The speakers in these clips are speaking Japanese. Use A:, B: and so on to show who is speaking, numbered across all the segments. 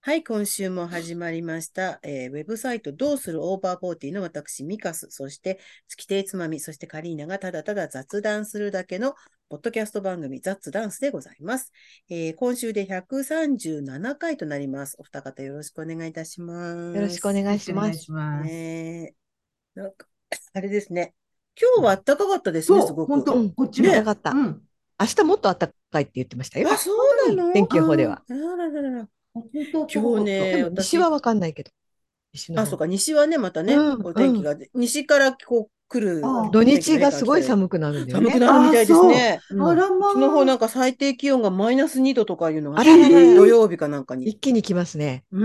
A: はい、今週も始まりました。えーウェブサイトどうするオーバーポーティーの私、ミカス、そして月亭つまみ、そしてカリーナがただただ雑談するだけのポッドキャスト番組、雑ダンスでございます。えー今週で137回となります。お二方よろしくお願いいたします。
B: よろしくお願いし
C: お願
B: ま
C: い
B: す。
C: します。
A: ねえなんかあれですね。今日は暖かかったですね、す
C: そう、
A: ご
C: 本
A: く。
C: 当、
B: うん
C: こっち
B: ね
C: も。
B: よかった
C: うん、
B: 明日もっと暖かいって言ってましたよ
A: あ、。そうなの
B: 天気予報では。
A: あらららら
C: 本当
A: 今日ね
B: でも
A: 私
B: 西はわかんないけど。西の
A: あ、
B: 方
A: そうか、西はね、またね、
B: うん
A: お天気が、西からこう来る
C: あー
B: 土日がすごい
A: く
B: 寒くなるんだよ
A: 寒
B: ね。
A: くなるみたいですね。
B: うん
C: あらま
A: そ
C: あ、
A: の方なんか最低気温がマイナス2度とかいうのが
B: あららら
A: 土曜日かなんかに。
B: 一気に来ますね。
A: う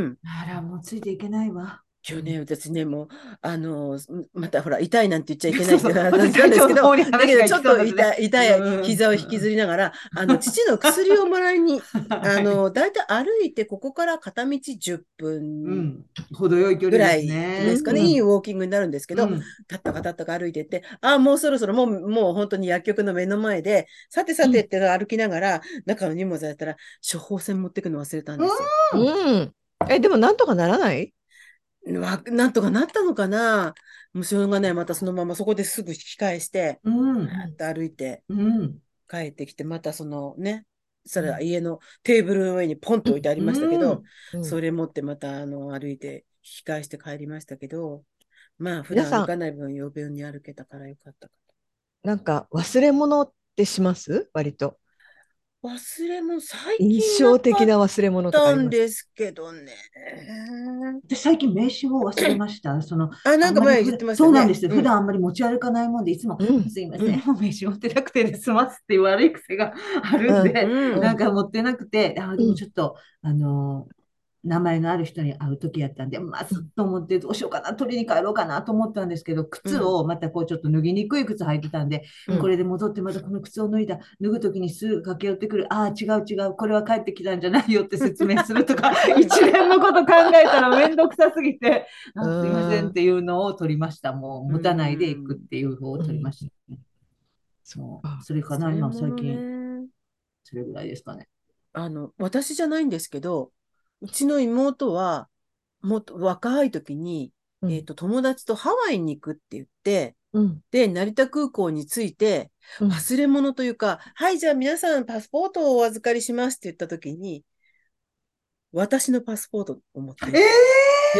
A: ん。
C: あら、もうついていけないわ。
A: 今日ね、私ね、もう、あのー、んまたほら、痛いなんて言っちゃいけない
C: そうそう
A: って話なんですけ
C: 体調の
A: ど、
C: 方に話
A: だけど
C: が
A: ちょっ
C: 行
A: と
C: きそうだ
A: 痛い、痛い、
C: うん
A: 膝を引きずりながら、あの、父の薬をもらいに、あのー、だいたい歩いてここから片道10
C: う
A: 分
C: ん、程よい距
A: ぐ
C: 離
A: ら
C: で
A: い
C: すね。
A: ですかね、
B: うん
A: いいウォーキングになるんですけど、
C: うん
A: たったかたったか歩いてって、ああ、もうそろそろもう、もう本当に薬局の目の前で、さてさてって歩きながら、中の荷物やったら、処方箋持ってくの忘れたんです
C: うん
B: うん。え、でもなんとかならない
A: よ。わなんとかなったのかなもうしょうがない。またそのままそこですぐ引き返して、
C: うん、
A: あーって歩いて
C: うん、
A: 帰ってきて、またそのね、それは家のテーブルの上にポンと置いてありましたけど、
B: うん
A: それ持ってまたあの歩いて引き返して帰りましたけど、まあ普
B: 皆
A: 段
B: さん
A: 歩かない分余分に歩けたからよかったかと。
B: なんか忘れ物ってします割と。
A: 忘れも最近
B: 印象的な忘れ
A: っ
B: 物とか
A: た
B: あり
A: ん
B: ます。
A: ですけどね。
C: 私最近名刺を忘れました。その、
A: あ、なんか
C: あま
A: 前
C: りふ
A: 言ってましたね。
C: そうなんですよ。
A: う
C: 普段あんまり持ち歩かないもんで、いつも、
B: うん
C: すいません、もう名刺持ってなくてで済ますっていう悪い癖があるんで、
A: うん
C: なんか持ってなくて、あーでもちょっと、あのー名前のある人に会う時やったんで、まずっと思って、どうしようかな、取りに帰ろうかなと思ったんですけど、靴をまたこうちょっと脱ぎにくい靴履いてたんで、
A: うん
C: これで戻ってまたこの靴を脱いだ、脱ぐ時にすぐ駆け寄ってくる、ああ、違う違う、これは帰ってきたんじゃないよって説明すると か、一連のこと考えたら面倒くさすぎ て、あーすいませんっていうのを取りました。もう持たないでいくっていう方を取りましたね。そう
B: あ
C: それかな、今最近、
A: 近。
C: それぐらいですかね。
A: あの、私じゃないんですけど、うちの妹は、もっと若い時に、
B: うん
A: えっと、友達とハワイに行くって言って、
B: うん。
A: で、成田空港に着いて、
B: うん
A: 忘れ物というか、はい、じゃあ皆さんパスポートをお預かりしますって言った時に、私のパスポートを持って行っ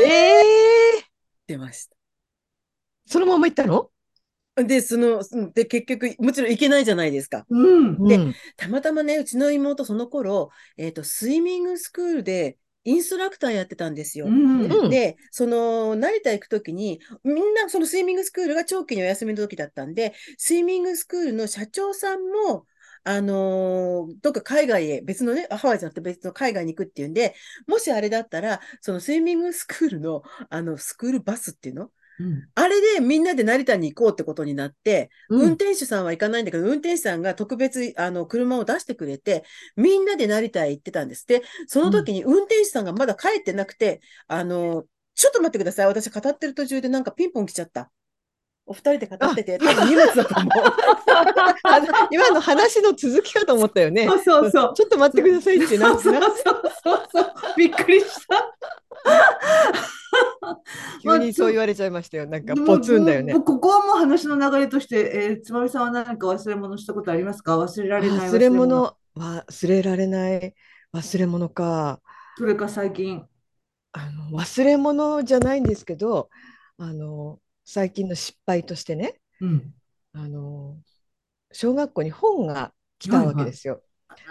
B: ええ
A: てました。
B: そのまま行ったの
A: で、その、うんで、結局、もちろん行けないじゃないですか。
C: うん。
A: で
B: うん
A: たまたまね、うちの妹、その頃、えっ、と、スイミングスクールでインストラクターやってたんですよ。
C: うん
B: うん
A: で、その、成田行くときに、みんな、そのスイミングスクールが長期にお休みの時だったんで、スイミングスクールの社長さんも、あのーどっか海外へ、別のね、ハワイじゃなくて別の海外に行くっていうんで、もしあれだったら、そのスイミングスクールの、あの、スクールバスっていうの
C: うん
A: あれでみんなで成田に行こうってことになって、
B: う
A: 運
B: ん。
A: 転手さんは行かないんだけど、運転手さんが特別、あの、車を出してくれて、みんなで成田へ行ってたんです。で、その時に運転手さんがまだ帰ってなくて、あの、ちょっと待ってください。私語ってる途中でなんかピンポン来ちゃった。お二人で語ってて、多分荷物だと思
B: あの今の話の続きかと思ったよね
C: そ。うそうそう。
B: ちょっと待ってくださいってな
C: そ
B: んつ
C: う
B: う
C: そう
B: な
C: そうそう。びっくりした。
B: 急にそう言われちゃいましたよ。なんかポツンだよね
C: もう。もうここはもう話の流れとして、えーつまみさんは何か忘れ物したことありますか忘れられない
B: 忘れ。物、忘れられない忘れ物か。
C: それか最近。
B: あの忘れ物じゃないんですけど、あの最近の失敗としてね、
C: うん。
B: あの小学校に本が来たわけですよ。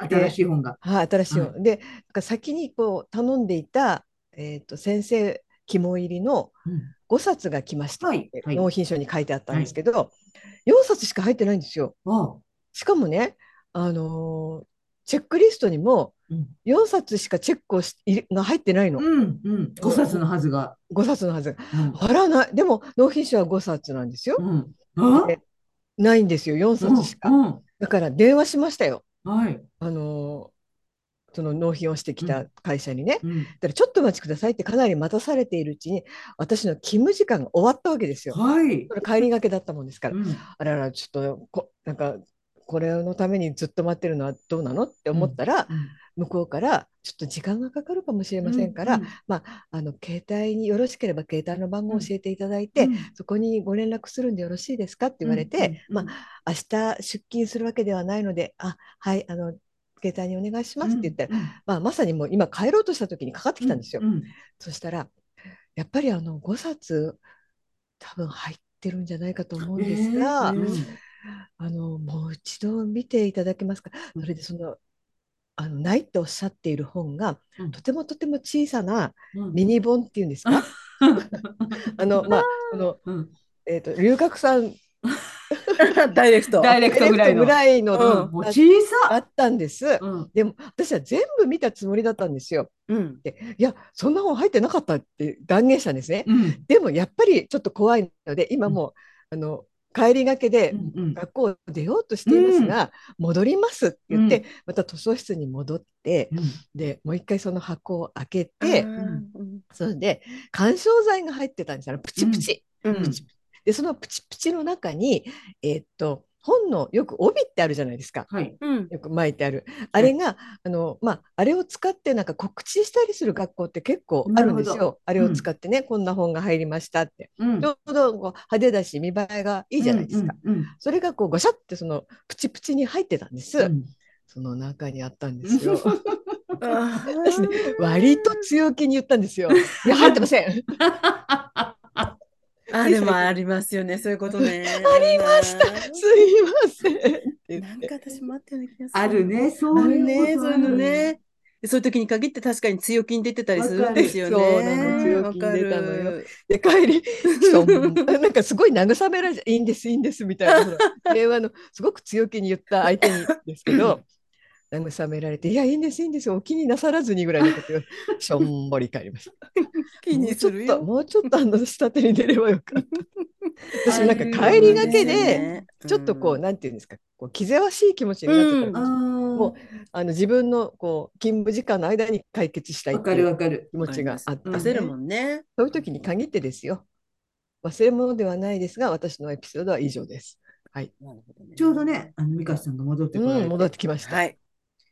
C: 新しい本が。
B: はい、新しい本。で、なんか先にこう頼んでいた、えー、と先生肝入りの
C: うん
B: 5冊が来ました。
C: はいはい
B: 納品書に書いてあったんですけど、4冊しか入ってないんですよ。
C: あ
B: しかもね、あのーチェックリストにも
C: うん。
B: 4冊しかチェックをし入れが入ってないの、
C: うん。うん。5冊のはずが。
B: 5冊のはず。
C: うん
B: あらない、でも納品書は5冊なんですよ。
C: うん。あ
B: でないんですよ、4
C: うん
B: 冊しか。
C: うん
B: だから電話しましたよ、
C: はい。
B: あのーその納品をしてき
C: う
B: た会社にね。
C: う
B: だ
C: ん
B: からちょっとお待ちくださいってかなり待たされているうちに私の勤務時間が終わったわけですよ。
C: はい。
B: それ帰りがけだったもんですから、
C: うん
B: あららちょっとこなんかこれのためにずっと待ってるのはどうなのって思ったら、
C: うん
B: 向こうからちょっと時間がかかるかもしれませんから、まあ、あの携帯によろしければ携帯の番号を教えていただいて、
C: うん
B: そこにご連絡するんでよろしいですかって言われて、まあ、明日出勤するわけではないので、あ、はい、あの、携帯にお願いしますって言ったら、
C: ら、
B: まあ、まさにもう今帰ろうとした時にかかってきたんですよ。
C: う
B: そしたら、やっぱりあの5冊多分入ってるんじゃないかと思うんですが、
A: えー
B: あの、もう一度見ていただけますか。
C: うん
B: それでその、あの、ないっておっしゃっている本が
C: うん、
B: とてもとても小さな
C: うん
B: ミニ本っていうんですか。あの、まあ、この、
C: うん
B: えっと、龍角散
A: ダイレクト。
C: ダイレクトぐらいの。
B: ぐらいの
A: うん
C: もう
B: あ
C: 小
B: あ
C: さ
B: ったんです。
C: うん
B: でも私は全部見たつもりだったんですよ。
A: うん。
B: でいやそんな本入ってなかったって断言したんですね。
C: うん
B: でもやっぱりちょっと怖いので今もう、あの帰りがけで
C: うん
B: 学校を出ようとしていますが、戻りますって言って、
C: うん
B: また図書室に戻って
C: うん
B: でもう一回その箱を開け
A: で、
B: てそれで緩衝材が入ってたんですよプチプチ。
A: うん
B: でそのプチプチの中に、えーっと本のよく帯ってあるじゃないですか。
C: はい。
A: うん。
B: よく巻いてある。あれが、あの、まあ、あれを使ってなんか告知したりする学校って結構あるんです
C: なるほ
B: よ。あれを使ってね、こんな本が入りましたって。
C: うん
B: ちょうどこう派手だし、見栄えがいいじゃないですか。。
C: うんうん
B: それがこう、ごしゃってそのプチプチに入ってたんです。
C: うん
B: その中にあったんですよ。
A: あー
B: 私ね割と強気に言ったんですよ。いや、入ってま せん。
A: あ、でもありますよね。そういうことね。あり
B: ました。すいません。って言
A: なん
B: っ
A: か
B: て
A: 私待ってるような気がする。
C: あるね、そ
A: あ
C: うい
A: る
C: う
A: ね、
C: こ
A: そ
C: と
A: う
C: あ
A: いうの
C: る。
A: ね。そういう時に限って確かに強気に出てたりするんですよね。わか
B: わかるそうなの
A: る
B: 強気に出たのよで帰りしょん なんかすごい慰められちゃういいんですいいんですみたいなほら電話のすごく強気に言った相手にです けど慰められて「いやいいんですいいんですお気になさらずに」ぐらいのことをしょんぼり帰りました
A: 気にするよ。
B: もうちょっともうちょっとあの下手に出ればよかっ た私なんか帰りがけでちょっとこうなんていうんですかこう気ぜわしい気持ちになってた
A: うん
B: か
C: あ
B: ら、
C: ー
B: もあの自分のこう勤務時間の間に解決したいっ
C: わ
B: て
C: か
B: い
C: る
B: う
C: わかる。
B: 気持ちがあったんで
A: 焦るもんね。
B: そういう時に限ってですよ。忘れ物ではないですが、私のエピソードは以上です。
A: なるほどね
C: ちょうどね、あの、美香さんが戻ってこら
B: う
C: れ
B: ん、
C: て。
B: 戻ってきました。。
A: はい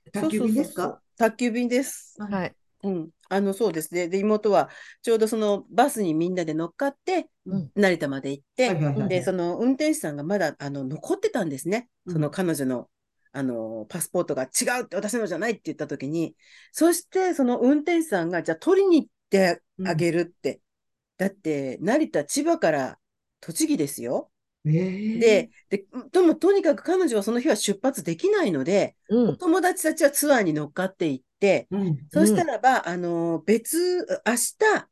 A: い。
C: 宅急便で
A: そうそ
C: す
A: う
C: か。
A: そうそう宅急便です。
B: はいい。
A: うん。あの、そうですね。で、妹は、ちょうどそのバスにみんなで乗っかって
B: うん、
A: 成田まで行っ
C: はいはいはいは
A: て、
C: い
A: で、その運転手さんがまだ、あの、残ってたんですね。その彼女の、あの、パスポートが違うって、私のじゃないって言った時に、そして、その運転手さんが、じゃあ取りに行ってあげるって。だって、成田、千葉から栃木ですよ。
C: で
A: で、、で、とも、とにかく彼女はその日は出発できないので、
B: う
A: お
B: ん。
A: 友達たちはツアーに乗っかって行って、
C: うん
A: そしたらば、あの、別、明日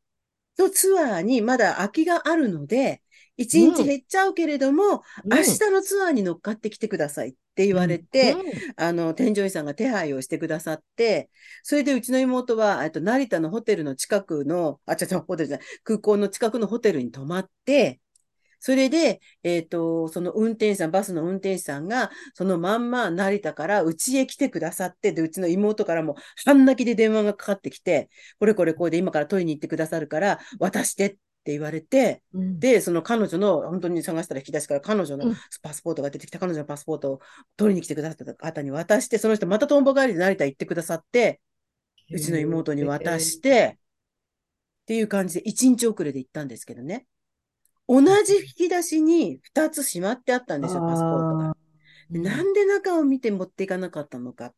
A: のツアーにまだ空きがあるので、1日減っちゃうけれども、明日のツアーに乗っかってきてくださいって言われて、あの、添乗員さんが手配をしてくださって、それでうちの妹は、えっと、成田のホテルの近くの、あ、ちゃちゃ、ホテルじゃない、空港の近くのホテルに泊まって、それで、えっ、と、その運転手さん、バスの運転手さんが、そのまんま成田からうちへ来てくださって、で、うちの妹からも半泣きで電話がかかってきて、これこれこうで今から取りに行ってくださるから、渡してって言われて、
B: うん、
A: で、その彼女の、本当に探したら引き出しから彼女
B: う
A: の
B: ん
A: パスポートが出てきた、彼女のパスポートを取りに来てくださった方に渡して、その人またトンボ帰りで成田行ってくださって、うちの妹に渡して、っていう感じで1日遅れで行ったんですけどね。同じ引き出しに2つしまってあったんですよ、パスポートが。
B: う
A: で
B: ん、
A: なんで中を見て持っていかなかったのか。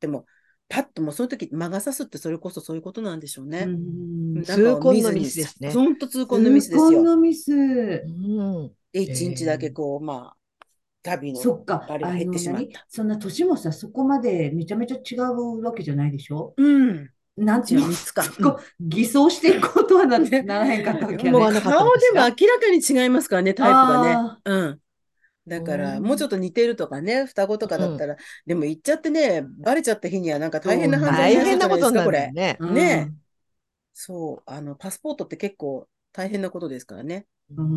A: でも、パッともうその時魔が差すってそれこそそういうことなんでしょうね。
C: うん
A: 中を見ず
B: 痛恨の
A: に
B: ミスですね
A: 本当痛恨のミスですよ
C: 痛。恨のミス
B: うん。
A: で、
B: へー
A: 一日だけこう、まあ、旅
C: そ
A: の
C: っか、
A: あれが
C: あ
A: 減っ
C: の、
A: てしまった
C: 何そんな年もさ、そこまでめちゃめちゃ違うわけじゃないでしょ
A: うん。
C: なんていうの
A: 3つか。
C: こう偽装していくことは なならへんかったわけやね。
A: もう
B: あの
A: 顔でも明らかに違いますからね、タイプがね。
C: あ
A: うん。だから、
B: うん
A: もうちょっと似てるとかね、双子とかだったら、でも言っちゃってね、バレちゃった日にはなんか大変な
C: うん
A: 犯罪に
B: 大
A: なる
B: 変
A: じ
B: な
A: ゃな
B: こ
A: いで
B: と
A: す
B: に
A: か、
B: な
A: こ
B: るよ
A: れ。
B: ね
C: ー。。
A: ねそう、あの、パスポートって結構大変なことですからね。
C: うん
A: う。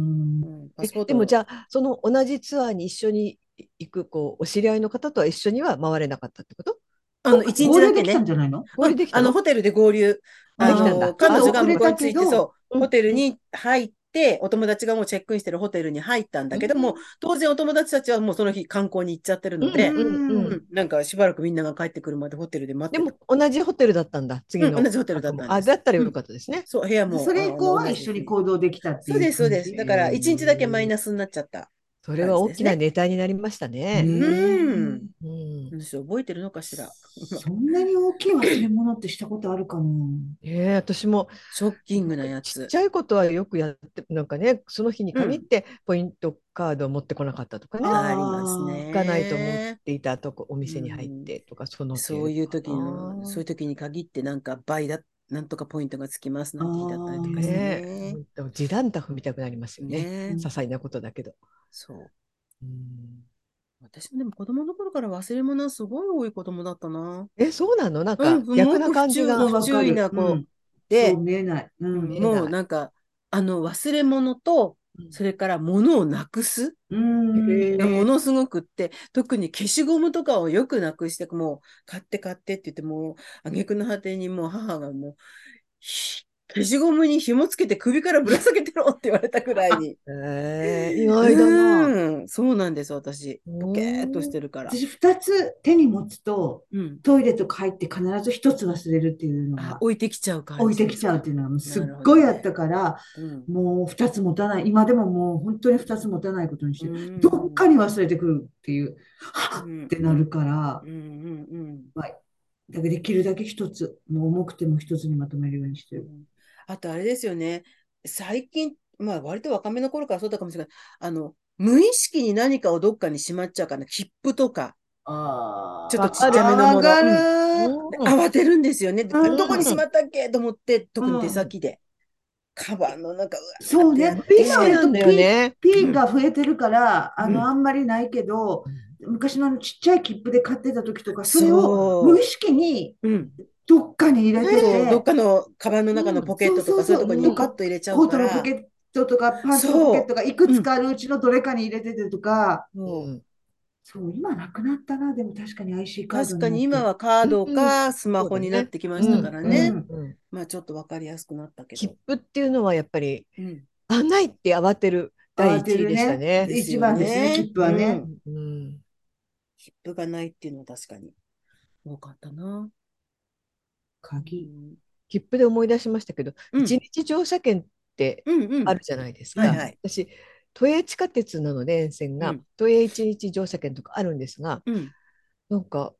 A: ん、パスポート
B: えでもじゃあ、その同じツアーに一緒に行く、こう、お知り合いの方とは一緒には回れなかったってこと
A: あの、一日
C: 合
A: だ
C: 流
A: け
C: できた
A: ね
C: ん。じゃないの
B: 合流できた
A: あの、ホテルで合流。
B: あ
A: あ
B: できたん
A: の
B: だ
A: 彼女が
C: あ遅
A: 向
C: れ
A: こう
C: た
A: に着いて、
C: けど、
A: そう、ホテルに入っって、お友達がもうチェックインしてるホテルに入ったんだけども、当然お友達たちはもうその日観光に行っちゃってるので、
B: うん
C: うん
A: うんなんかしばらくみんなが帰ってくるまでホテルで待って
B: で
A: た
B: も同じホテルだったんだ、次の。
A: うん同じホテルだったんです
B: あ、だったらよかったですね。
A: そう、部屋も。
C: それ以降
A: あ
C: は
A: の
C: 一緒に行動できたってい
A: そう
C: う
A: です、そう
C: 感じ。
A: です。だから、一日だけマイナスになっちゃった。
B: それは大きなネタになりましたね。
A: うん
B: うん
A: どうしよう覚えてるのかしら。
C: そんなに大きい忘れ物ってしたことあるかな。
B: ええ私も
A: ショッキングなや
B: ちっ
A: つ。
B: ちゃいことはよくやって、なんかね、その日に限ってポイントカードを持ってこなかったとかね、
C: あ
B: 行
C: ー
A: ありますね。
B: かないと思っていたとこ、お店に入ってとか、その程度
A: そういう時
B: かな
A: の、そういう時に限って、なんか倍だ、なんとかポイントがつきますなんて言いだったりとか
C: 時
A: して
B: ね
A: ね。
B: でも時短タフ見たくなりますよね。
A: ね
B: 些細なことだけど。
A: そう。
B: うん
A: 私もでも子供の頃から忘れ物はすごい多い子供だったな。
B: え、そうなのなん
A: う
B: か
A: ん
B: 逆な感じ
A: あ
B: が。
A: 不注意な子
C: うん
A: で
C: そう、見えない。うん。
B: 見えない
A: もうなんか、あの、忘れ物と、それから物をなくす。
C: うん
B: へえ
A: がものすごくって、特に消しゴムとかをよくなくして、もう買って買ってって言って、もう挙句の果てにもう母がもう、ひ消しゴムに紐つけて首からぶら下げてろって言われたくらいに。
B: えー、意外だな。
A: うんそうなんです、私。ボケーっとしてるから。
C: 私二つ手に持つと、
A: うん。
C: トイレとか入って必ず一つ忘れるっていうの
A: あ
C: が、
A: 置いてきちゃうから。
C: 置いてきちゃうっていうのがもうすっ
A: なるほ
C: ご
A: ど
C: い
A: ね
C: あったから、
A: うん。
C: もう二つ持たない。今でももう本当に二つ持たないことにしてる。
A: うん
C: どっかに忘れてくるっていう、は
A: う
C: っ
A: ん
C: ってなるから
A: う、んうんうん。
C: だからできるだけ一つ、もう重くても一つにまとめるようにしてる。
A: あとあれですよね、最近、まあ割と若めの頃からそうだかもしれない。あの、無意識に何かをどっかにしまっちゃうから、切符とか、
C: あ
A: ちょっとちっちゃめのもの
C: わかる
B: うん
A: 慌てるんですよね。
C: うん
A: あどこにしまったっけと思って、特に出先で。カバンの中、うわ
C: そうね。
A: ピ
B: 意
A: ンが
C: 今
B: 識
A: や
B: なんだよね。
C: ピンが増えてるから、あ
A: うん
C: の、あんまりないけど、昔のあのちっちゃい切符で買ってた時とか、それ
A: そ
C: を
A: う
C: 無意識に
A: うん。
C: どっかに入れ
A: そ
C: て、
A: うどってかのカバンの中のポケットと
C: う
A: か、
C: ん
A: そ
C: そ
A: い
C: うう
A: う
C: そうそ
A: と
C: う
A: こにパッと入れちゃ
C: コ
A: う
C: ート
A: か
C: の
A: ら。
C: ポケットとかパンツのポケットがいくつかあるうちのどれかに入れててとか、
A: そう
B: うん
C: そう、今なくなったな、でも確かに IC カード
A: 確かに
C: に
A: 今
C: なって
A: はカードかスマホになってきましたから
C: うん
A: ね。
C: うん
B: うん
A: まあちょっとわかりやすくなったけ
B: 切
A: ど。
B: 符っていうのはやっぱり、
A: うん
B: あ、ないって慌てる第一位でしたね。
A: です
C: 一
A: よ
C: 番ですね、切符はね。
A: うん
B: うん
A: 切符がないっていうのは確かに多かったな。
C: 鍵。
B: 切符で思い出しましたけど、
A: うん
B: 一日乗車券って
A: うんうん。
B: あるじゃないですか。
A: はいはい
B: 私、都営地下鉄なので沿線が、
A: うん
B: 都営一日乗車券とかあるんですが、
A: うん。
B: なんか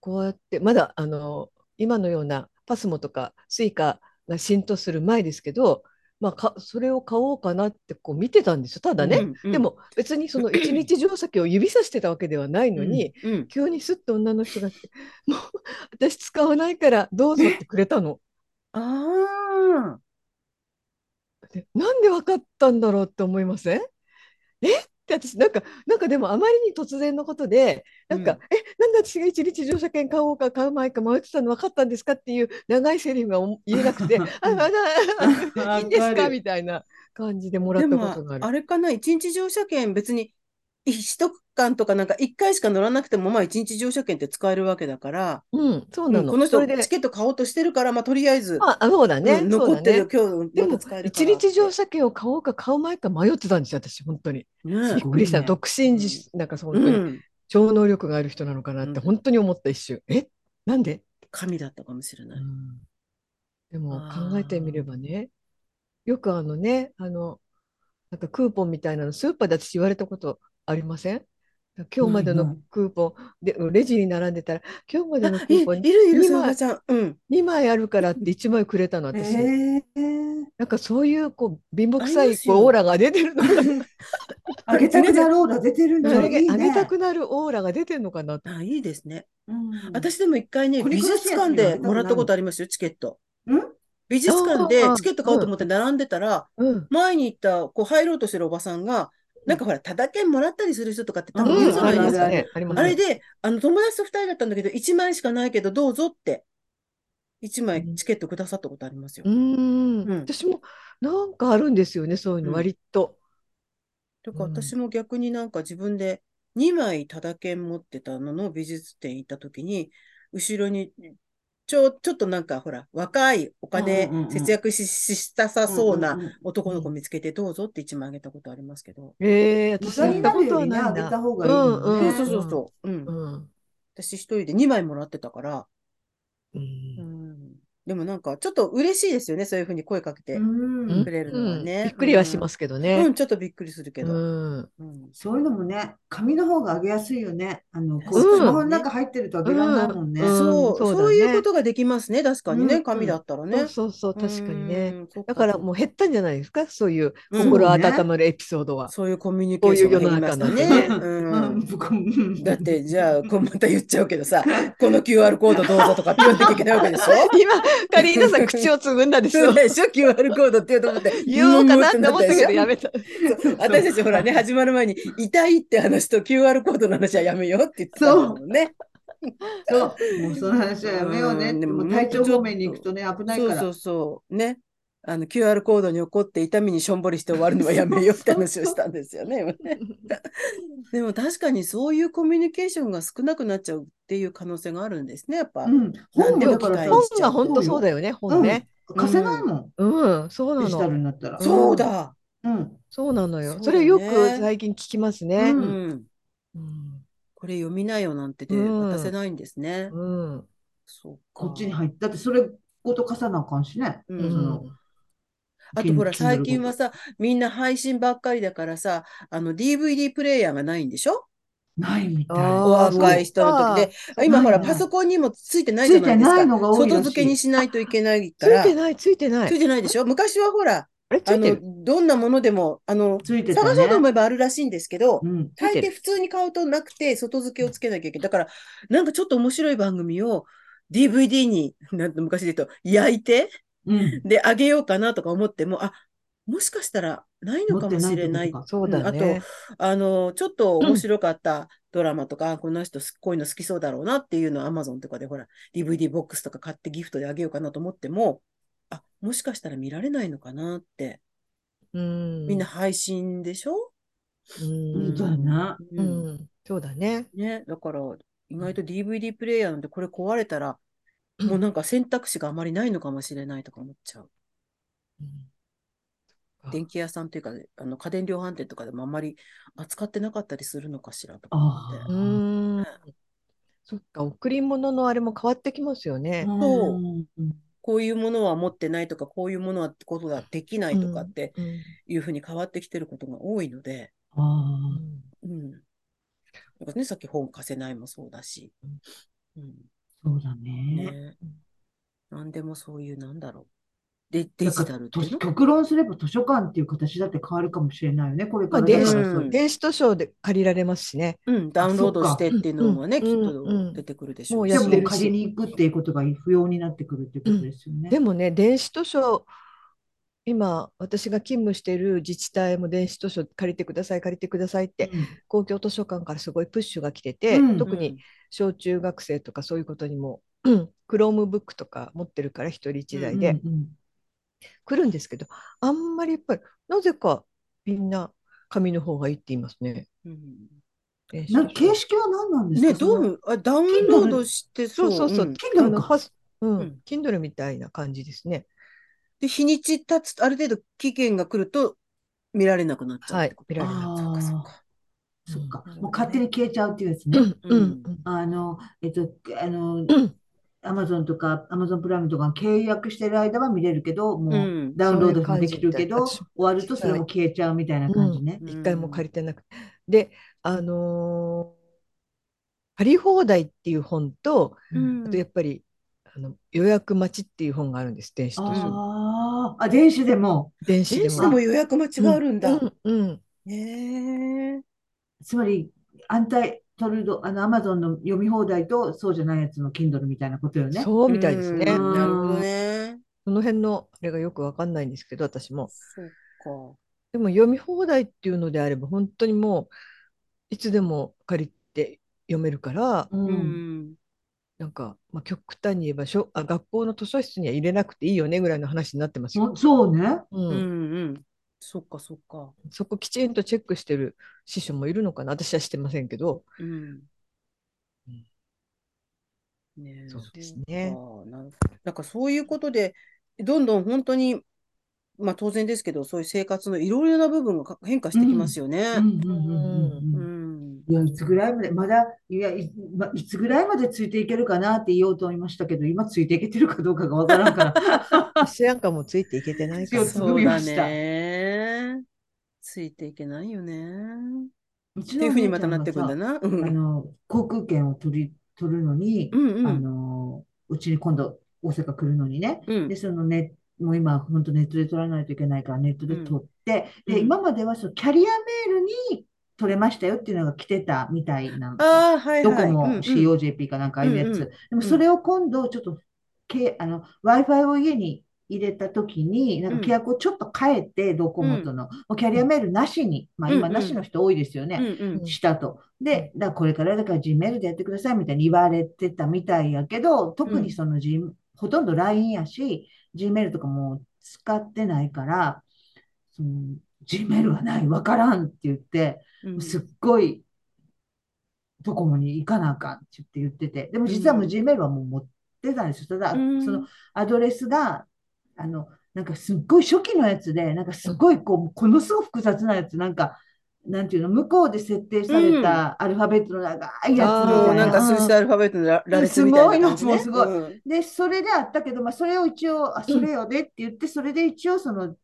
B: こうやってまだあの今のようなパスモとかスイカが浸透する前ですけど、まあ、かそれを買おうかなってこう見てたんですよただね、
A: うんうん
B: でも別に その一日乗車券を指さしてたわけではないのに、
A: うん。
B: 急にすっと女の人が来て「もう私使わないからどうぞ」ってくれたの。
A: ああ。
B: でなんで分かったんだろうって思いませんえって私なんかなんかでもあまりに突然のことでなんか、
A: うん
B: えなんで私が一日乗車券買おうか買う前か迷ってたの分かったんですかっていう長いセリフがお言えなくて ああああいいんです
C: わ
B: か
C: かる
B: みたいな感じでもら
A: で
B: った
A: も
B: ことがある。
A: あれかな、一日乗車券別に一間とかなんか一回しか乗らなくても、まあ一日乗車券って使えるわけだから、
B: うん、そう
A: うん
B: なの。
A: この
B: そ
A: 人
B: れで
A: チ、ケット買おうとしてるから、まあとりあえず、
B: まあ、あそうだね、
A: うん
B: そう
A: 残
B: だ
A: って
B: ね
A: る、。今日
B: で
A: ま
B: も
A: た使えるか
B: 一
A: ら
B: 日乗車券を買おうか買う前か迷ってたんですよ私本当に。び
A: ね
B: っくりした、
C: すごいね
B: 独身時なんかそう
A: う
B: 本当に、
A: ん。
B: 超能力がある人なのかなっ
A: うん
B: て本当に思った一瞬、えなんで、
A: 神だったかもしれない。
B: でも
A: あー
B: 考えてみればねよくあのねあのなんかクーポンみたいなのスーパーで私言われたことありません今日まで
C: ないな
B: の
C: い
B: クーポンでレジに並んでたら今日までの
A: あ
B: ク、
A: いい
B: ーポンに
A: るいる、
B: 二枚
A: さがちゃん。うん。
B: 2枚あるからって1枚くれたの私、
C: へえ
B: なんかそういうこう貧乏く
A: あ
B: さ
A: り
B: い
A: ます
B: こ
A: よ
B: うオーラが出てるのかな
C: あげたくなるオーラ出てるんだ
B: あ
C: よ。いい
B: げあげ
C: ね。
B: たくなるオーラが出てるのかなと
A: あ、いいですね。
C: うん
A: 私でも一回ね、
C: これ
A: 美
C: 詳しい
A: 術
C: やつ
A: 館
C: には
A: でもらったことありますよ、チケット。
C: ん
A: 美術館で
B: あー
A: チケット買おうと思って並んでたら、
B: うん
A: 前に行った、こう入ろうとしてるおばさんが、なんかほら、ただ券もらったりする人とかって多
B: う
A: 分いるじゃ
B: ん
A: な
B: あり
A: いで
B: ますす
A: か。
B: ねあります
A: あ
B: ね
A: れで、あの、友達と二人だったんだけど、一枚しかないけど、どうぞって、一枚チケットくださったことありますよ
B: う。ん
A: うん
B: 私もなんかあるんですよね、そういう
A: うん
B: の、割と。
A: だから
B: うん
A: 私も逆になんか自分で2枚タダ券持ってたのの美術展行った時に、後ろにちょ、ちょっとなんかほら、若いお金
C: うんうんうん
A: 節約し、ししたさそうな
C: な。
A: 男の子見つけてどうぞって一枚あげたことありますけど。
B: ええ
C: 無
B: 私
C: 駄
B: や
C: に
B: った
C: な
B: こ
C: る
B: と
C: よ
B: は
C: りね、
B: ない
C: あ
B: ん
C: げた
B: だ。
C: 方がいいもん
B: うん
C: ね。
A: そうそうそう。うん
B: う。ん。
A: 私一人で2枚もらってたから。
B: う。
A: うんん。でもなんか、ちょっと嬉しいですよね。そういうふうに声かけて
C: う。ん
A: くれるのはね
B: うんびっくりはしますけど
A: う
B: ね。
A: ん、ちょっとびっくりするけ
B: う
A: ど。
B: ん。
A: うん。
C: そういうのもね、紙の方が上げやすいよね。あの、こう、
B: うん
C: スマホの中入ってると上げられないもんね。
B: うん
A: そう、
B: そうだね
A: そういうことができますね。確かに
C: う
A: ね。
C: ん
A: 紙だったら
B: そう
A: ね。
B: そうそう、確かにね。
A: うん。そっ
B: だからもう減ったんじゃないですか、そういう
A: うん
B: 心温まるエピソードは。
A: そういうコミュニケーションが減りました
B: こういう
A: ね。
B: 世の
A: う
C: うん
A: ん。
C: 僕もうん
A: だって、じゃあ、こうまた言っちゃうけどさ、この QR コードどうぞとかって言わなきゃいけないわけでしょ
B: 今、カリーナさん口をつぶんだでし
A: そ
B: ょ
A: う。でしょ ?QR コードって言うと思って。
B: 言おうかなって思ったけど、
A: や
B: やめた。
A: 私たちほらね、始まる前に、痛いって話と QR コードの話はやめようって言ってたもんね。
C: そう、もうその話はやめようねって。
A: うんでも
C: もう体調方面に行くとね、危ない
A: そう
C: から。
A: そうそう。ね。あの、QR コードに怒って痛みにしょんぼりして終わるのはやめようって話をしたんですよね。 今ねでも確かにそういうコミュニケーションが少なくなっちゃうっていう可能性があるんですね、やっぱ。
C: うん、本もだから
A: 何で
C: さ
A: も
B: 本が本当そうだよね、本ね。
C: 貸せないもん、
B: うん、そうな
C: デジタル
B: の。
C: になったら。
A: そうだ。
C: うん。
B: そうなのよ。
A: そう
B: そ
A: だね
B: れよく最近聞きますね。
A: う。
C: うん
B: うん。
A: これ読みなよなんてで
B: うん
A: 渡せないんですね。
B: うん。
A: そうか
C: こっちに入って、だってそれごと貸さなあかんしね。
A: うん
B: う
C: その
B: ん
A: あとほら、
C: Kindle
A: 最近はさ、みんな配信ばっかりだからさ、あの DVD プレイヤーがないんでしょ
C: ないみたい。
B: あー
A: お若い人の時で。
B: う
A: 今ほら、
C: ない
A: パソコンにもついてないじゃないです
C: ついてない
A: か。
C: のが多いらしい
A: 外付けにしないといけない
B: つ
A: か
B: い
A: ら。
B: てない、ついてな
A: つい
B: い。
A: てないでしょ昔はほら、
B: あれ、つ
A: あ
B: いて
A: の
B: る。、
A: どんなものでも、あの、
C: ついてた
A: 探
C: ね。
A: そうと思えばあるらしいんですけど、
C: うん。
A: 大
B: ついて
A: 抵
B: る
A: 普通に買うとなくて、外付けをつけなきゃいけない。だから、なんかちょっと面白い番組を DVD に、なんて昔で言うと、焼いて、
C: うん。
A: で、あげようかなとか思っても、あ、もしかしたらないのかもしれない
C: 持ってないってことか
B: そうだね。
A: あの、ちょっと面白かったドラマとか、あこの人すこういうの好きそうだろうなっていうのを Amazon とかでほら、DVD ボックスとか買ってギフトであげようかなと思っても、あ、もしかしたら見られないのかなって。
B: うん。
A: みんな、配信でしょ、
B: う
C: み
B: ん。
C: たいな。
A: う
B: うんん。そうだね。
A: ね、だから、意外と DVD プレイヤーなんてこれ壊れたら、もうなんか選択肢があまりないのかもしれないとか思っちゃう。
B: うん
A: 電気屋さんというか、あの家電量販店とかでもあんまり扱ってなかったりするのかしらとか思って
C: あ。
B: う
C: あ
B: ーん。そっか、贈り物のあれも変わってきますよね。
A: そ
C: うん。
A: こういうものは持ってないとか、こういうものはことができないとかって
B: うん
A: いうふうに変わってきてることが多いので、
B: う
C: ああ。
B: ん
A: うん。だからね、さっき本貸せないもそうだし、うん。
C: そうだね。
A: ね。なんでもそういう、なんだろう。で、デ
C: だ
A: ジ
C: か
A: タ
C: ら
A: ルって
C: と
A: いうの
C: 極論すれば図書館っていう形だって変わるかもしれないよね。これ
B: ま
C: か
B: あ、
C: ら
B: 電
C: だか
B: 子
C: ら
A: う
C: そ
A: ん
C: う。
B: 電子図書で借りられますしね。
A: うん、ダウンロードしてっていうのはね、
B: あ
A: きっ
B: そっか
A: と出てくるでしょう
B: うんうん
A: し。
C: じゃ
B: や
C: あ
B: っ
C: も
B: て
C: う
B: るし
C: 借りに行くっていうことが不要になってくるっていうことですよね。
B: でもね、電子図書、今、私が勤務している自治体も電子図書借りてください、借りてくださいって、公共図書館からすごいプッシュが来てて、
C: うん
B: 特に小中学生とかそういうことにも、うん、Chromebook とか持ってるから、一人一
C: う
B: 台
C: ん
B: で、
C: うんうん
B: 来るんですけど、あんまりやっぱり、なぜかみんな紙の方がいいって言いますね。
A: うん
B: 電子図書
C: な形式は何なんですか
A: ね、
C: そ
A: ど
C: の
A: ういうあダウンロードして
B: そうそうそう、
A: ん
C: Kindle
B: あの
C: か
B: ファスうん
A: うん、
B: Kindle みたいな感じですね。
A: で、日にち経つ、ある程度期限が来ると見られなくなっちゃう。
B: はい、見られる。
C: あー
A: そうか、そうか。
C: そっか
A: うん、
C: もう勝手に消えちゃうっていうやつね。
B: うん
A: う
B: うんん
C: あの、えっと、あの
B: ん、
C: アマゾンとか、アマゾンプライムとか契約してる間は見れるけど、も
A: う。
C: ううんダウンロードもできる
B: そ
C: け
B: ういう
C: ど、
B: 感じ
C: 終わるとそれも消えちゃうみたいな感じね。
A: うん
B: 一回も借りてなくて。で、あのー借り放題っていう本と、
A: うん
B: あとやっぱり、あの予約待ちっていう本があるんです、電子図書。
C: ああ、あ、電子でも、
B: 電子
A: 電
B: で
A: 子
B: も。
A: でも予約待ちがあるんだ。
B: うん、うん、
A: ねえ。
C: つまり、安泰トルド、あの、アマゾンの読み放題と、そうじゃないやつの Kindle みたいなことよね。
B: そうみたいですね。
A: うんなるほ
B: そ
A: どね。
B: の辺のあれがよくわかんないんですけど、私も。
A: そうか。
B: でも読み放題っていうのであれば、本当にもう、いつでも借りて読めるから、
C: うん。
A: うん。
B: なんか、まあ、極端に言えばしょあ、学校の図書室には入れなくていいよねぐらいの話になってますよ。
C: もそうね。
B: うん
A: うんうん。そっか、そっか。
B: そこきちんとチェックしてる師匠もいるのかな私はしてませんけど。
A: うん。ねえ
B: そうですね
A: そうかなんなんかそういうことで、どんどん本当に、まあ当然ですけど、そういう生活のいろいろな部分がか変化してきますよね。
C: うんうんうんうん
A: う
C: うん
A: ん。
C: いや、いつぐらいまで、まだ、いや、い、ま、いつぐらいまでついていけるかなって言おうと思いましたけど、今ついていけてるかどうかがわから んから。
B: 私なんかもついていけてないから
C: そ
A: そ
C: う
A: うだ
C: つぶやき
A: ね。ついていけないよね。
C: うち
A: っ
C: の
A: ていうふうにまた
C: お姉
A: な
C: ちゃんが
A: ってくんだな。う
C: さあ
A: ん。
C: の、航空券を取り、取るのに、
A: うんう
C: あ
A: ん。
C: の、うちに今度大阪来るのにね。
A: うん
C: で、そのね、もう今、本当ネットで取らないといけないから、ネットで取って、
A: うん
C: で、
A: うん
C: 今まではそのキャリアメールに取れましたよっていうのが来てたみたいなの
A: ああ、はい
C: ド
A: は
C: コ
A: い。
C: モ
A: うんうん
C: COJP かなんかああいうや
A: うんうん
C: つ。でもそれを今度ちょっとけ、あの、Wi-Fi を家に入れたときに、なんか規約をちょっと変えて、ドコモとの、もうキャリアメールなしに、まあ
A: うん
C: 今なしの人多いですよ
A: うん
C: ね、
A: うん。
C: したと。で、だからこれからだから Gmail でやってくださいみたいに言われてたみたいやけど、特にその G、ほとんど LINE やし、Gmail とかも使ってないから、その Gmail はない、わからんって言って、
A: うん
C: すっごい、ドコモに行かなあかんって言って言ってて、でも実はもう
A: うん
C: Gmail はもう持ってたんですよ。ただ、
A: うん
C: そのアドレスが、あの、なんかすっごい初期のやつで、なんかすごいこう、ものすごく複雑なやつ、なんか、なんていうの、向こうで設定されたアルファベットの長いやつみ
A: も
C: た
A: う
C: い
A: なんか
C: な。
A: 数字アルファベットの羅羅列みたいな感じね。
C: すごいの
A: うん
C: で、それであったけど、まあ、それを一応、あ、それよねって言って、それで一応、その、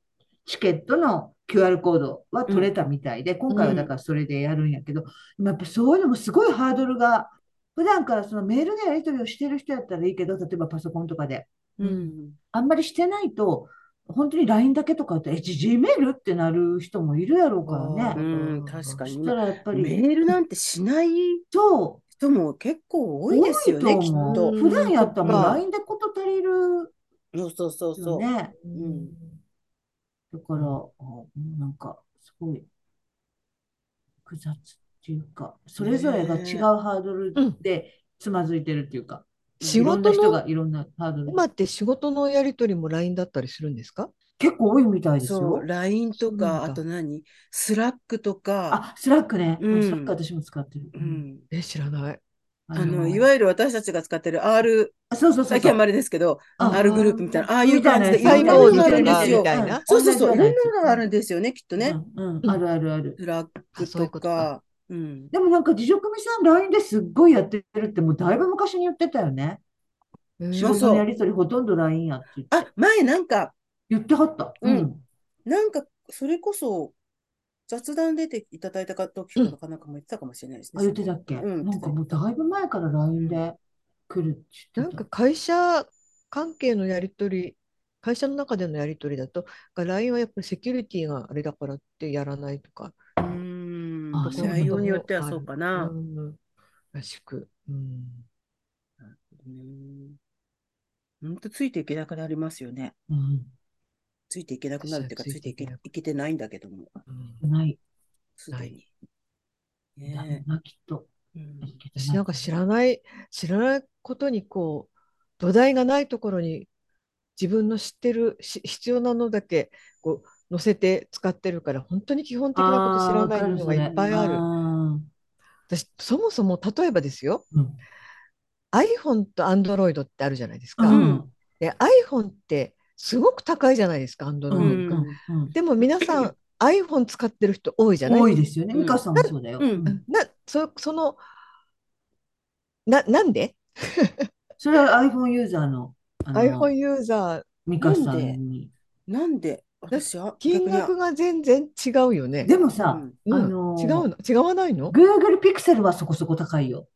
C: チケットの QR コードは取れたみたいで、今回はだからそれでやるんやけど、やっぱそういうのもすごいハードルが、普段からそのメールでやり取りをしてる人やったらいいけど、例えばパソコンとかで、
A: うん。
C: あんまりしてないと、本当に LINE だけとかって、え、Gmail ってなる人もいるやろうから
B: う
C: ね。
B: ん
A: うん確か
C: そ
A: に。
C: したらやっぱ
A: メ
C: り、
A: ールなんてしない
C: そう、
A: 人も結構多いですよ
C: 多い
A: ね、
C: と
A: きっ
C: 思う
A: と。
B: きっと
C: 普段やったらもう
B: うん
C: LINE でこと足りる
A: そうそうそうそ
C: よ
A: う。
C: ね。
A: ん
C: だから、あもうなんか、すごい、複雑っていうか、それぞれが違うハードルでつまずいてるっていうか、
B: 仕
C: いろんな
B: 事
C: 人
B: の
C: がいろんなハードル。
B: 今って仕事のやり取りも LINE だったりするんですか
C: 結構多いみたいです
A: そ
C: よ
A: う、。LINE と
B: そうなん
A: か、
B: だ
A: あと何スラックとか、
C: あ、スラックね。
A: うん
C: スラック私も使ってる。
A: うん。
B: え知らない。
C: あ
A: あの、
C: の、
A: いわゆる私たちが使ってる R、
C: あそうそうそう
A: 最近は
C: そう。
A: まりですけど、
C: あ
A: R グループみたいな、ああいう
C: みたい
A: 感
C: な
A: じ
C: や
A: で
C: つ
A: いろんな
C: み
A: のが
C: たいな
A: あるんです
C: やつ
B: み
A: よ。
B: たいな
A: そうそうそう、い
C: 同じ
A: ろ
C: よ
A: ん
C: う
A: なの
C: な
A: があ
C: やつ
A: るんですよね、きっとね。
C: うんうんあるあるある。
A: スラッ
B: あ
A: ク
B: そういう
A: と
B: ことか
A: か、うん。
C: でもなんか、地獄みさん、LINE ですっごいやってるって、もうだいぶ昔に言ってたよね。
B: えー
C: 仕
A: そう
C: 事のやりとりほとんど LINE やって言って
A: あ、前なんか、
C: 言ってはった。
A: うん。なんか、それこそ、雑談出ていただいたか時とかなんかも言ってたかもしれないです
C: あ、言っ
A: ね。
C: てたっけ
A: うん
C: なんかもうだいぶ前から LINE で来るって言
B: な
C: っ
B: ん
C: て
B: か
C: た。
B: 会社関係のやり取り、会社の中でのやり取りだと、が LINE はやっぱりセキュリティがあれだからってやらないとか、
A: うーん
C: あそう
A: 内容によってはそうか
B: う
A: な。
B: ん、らしく。うん、
A: うん本当ついていけなくなりますよね。
C: うん。
A: ついていけなくなるっていうか、
B: そう
A: ついていけ
B: ついていけなく
A: いけてないんだけども、
B: うん
C: ない。
A: すでに。
C: だ
A: ね
C: な、きっと。
A: えうん
B: 私なんか知らない、知らないことにこう、土台がないところに自分の知ってる、し必要なのだけこう載せて使ってるから、本当に基本的なこと知らないのがいっぱいある。私、そもそも例えばですよ、
C: る。
B: iPhone と Android ってあるじゃないです
C: う
B: か。
C: ん。うん。
B: で、iPhone ってすごく高いじゃないですか、
C: うん。
B: Android。
C: うん。うん。
B: でも皆さん、iPhone 使ってる人多いじゃない
C: 多いですよね。
A: うん
C: 美香さんもそうだよ。
A: うん
C: うん
B: なそそのな、なんで
C: それは iPhone ユーザーの、あの、
B: ?iPhone ユーザー、
C: 美香さ
A: なん
C: ん
A: で
C: に。
A: なんで私は
B: 金額が全然違うよね。
C: でも
A: 逆
C: さ
A: に、
B: うん
C: あの
B: 違うの違わないの
C: Google Pixel はそこそこ高いよ。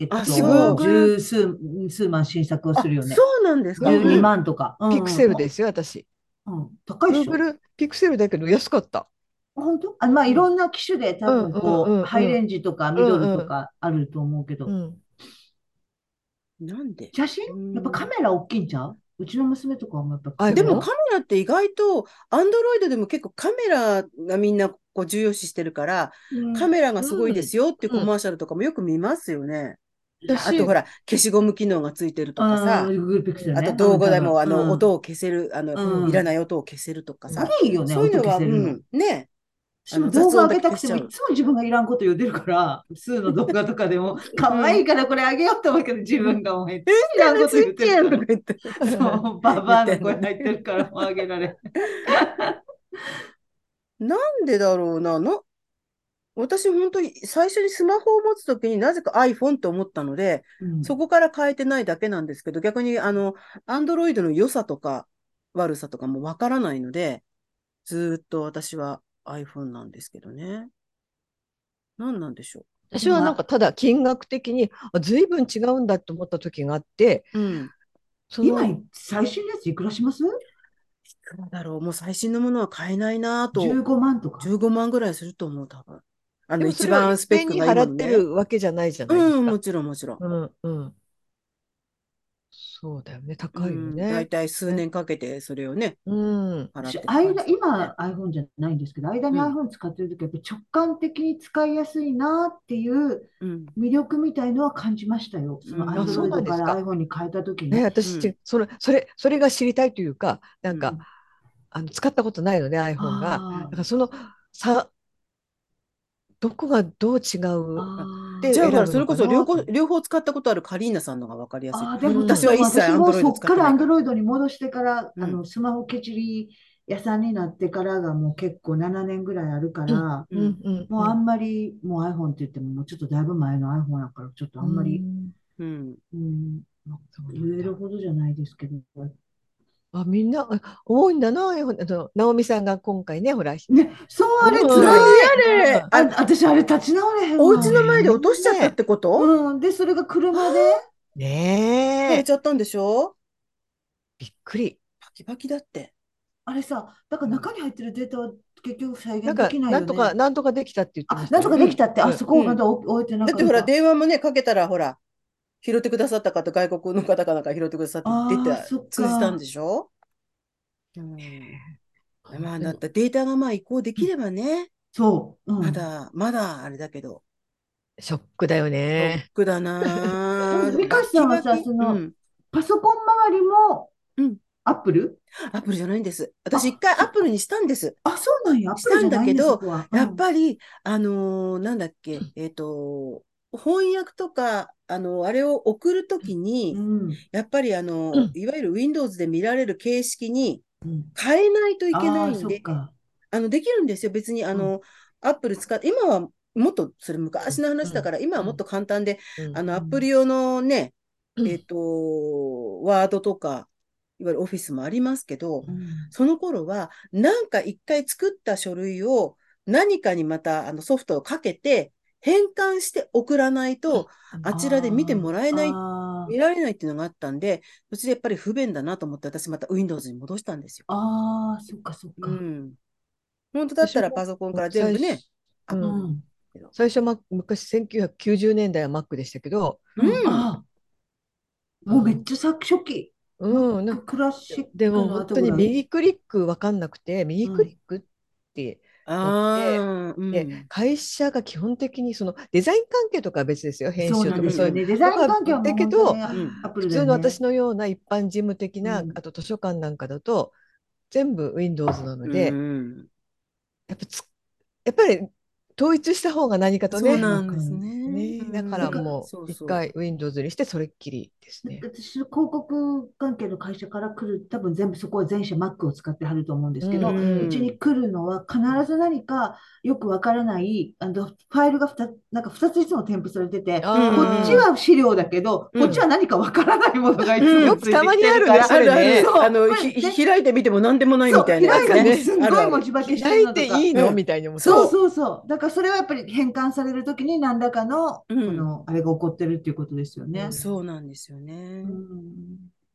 C: えっ
A: あ
C: と、
A: そう
C: 十数、数万新作を
A: あ
C: するよね。
A: そうなんですか。
C: 12万とか。うんうん
B: ピクセルですよ、私。
C: うん、高いでしょ。
B: Google ピクセルだけど安かった。
C: 本当あ、まあ、いろんな機種で多分こ
B: うんうんうんう
C: う、
B: ん
C: ハイレンジとかミドルとかあると思うけど
B: う、ん、
A: なんで
C: 写真やっぱカメラ大きいんちゃううちの娘とかもやっぱ
B: あ
A: で
B: で
A: も
B: も
A: カメラって意外と、アンドロイドでも結構カメラがみんなこう重要視してるから、カメラがすごいですよっていうコマーシャルとかもよく見ますよね。あ
B: 私
A: とほら、消しゴム機能がついてるとかさ、
C: Google Pixel ね。
A: あと動画でもあ
C: うん多分
A: の音を消せる、あの
C: うん
A: いらない音を消せるとか
C: あ
A: さ、
C: れいいよね、
A: そういうの
C: 音消
A: は、
C: せ
A: う
C: るの。
A: ん、ね、
C: あの動画上げたくてもいつも自分がいらんこと言うてるから、数の動画とか でも、可愛いからこれあげようと思うけど、自分がもうめっちゃいらんこと言うて
A: やん
C: る
A: と
C: か。
A: から 言って。
C: そう、ババアの声入ってるから、もうあげられん。
A: なんでだろうな、の、私本当に最初にスマホを持つときになぜか iPhone と思ったので、
C: う ん
A: そこから変えてないだけなんですけど、逆にあの、Android の良さとか悪さとかもわからないので、ずーっと私は iPhone なんですけどね。何なんでしょ
B: 私はなんかただ金額的にあ随分違うんだと思った時があって
A: う。うん。
B: その
C: 今、最新のやついくらします
A: いくらだろう。もう最新のものは買えないなぁと。
C: ?15 万とか。
A: 15万ぐらいすると思う、多分。あ
B: で
A: の、
B: も
A: 一
B: それは
A: 番スペック
B: いっ
A: が
B: ぺん
A: 今
B: に払
A: の
B: って
A: ね。
B: るわけじゃないじゃないです
A: う
B: か。
A: ん、もちろん、もちろん。
B: うんうん。そうだよね、高いよ
A: うん
B: ね
A: 大。体数年かけてそれをね、
B: うん。
A: 払っ
C: 私
A: てる感じ
C: 間、今 iPhone じゃないんですけど、間に
A: うん
C: iPhone 使ってるときはやっぱ直感的に使いやすいなっていう
A: うん。
C: 魅力みたいのは感じましたよ。その
A: うんあそうなん
C: Android
B: です
C: か
B: から
C: iPhone に変えたときに。
B: ね、私って、その、それ、それが知りたいというか、なん
A: う
B: か、あの、使ったことないのね、iPhone が。だ
C: あ
B: からその差、どこがどう違
C: ー
B: う
C: あー
B: で
A: じゃあ、
B: 選ぶのかな
A: それこそ両方、両方使ったことあるカリーナさんのが分かりやすい。
C: あー
B: う
C: で
B: ん
C: も
B: 私
A: は一切
C: 私も
A: Android
C: そっ
A: 使って
C: から
A: ない
C: Android に戻してから、
A: うん
C: あのスマホけちり屋さんになってからがもう結構7年ぐらいあるから、
A: うん
B: うん
C: もうあんまりもう iPhone って言ってももうちょっとだいぶ前の iPhone やからちょっとあんまり、
A: うん。
C: うん、
B: そうなんだ
C: 言えるほどじゃないですけど、
B: あ、みんな、あ多いんだな、iPhone あの、ナオミさんが今回ね、ほら、
C: ね、そうあれ
B: うん
C: つらい。
A: あれ
C: あ、私あれ立ち直れへんわ。
A: お家の前で落としちゃったってこと
C: うん、で、それが車で、
A: 取
B: ね
A: れ
B: え、
A: ちゃったんでしょ
B: びっくり。
A: バキバキだって。
C: あれさ、だから中に入ってるデータは結局再
B: な
C: 現
B: ん
C: で
B: か、
C: きない
B: な
C: よ
B: ん
C: ね。
B: とか、なんとかできたって言ってま
C: あ
B: し、た
C: な
B: よ
C: んとかでき
B: ね。
C: たって、あ
B: うん
C: そこをまだ置いてな
A: だっ
C: かってた。
A: ほら、電話もね、かけたらほら、拾ってくださった方、外国の方かなんか拾ってくださって出
C: あー
A: て
C: そっか
A: 通じたんでしょうん。まあ、
B: で
A: だ
B: も
A: ってデータがまあ移行できればね、
C: そう、うん
A: まだ、まだあれだけど。
B: ショックだよ
A: ショ
B: ね
A: ッ。クだ なぁ。
C: 美香さんはさ
A: バキバキ
C: その
A: うん
C: パソコン周りも
A: うん、
C: アップル
A: アップルじゃないんです。私一回アップルにしたんです。
C: あ、そうなんや、アップルじゃないんだ、そこは。
A: やっぱり、あのーなんだっけ、えっ、と、翻訳とか、あのあれを送るとき
C: りう
A: に、
C: ん、
A: やっぱりあの
B: うん
A: いわゆる Windows で見られる形式に
C: うん。
A: 変えないとい
C: あ
A: けない
C: ー
A: ん
C: そっ
A: で、
C: か。
A: あの、できるんですよ。別に、あの、アップル使って、今はもっと、それ昔の話だから、今はもっと簡単で、
B: うん
A: あの、
C: う
A: ア
C: ん
A: ップル用のね、
B: うん
A: えっと、ワードとか、いわゆるオフィスもありますけど
C: う、ん
A: その頃は、なんか一回作った書類を何かにまたあのソフトをかけて、変換して送らないと、あちらで見てもらえない、
C: あー
A: 見られないっていうのがあったんで、そっちでやっぱり不便だなと思って、私また Windows に戻したんですよ。
C: あー、そっか、そっ
A: う
C: か。
A: ん。本当だったらパソコンから全部ね。
B: 最初、
C: う
B: うん
C: ん。
B: 最初は昔1990年代は Mac でしたけど、
A: うん
C: あーもうめっちゃさ初期。
B: うん、なんか
C: クラシック
B: でも
C: の
B: 本
C: 後
B: 当に
C: ぐらい。
B: 右クリック分かんなくて、右クリックって、
A: ああ、うん。
B: で会社が基本的にそのデザイン関係とかは別ですよ、編
C: そう
B: 集
C: な
B: と
C: んで
B: か
C: す
B: そう
C: よ
B: いう。
C: ね。デザイン関係はもう
B: だけ
C: 本
B: ど
C: 当ね、
A: うん
C: アップ
B: 普
C: ルだよ
B: 通の
C: ね。
B: 私のような一般事務的な、
C: うん
B: あと図書館なんかだと、全部 Windows なので、
A: うん
B: やっぱつ、やっぱり統一した方が何かと
A: そう
B: ね、
A: なんですね。
B: ね、だから
A: うん
B: も
A: そうう
B: 一
A: そう
B: 回 Windows にしてそれっきりですね。
C: 私の広告関係の会社から来る、多分全部そこは全社 Mac を使ってはると思うんですけど、
B: うん
C: うちに来るのは必ず何かよくわからない、あのファイルが2つ、なんか2ついつも添付されてて、こ
B: あ
A: うん
B: ー
C: っちは資料だけど、
A: うん
C: こっちは何かわからないものがいつ
A: うん
C: も
A: よ
B: く
C: ついてきて
B: たまにある
C: から
B: ねそ
A: あるあ
B: れ
A: る
B: ね
A: あの、
C: これ
A: ひ
C: ね
A: ひ開いてみても何でもない
C: そう
A: みたいなやつ
C: 開いた
A: ね。
C: らすんごい
A: あるある
C: 文字化けして
B: 開
C: る
B: い
C: の
B: て
C: とか
B: いい
A: うん
B: のみたいに思って
C: そう
A: そ
C: そうそう。だからそれはやっぱり変換されるときに何らかの、こ
A: うん
C: の、あれが起こってるっていうことですよね。
A: そうなんですよね
C: う。ん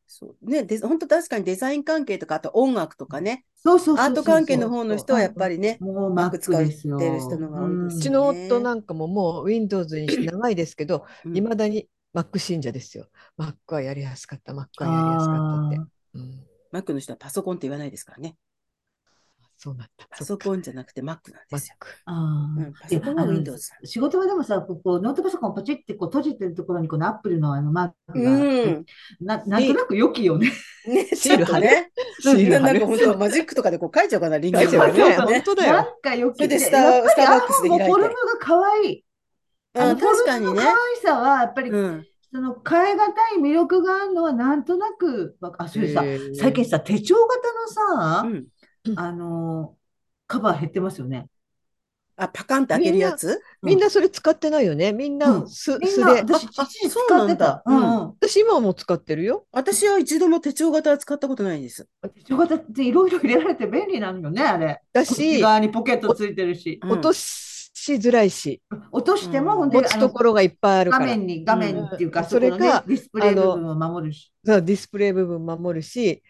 A: そうね、で本当確かにデザイン関係とか、あと音楽とかね、
C: そうそう
A: ア
C: そう
A: ー
C: そ
A: ト
C: う
A: 関係の方の人はやっぱりね、
C: もう
A: マ
C: マ
A: ッ
C: ッ
A: ク
C: ク
A: 使っ
C: ですよ。
A: てる人の方が多いです
B: う
A: ね
B: ちの夫なんかももう Windows にして長いですけど、
A: うん
B: いまだに Mac 信者ですよ。Mac はやりやすかった、Mac はやりやすかったって。
C: あー
B: うん、
A: Mac の人はパソコンって言わないですからね。
B: そうなんだ。
A: パソコンじゃなくて Mac なんですよ。
C: あ
A: う
C: ー
A: ん、パソコンは Windows なんで
C: 仕事場でもさ、ここ、ノートパソコンパチってこう閉じてるところにこのアップルのあのマークがあって
A: うん。
C: な、なんとなく良きよね。
A: ね、
B: シール貼る
A: ちょっとね。
B: シール貼
A: なん
B: る
A: か。本当はマジックとかでこう書いちゃうかな、リンク
B: 書いちゃうよね
A: とか
B: 本当だよ
C: なんか良き
A: それで
C: で
A: スタ
C: やっぱり
A: スターバックスで開いて
C: アップルもフォルムが可愛い。あ
A: う
C: の
A: ん、確かに
C: フォルムの
A: ね。
C: 可愛さは、やっぱり、
A: うん。
C: その変え難い魅力があるのはなんとなくわか、あ、それさ、最近さ、手帳
A: う
C: 型のさ、
A: ん
C: あの、カバー減ってますよね。
A: あ、パカンって開けるやつ
B: みんなそれ使ってないよね。みん
C: う
B: なん素、
C: みん
B: 素
C: な、
B: で。
C: 私、
A: ああ
C: 一時
A: そう
C: 使っ
A: な
C: て
A: んだ
C: た。うんうん。
B: 私今も使ってるよ。
A: 私は一度も手帳型は使ったことないです。
C: 手帳型っていろいろ入れられて便利なのよね、あれ。
B: だ
C: こっち
B: し、
C: 側にポケットついてるし。
A: うん
B: 落としづらいし、
C: 落としても、
A: うん
C: ほんで、
B: 持つ
C: あ
B: と
C: の、
B: ころがいっぱいあるか
C: 画
B: ら。
C: 面に、画面っていうか、
B: うん
C: そこのね、
B: それか
C: ディスプレイ部分を守るし。
B: さディスプレイ部分守るし、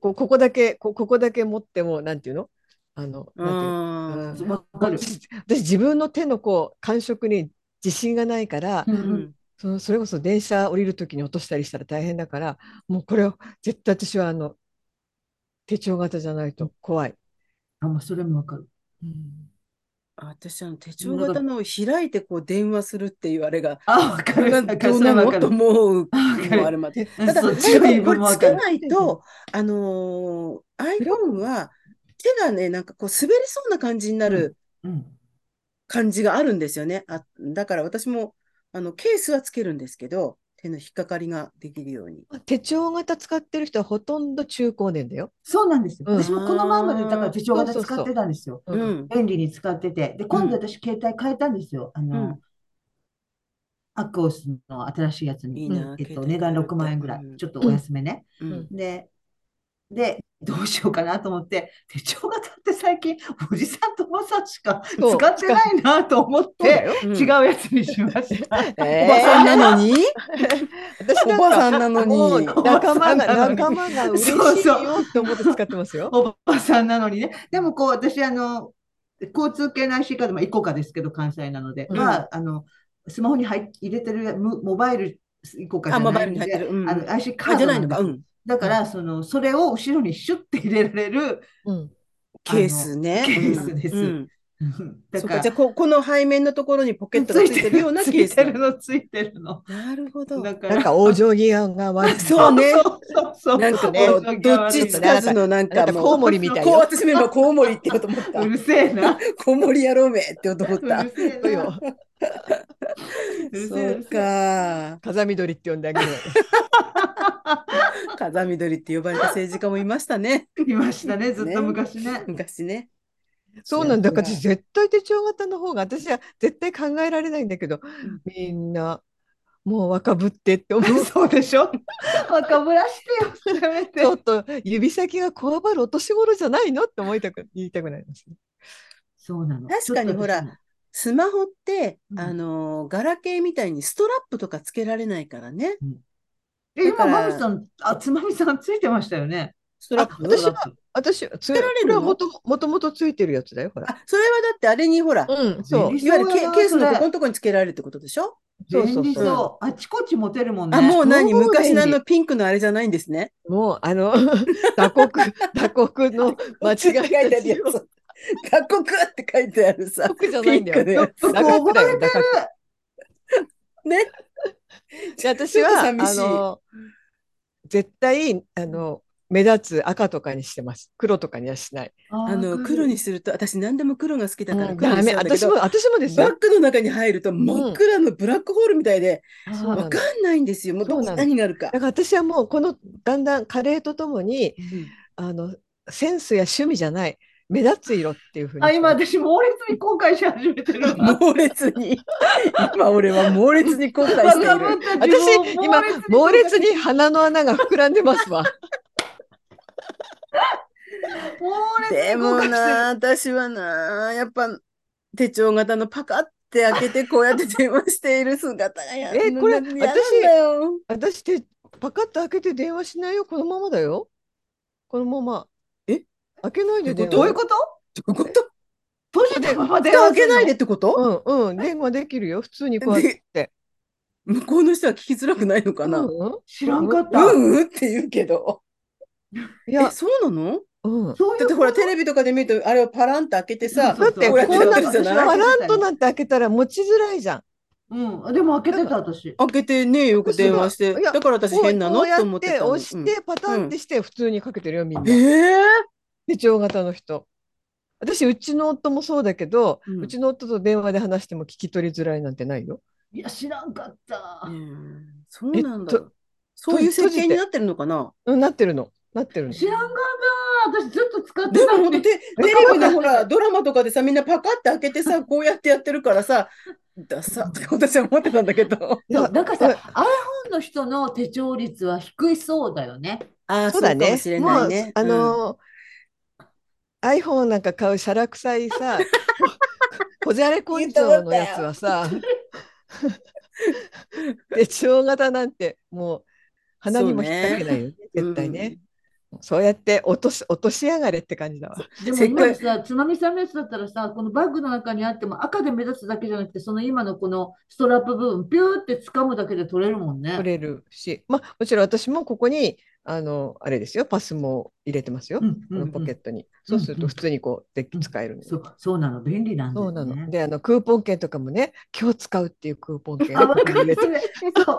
B: こうここだけこ、ここだけ持っても、なんていうのあの、なんてい
A: あ
B: うのうん
C: わかる。
B: 私自分の手のこう感触に自信がないから、
C: うん
A: ー
C: うん
B: そのそれこそ電車降りるときに落としたりしたら大変だからもうこれを絶対私はあの手帳型じゃないと怖い。
C: あ、もうそれもわかる。
A: 私あの手帳型の開いてこう電話するっていうあれが、
C: あ、わか
A: これが
C: る。わ
A: ど
C: かる
A: う
C: それ
A: な
C: わ
A: の
C: か
A: と
C: る。
A: 思う
C: わかる
A: のあれまで。
C: うん
A: ただ、
C: そう、
A: なん
C: 注
A: か
C: 意
A: こ
C: 文
A: れ
C: もわ
A: つ
C: か
A: け
C: る。
A: ないと、あのー iPhone は手がね、なんかこう滑りそうな感じになる
C: うん。
A: 感じがあるんですよね。あ、だから私も、あの、ケースはつけるんですけど、手の引っかかりができるように。
B: 手帳型使ってる人はほとんど中高年だよ。
C: そうなんですよ。
B: うん
C: 私もこの前までだから手帳型使ってたんですよ。
A: う。ん。
C: 便利に使ってて。で、今度私携帯変えたんですよ。あ
A: う
C: の
A: ん、
C: アクオスの新しいやつに。
A: いいな。
C: えっと、
A: 携帯
C: 値段6万円ぐら
A: うん
C: い。ちょっとお安めね。
A: うん
C: で、で、どうしようかなと思って、手帳型って最近、おじさんとおばさんしか
B: そう
C: 使ってないなと思って、
B: よ。
A: うん
C: 違うやつにしました。
A: おばさんなのに
B: 私
A: お
B: なん
A: ば
B: か
A: さんなの
B: もう
A: に。
B: 仲間が
C: おばさんな
B: 仲
C: のに
B: 間が嬉しい
C: そうそう
B: よって思って使ってますよ。
C: おばさんなのにね。でもこう、私、あの、交通系の IC カード、まあ、イコカですけど、関西なので、
B: うん
C: まあ、あの、スマホに入入れてるモモバイルイコカじ
A: あ、
C: ゃ
A: モ
C: な
A: バイル
C: いん
A: に入って
C: で、
A: る。うん
C: あの、IC カ
A: あ、
C: ー
A: じ
C: ド
A: ゃない
C: な
A: のか。
C: ん
A: う
C: ですよ。
A: ん。
C: だから、その、それを後ろにシュッて入れられる、
B: うん
A: ケースね。
C: あのケースです
A: うん
C: だ
A: そう
C: か、
A: からじゃあこ、この背面のところにポケットが
C: つ
A: つ
C: い
A: い
C: て
A: てるような
C: つ
A: ケ
C: い
A: ースなの
C: てるの、ついてるの。
A: なるほど。
C: だか
B: な
C: ら、
B: んか往生際が悪い。
A: そうね。
C: そうそう
A: なん
C: そ
A: か
C: う、
A: こ
C: 往生
A: う、
C: 際
A: どっち
C: 悪い
A: つ
C: ね
A: かずのなん
B: なん
A: か
B: か
A: も
B: コウ
A: う、
B: モリみたい
A: こう
B: よ。
A: 私も今コウモリって言おうと思った
C: う。るせえな。
A: コウモリ野郎めって言おうと思っ
C: う
A: た
C: る。せえ な。
B: よ
C: うるせえ、う
A: そう
C: るせえ。
A: か。
B: 風見鳥って呼んであげるわ。
A: 風見鶏って呼ばれた政治家もいましたね。
C: いましたね、ずっと昔ね。
A: 昔ね。
B: そうなんだ
A: い
B: だ
A: や
B: から私絶対手帳型の方が私は絶対考えられないんだけど、
A: ん
B: みんなもう若ぶってって思う
C: そうでしょ若ぶらしてよ、せめ て
B: ち。ょっと指先がこわばるお年頃じゃないのって思いたく言いたくなりますね。
C: そうなの。
A: 確かに
C: ちょっと
A: ほら
C: 私も
A: スマホって、
C: うん
A: あの、ガラケーみたいにストラップとかつけられないからね。
C: え、
A: だか
C: 今、
A: ら
C: マミさん、あ、つまみさんついてましたよね。
A: ストラッ
B: あ
A: プ
B: 私は
C: は、
B: 私つ
A: けられるの
B: こはもともともとついてるやつだよほら。
A: あ、それはだってあれにほら、
B: うんそう
C: 便利
A: いわゆるケ
C: そうだな
A: ケースの
C: それ
A: ここのところにつけられるってことでしょ
B: そう
C: 便
B: そう
C: 利
B: そう
C: そう。あちこち持てるもんね。
A: あ、もう何
B: そう便利
A: 昔のあのピンクのあれじゃないんですね。
B: もうあの 打刻打刻の 間違えた字を。
A: つ。過酷って書いてあるさ。
B: 刻じゃないんだよ。
A: ピンクのやつ
B: 打刻だよ打刻
A: ね。
B: で 私
A: ち
B: は
A: ょっと寂しい
B: あの絶対あの目立つ赤とかにしてます黒とかにはしない。
C: あ
A: あの、黒にすると、私何でも黒が好きだから
B: うん
A: 黒に
B: ダ
A: す
B: メ
A: るんだけ
B: 私
A: ど、
B: も私もです
A: バッ
B: よ。
A: グの中に入ると真っ暗のブラックホールみたいで、
B: そう
A: わ
B: な
A: かんないんですよ。もうどこ
B: そうなの
A: 何があるか
B: だ。から私はもうこのだんだん加齢とともに
A: うん
B: あのセンスや趣味じゃない目立つ色っていうふうに。
C: あ、今、私、猛烈に後悔し始めてるわ。
A: 猛烈に、今俺は猛烈に後悔してい
C: 若ぶ
A: る。
C: っ
B: 私
C: た自分を
B: 今猛烈に鼻の穴が膨らんでますわ。
C: 猛烈
A: で
C: に後
A: も
C: 悔してる。
A: な、私はな、やっぱ手帳型のパカって開けてこうやって電話している姿がや
B: えこれ
A: やなんだよ。
B: 私ってパカッと開けて電話しないよこのままだよ。このまま。
A: え
B: 開けないで電話。
C: どういうこと
A: どういうこと
C: 閉じたまま電話
A: 開
C: する
A: け
C: の
A: ないでってこと、
B: うんうん電話できるよ普通にこうやって。
A: 向こうの人は聞きづらくないのかな、
B: う
A: うん
B: うん
C: 知らんかっ
A: う
C: た。
A: ん、って言うけど。
B: い
A: え、
B: や
A: そうなの
B: うん。
C: そうい
A: だ
C: う
A: ってほら、テレビとかで見ると、あれをパランと開けてさ、
C: そうそう
B: だって
A: こうやって
B: こん
A: やっ
B: な
A: てるじゃない
B: パランとなんて開けたら持ちづらいじゃん。
C: うん、でも開けてた私。
A: 開けてね、よく電話して。
B: いや
A: だから私変なの
B: こうや
A: と
B: っ
A: 思って
B: て
A: たの。
B: 押してパタンってして普通にかけてるよみん
A: うん。
B: な。
A: ええ
B: 手帳型の人。私うちの夫もそうだけど、
A: う
B: うんちの夫と電話で話しても聞き取りづらいなんてないよ。
C: いや、知らんかった。
A: そうなんだ
B: えっと。
A: そういう設
B: 閉
A: 計
B: じて
A: になってるのかな
B: うんなってるの。なってるの。
C: 知らんかった。私ずっと使って
A: で
C: た
A: も
C: の
A: 本当
C: に。
A: テテレビのほら、ドラマとかでさ、みんなパカって開けてさ、こうやってやってるから さ、ダサって私は思ってたんだけど。
B: い
C: そ
B: や
C: うなんかさ、iPhone の人の手帳率は低いそうだよね。
A: あ
B: そうだ
A: かも
B: ね
A: しれ。
B: も
A: ないうね。
B: あのー iPhone なんか買うしゃらくさいさ、こじゃれ根性のやつはさ、手帳型なんてもう鼻にも引っ掛けないよね、
A: うん
B: 絶対ね。。そうやって落とし落としやがれって感じだわ。
C: でも
A: せっ
C: 今
A: か
C: のさ、つまみさんのやつだったらさ、このバッグの中にあっても赤で目立つだけじゃなくて、その今のこのストラップ部分、ピューって掴むだけで取れるもんね。
B: 取れるし、まあもちろん私もここにあのあれですよ、パスも入れてますよ
C: う。ん
B: こ
C: うんう
B: の
C: ん
B: ポケットに。そうすると普通にこうデッキ使えるのよ
C: そう、そうなの、便利なんだ
B: そうな
C: よ
B: の。
C: ね。
B: で、あのクーポン券とかもね、今日使うっていうクーポン券
C: あ、わ
B: を
C: か
B: 入
C: る、
B: れ
C: そ
B: て。
C: れ。そう。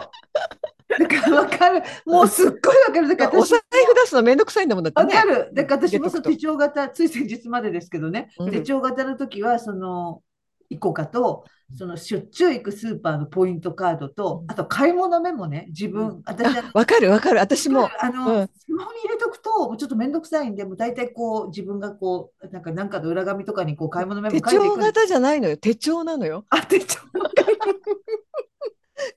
C: だからわかる。もうすっごいわかる。だから
B: お
C: 私
B: 財布出すのめんどくさいんだもんだって
C: わ
B: ね。
C: かる。だから
B: 入
C: 私
B: れ
C: も
B: と
C: そう
B: く
C: 手帳型、つい先日までですけどね、
B: うん
C: 手帳型の時は、その、イコカと、そのしょっちゅう行くスーパーのポイントカードと
B: う、ん
C: あと買い物メモね、自分、私、あの
B: とわかるわかる。私も。
C: あ
B: う
C: の、
B: ん
C: スマホに入れとくと、ちょっと面倒くさいんで、もう大体こう、自分がこう、なんか、なんかの裏紙とかにこう、買い物メモ書
B: 手
C: いてい
B: 帳
C: くんです。
B: 型じゃないのよ。手帳なのよ。
C: あ、手帳。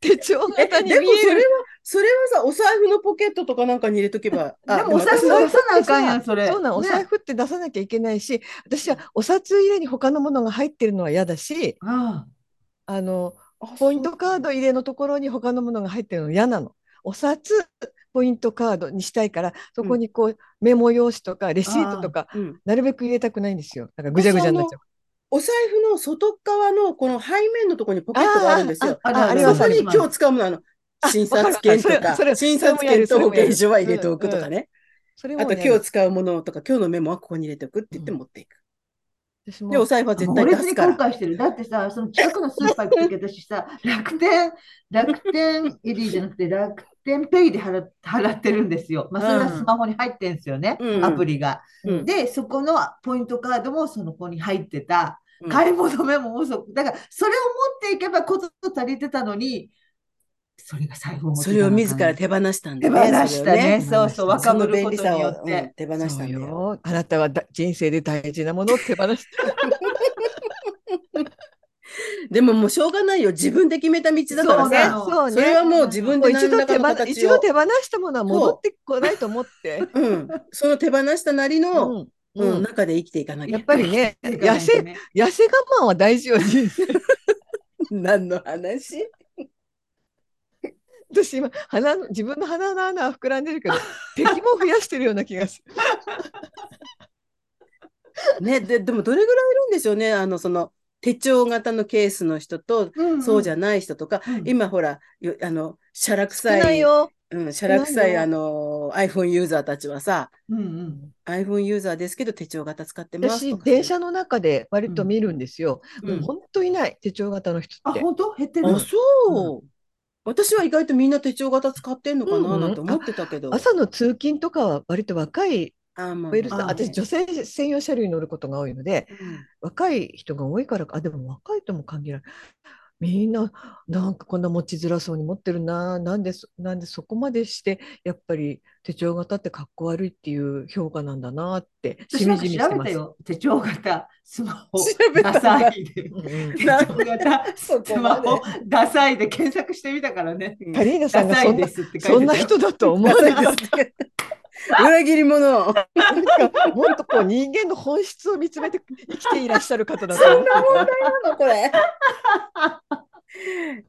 B: 手帳
A: え、
B: 型に見
A: で
B: え
A: もそれは
B: る。、
A: それはさ、お財布のポケットとかなんかに入れとけば。あ
C: でもお財布
A: でも
C: 出さなあかんやん、それ。
B: そうなのお
C: ね
B: 財布って出さなきゃいけないし、私はお札入れに他のものが入ってるのは嫌だし、
C: あ
B: あの
A: あ
B: ポイントカード入れのところに他のものが入ってるの嫌なの。お札ポイントカードにしたいから、そこにこうメモ用紙とかレシートとか、
A: うん
B: なるべく入れたくないんですよ。なんかぐちゃぐちゃになっちゃう。
A: お財布の外側のこの背面のところにポケットがあるんですよ。
B: あ
C: あ
B: ああり
C: あ
A: そ
B: ます
A: こ
B: あり
A: に
B: ま
A: 今
B: す
A: 日使うもの、あの、
B: あ
A: 診察券と
B: わかる
A: か
B: わかるそれ、それ
A: 診察券と
B: それ
A: 保
B: もやる
A: 険証は入れておくとかね。
B: それも
A: あと
B: や
A: 今日
B: る
A: 使うものとか、今日のメモはここに入れておくって言って
B: うん
A: 持っていく。
B: 私も
A: で、お財布は
C: あ、
A: 絶
C: もう
A: 対
C: 俺
A: 出
C: に
A: すか
C: 後
A: ら。
C: 悔してる。だってさ、その近くのスーパー行く時私さ、楽天、楽天エリーじゃなくて楽天ペイで払っ、払ってるんですよ。まあ、それがスマホに入ってんですよね、
A: うん
C: アプリが。
A: うん
C: で、そこのポイントカードもその子に入ってた。
A: うん
C: 買い物メモもそだから、それを持っていけばこと足りてたのに、それが財布を持って
A: そ
C: い
A: れを
C: かなあ
A: 自
C: かん
A: ら手放したん
C: 手
A: だ
C: 放
A: ね。
C: したね。
B: それを
C: そう
B: ね手
C: そう、
B: 放した
C: 若
A: その
C: ぶる
A: 便
C: こ
A: 利
C: と
A: さ
C: によ
A: を
C: っ
A: う
C: て
A: ん。手放したんだよ。
B: そうよあなたはだ人生で大事なものを手放して
A: でももうしょうがないよ。自分で決めた道だから
C: そうな
A: さ。
C: の
B: そうね
A: それはもう自分
B: もう
A: で
B: 一
A: 何
B: 度
A: らか
B: 手
A: の
B: 放
A: 形
B: 一度
A: を。
B: 手放したものは戻ってこないと思って。
A: うん。その手放したなりの、
B: うん
A: う
B: うん
A: ん、中で生きていかなき
B: や
A: ゃ
B: っ。ぱりね、
C: いかな
B: 痩
C: いと
B: せ、
C: ね
B: 痩せ我慢は大事よ、 人生。
A: 何の話
B: 私今、鼻の、自分の鼻の穴は膨らんでるけど、敵も増やしてるような気がする。
A: ね、で、でもどれぐらいいるんでしょうね。あの、その、手帳型のケースの人と、
C: うん
A: そうじゃ
C: ん。
A: ない人とか、
C: うん
A: 今ほら、よあの、しゃらく
B: 少
A: さ
B: ない
A: い、
B: よ。
A: うん、しゃらくさ
B: 少ない
A: い、
B: よ
A: あの、iPhone ユーザーたちはさ、
C: うんうん。
A: iPhone ユーザーですけど手帳型使ってます
B: 私
A: と、か。
B: 電車の中で割と見るんですよ。
A: う。
B: もうん本当いない、手帳型の人
C: あ、
B: って。
C: 本当減ってる
A: あ、そう。私は意外とみんな手帳型使ってんのか
B: うんう
A: なんなんて思ってたけど。
B: 朝の通勤とかは割と若い
A: あ、まあ
B: OL さん、
C: あ
B: 私女性専用車両に乗ることが多いので、若い人が多いからか、あ、でも若いとも限らない。みんな、なんかこんな持ちづらそうに持ってるな、なんでそ、なんでそこまでして、やっぱり手帳型ってかっこ悪いっていう評価なんだなって、
C: 私
B: し
C: なん
B: み
C: か
B: じみし
C: 調
B: て
C: べ
B: ま
C: た
B: す。
C: よ。手帳型スマホ
A: 調べたんだ
C: ダサい で。
B: うんうん
C: 手帳型
A: そ
C: ス
A: こ
C: マ
A: まで。
C: ホダサいで検索してみたからね。
B: カリーナさん
C: ダ
B: が
C: サ
B: そ
C: い
B: んな
C: で、すって書
B: そ
C: い
B: ん
C: て
B: な
C: たよ。
B: 人だと思わ
A: ダ
B: な
A: サ
B: い
A: い
B: です。
A: です 裏切り者。
B: なんかもっとこう人間の本質を見つめて生きていらっしゃる方だと思う。
A: なのこれ。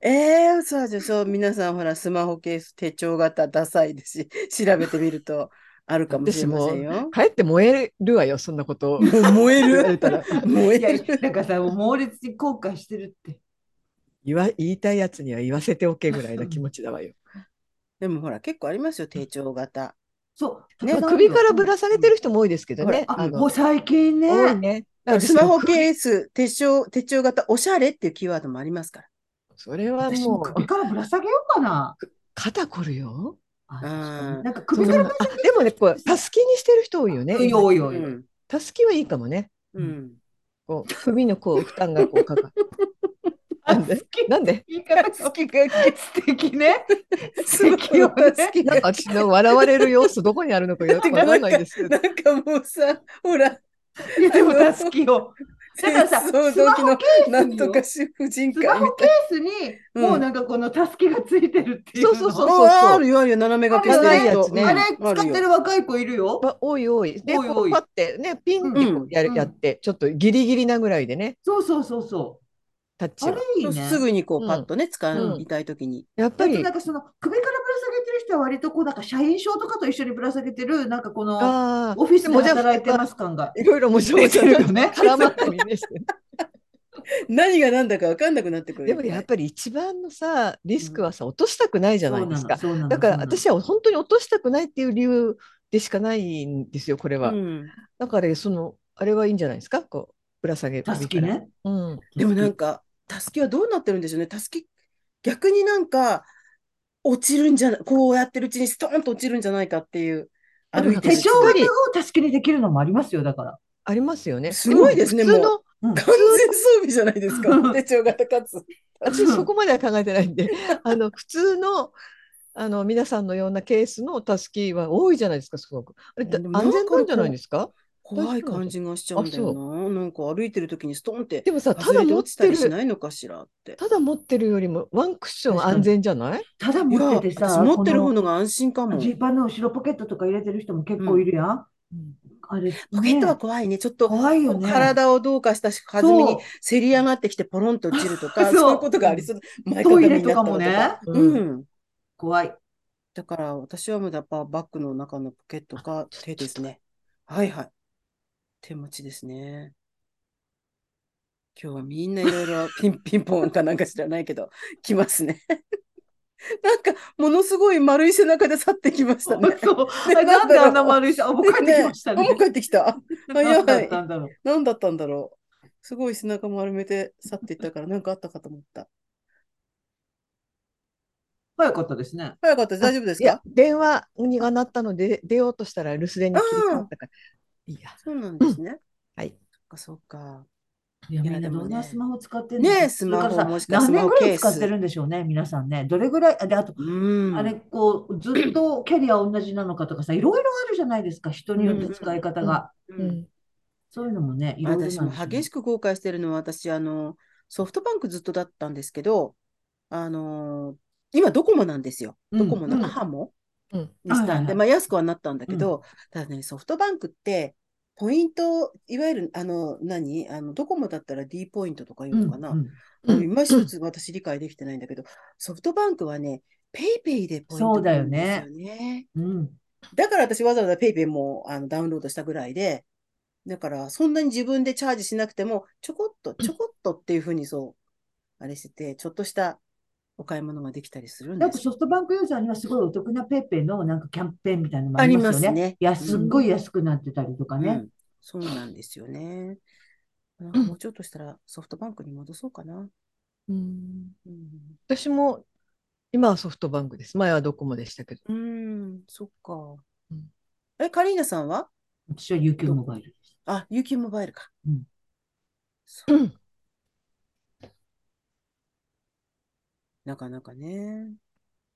A: えー、そうじゃそう、皆さんほら、スマホケース、手帳型、ダサいですし、調べてみると、あるかもしれませんよ。
B: かえって燃えるわよ、そんなことを。
A: もう燃え
B: 言われ
A: る。
B: たら
A: 燃
C: いや
A: え
C: い
A: る。
C: や、なんかさ、もう猛烈に後悔してるって。
B: 言わ言いたいやつには言わせておけぐらいな気持ちだわよ。
A: でもほら、結構ありますよ、手帳型。
C: そう。
A: ね
B: まあ首からぶら下げてる人も多いですけど
A: う
B: ね。
C: あ、
B: あの
C: もう最近
B: 多い
C: ね。
B: ね。
A: スマホケース、手帳、手帳型、おしゃれっていうキーワードもありますから。
B: それは
C: 私も
B: もう
C: 首からぶら下げようかな。
B: 肩こるよ。
C: あ
A: あー
C: なんか首からぶら
B: あでもね、こうたすきにしてる人多いよね
C: 下。げようよ。
A: ん。
B: たすきはいいかもね。
A: うん。
B: こう首のこう負担がこうかかる。なんでなんで
C: いいから好きが素敵 ね。
A: スマホが 好き
B: なんか私の笑われる様子どこにあるのかよくわかんないですけ
A: な
B: ど。
A: んかもうさ、ほら、
C: いやでもたすきを。だからさ、スマ
A: 想
C: ホ
A: 像機の
C: ケースに
A: なんとか主婦人
C: スマ
A: 会み
C: ホケ
A: たい
C: ースに、
A: うん
C: もうなんかこのたすきがついてるっていうの。
B: そうそうそう
A: な。ああるよ、あるよ、斜めがけしてる人。
B: ね
C: あれ使ってる若い子いるよ。
B: まあ、多い多い。で、
C: 多い
B: こ
C: 多
B: う
C: い
B: パってね、ピンってこうやる、
C: うん
B: やって、ちょっとギリギリなぐらいでね、
C: そうそうそうそ
B: タッチ
C: う。あ
B: は
C: れ。いいね。
A: すぐにこ
B: う
A: う、
B: ん
A: パッとね、使
B: うん
A: いたいときに。
B: やっ
C: だ
B: ぱ
C: って
B: り
C: なん、かその首からぶら下げてる人は割とこうなんか社員証とかと一緒にぶら下げてるなんかこの
B: ああ、
C: オフィスで働いてます感が
B: いろいろもちろ ん
C: 出てるよね。
B: 絡まったりねして。
A: 何が何だか分かんなくなってくる
B: で
A: よ
B: も
A: ね。
B: やっぱり一番のさ、リスクはさ、落としたくないじゃないですか。
C: そうなの。
B: だから私は本当に落としたくないっていう理由でしかないんですよ、これは。
A: うん
B: だから、その、あれはいいんじゃないですか、こう、ぶら下げ。
C: たすき。ね。
B: うん。
A: でもなんか、たすきはどうなってるんでしょうね。たすき、逆になんか、落ちるんじゃな、こうやってるうちにストーンと落ちるんじゃないかっていう。
B: でも
A: 歩
B: ないん
A: て
B: か
A: る
C: 手
A: うちに
C: 帳型をたすきにできるのもありますよだから。
B: ありますよね。
A: すごいですね
B: も普通
A: も
B: の、
C: うん
A: 完全装備じゃないですか。手帳型か つ。
B: 私そこまでは考えてないんで、あの普通のあの皆さんのようなケースのたすきは多いじゃないですか、すごく。あれだ
A: でも
B: 安全なんじゃないですか
A: 怖い感じがしちゃうんだよな。なんか歩いてるときにストーンって
B: でもさ、た
A: 外
B: だ
A: れて
B: 持っ
A: 落ちた
B: て
A: りし
B: る、
A: ないのかしらって。
B: ただ持ってるよりもワンクッション
C: 確かに
B: 安全じゃない
C: ただ
A: いや、
C: 持ってて
A: 私
C: さ、
A: 持ってる方
C: こ
A: のが安心かも。
C: のジーパンの後ろポケットとか入れてる人も結構いるやん。あれ
A: ポケットは
C: ね
A: 怖いね。ちょっと
C: 怖いよね。
A: 体をどうかしたし、弾みに
C: そう
A: せり上がってきてポロンと落ちるとか、
C: そう
A: そういうことがありそう。前
C: トイレ
A: にな
C: と
A: った
C: からもね
A: う。
B: うん
C: 怖い。
A: だから私はもうやっぱバッグの中のポケットか手ですね。はいはい。手持ちですね。今日はみんないろいろピンピンポンかなんか知らないけど、来ますね。 なんかものすごい丸い背中で去ってきましたね。
C: そう。あ
A: ね
C: れなんであんな丸いし、あ、もう帰ってきました
A: ね
C: ね
A: もう。帰ってきた。早い
C: 何だったんだろう。
A: 何だったんだろう。すごい背中丸めて去っていったから、なんかあったかと思った。
C: 早かったですね。
A: 早かったです。大丈夫です
B: いや
A: か、
B: 電話にが鳴ったので出ようとしたら留守電に切り替わったから。いいや。
A: そうなんですね。
B: はい。
A: そっかそっか。
C: いや、
A: いや
C: みんな
A: でも
C: どんな
A: ね
C: スマホ使ってるん
A: ねえ
C: で
A: ス
C: す
A: マホ
C: それからさ
A: もしかしてス
C: 何年
A: マホ
C: ぐら
A: ケー
C: い
A: ス
C: 使ってるんでしょうね、皆さんね。どれぐらい、あで、あと、
A: うん。
C: あれ、こう、ずっとキャリア同じなのかとかさ、いろいろあるじゃないですか、人によって使い方が。
A: うん
B: うん。
C: そういうのもね、いろいろなん
A: 私も激し
C: く。
A: く後悔してるのは、私、あの、ソフトバンクずっとだったんですけど、あのー今、ドコモなんですよ。
C: うん
A: ドコモ
C: うん
A: のアハモ
B: うん
A: にした
C: はい
A: ん
C: はいは
A: で、
C: い
A: まあ、安くはなったんだけど、ただね、ソフトバンクって、ポイント、いわゆる、あの、何あの、ドコモだったら D ポイントとかいう
C: うん
A: のかな。
C: うん
A: もう今一つ私理解できてないんだけど、ソフトバンクはね、ペイペイでポイント
C: そうだよね
A: 取るんですよね。
C: うん
A: だから私わざわざペイペイもあのダウンロードしたぐらいで、だからそんなに自分でチャージしなくても、ちょこっと、ちょこっとっていうふうにそう、あれしてて、ちょっとしたお買い物ができたりするん
C: な
A: で
C: んか
A: す
C: ソ
A: よ。
C: フトバンクユーザーにはすごいお得なペイペイのなんかキャンペーンみたいなのもありますよね。
A: ありますね
C: やすっごい安くなってたりとか
A: う
C: ね。
A: ん、そうなんですよね。なんかもうちょっとしたらソフトバンクに戻そうかな。
B: うん
A: うん、
B: 私も今はソフトバンクです。前はドコモでしたけど。
A: うんそっか
B: うん。
A: え、カリーナさんは
C: 私は UQ モバイルです。
A: あ、UQ モバイルか。
C: うん
A: そう
B: うん
A: なかなかね。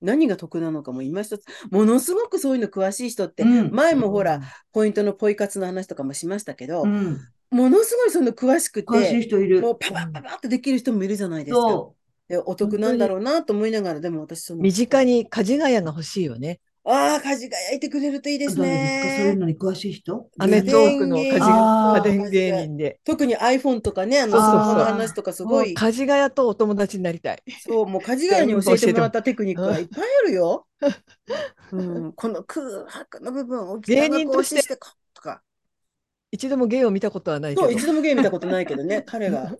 A: 何が得なのかも今一つ、ものすごくそういうの詳しい人って、
C: うん
A: 前もほら、ポイントのポイ活の話とかもしましたけど、
C: うん。
A: ものすごいその詳しく
C: 詳しい
A: て、
C: 人いる。
A: もうパパパパッとできる人もいるじゃないですか。
C: そ
A: でお得なんだろうなと思いながら、でも私その、
B: 身近に梶ヶ谷が欲しいよね。
A: ああ、家事が焼いてくれるといいで
C: う。
A: す
C: 誰ですかそういう
A: ね。
C: のに詳しい人
B: アメトークの
A: 家電芸
B: 家事
A: 人
C: あー
B: 家電芸人で。
A: 特に iPhone とかね、あの、ス
B: そうそうそう
A: マホの話とかす
B: も
A: ご
B: う
A: い、
B: 梶ヶ谷とお友達になりたい。
A: そう、もう家事外に教えてもらったテクニックはいっぱいあるよ。うん、この空白の部分を
B: 芸人として
A: 北川こうことか。
B: 一度も芸を見たことはないけ
A: そ
B: ど
A: う、、一度も芸見たことないけどね、彼が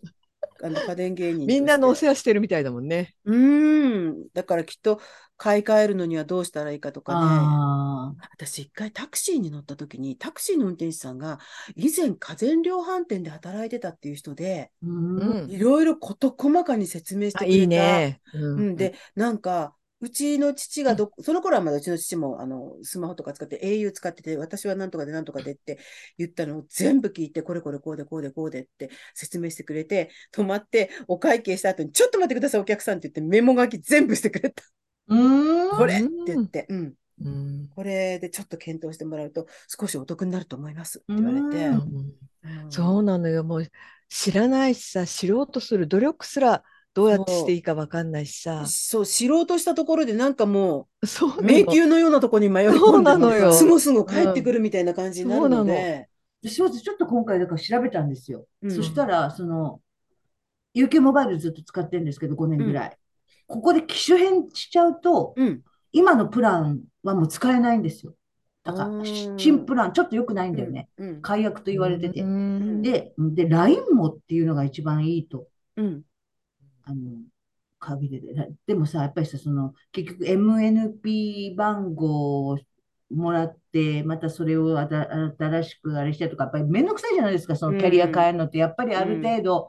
A: あの家電芸人として。
B: みんなのお世話してるみたいだもんね。
A: うーん、だからきっと買い替えるのにはどうしたらいいかとかね。
C: ああ。
A: 私一回タクシーに乗った時に、タクシーの運転手さんが、以前家電量販店で働いてたっていう人で、
C: うん
B: う
C: うん
B: ん
A: いろいろ事細かに説明してく
B: あ
A: れた。
B: いいね。う
A: うん、で、なんか、うちの父がどこ、その頃はまだうちの父もあのスマホとか使って au 使ってて、私はなんとかでなんとかでって言ったのを全部聞いて、これこれこうでこうでこうでって説明してくれて、止まってお会計した後に、ちょっと待ってください、お客さんって言ってメモ書き全部してくれた。
C: うん
A: これって言って、うん、
B: うん
A: これでちょっと検討してもらうと少しお得になると思いますって言われて。
C: う
A: うん
B: そうなのよ。もう知らないしさ、知ろうとする努力すらどうやってしていいかわかんないしさ。
A: そう、知ろうとしたところでなんかも
B: そう
A: う、
B: なの
A: 迷宮のようなところに迷い込んで
B: そうなのよ
A: すごすご帰ってくるみたいな感じになるので。
C: 私はちょっと今回だから調べたんですよ。
A: うん
C: そしたら、その、UQ モバイルずっと使ってるんですけど、5年ぐらい。ここで機種変しちゃうと、
A: うん。
C: 今のプランはもう使えないんですよ。だか
A: う
C: ら、
A: ん
C: 新プランちょっと良くないんだよね。
A: うん。
C: 解約と言われてて
B: う。ん
C: で、で、LINE もっていうのが一番いいと、
A: うん。
C: あの、限りで。でもさ、やっぱりさ、その、結局 MNP 番号をもらって、またそれをあた新しくあれしてとか、やっぱり面倒くさいじゃないですか、そのキャリア変えるのって、やっぱりある程度、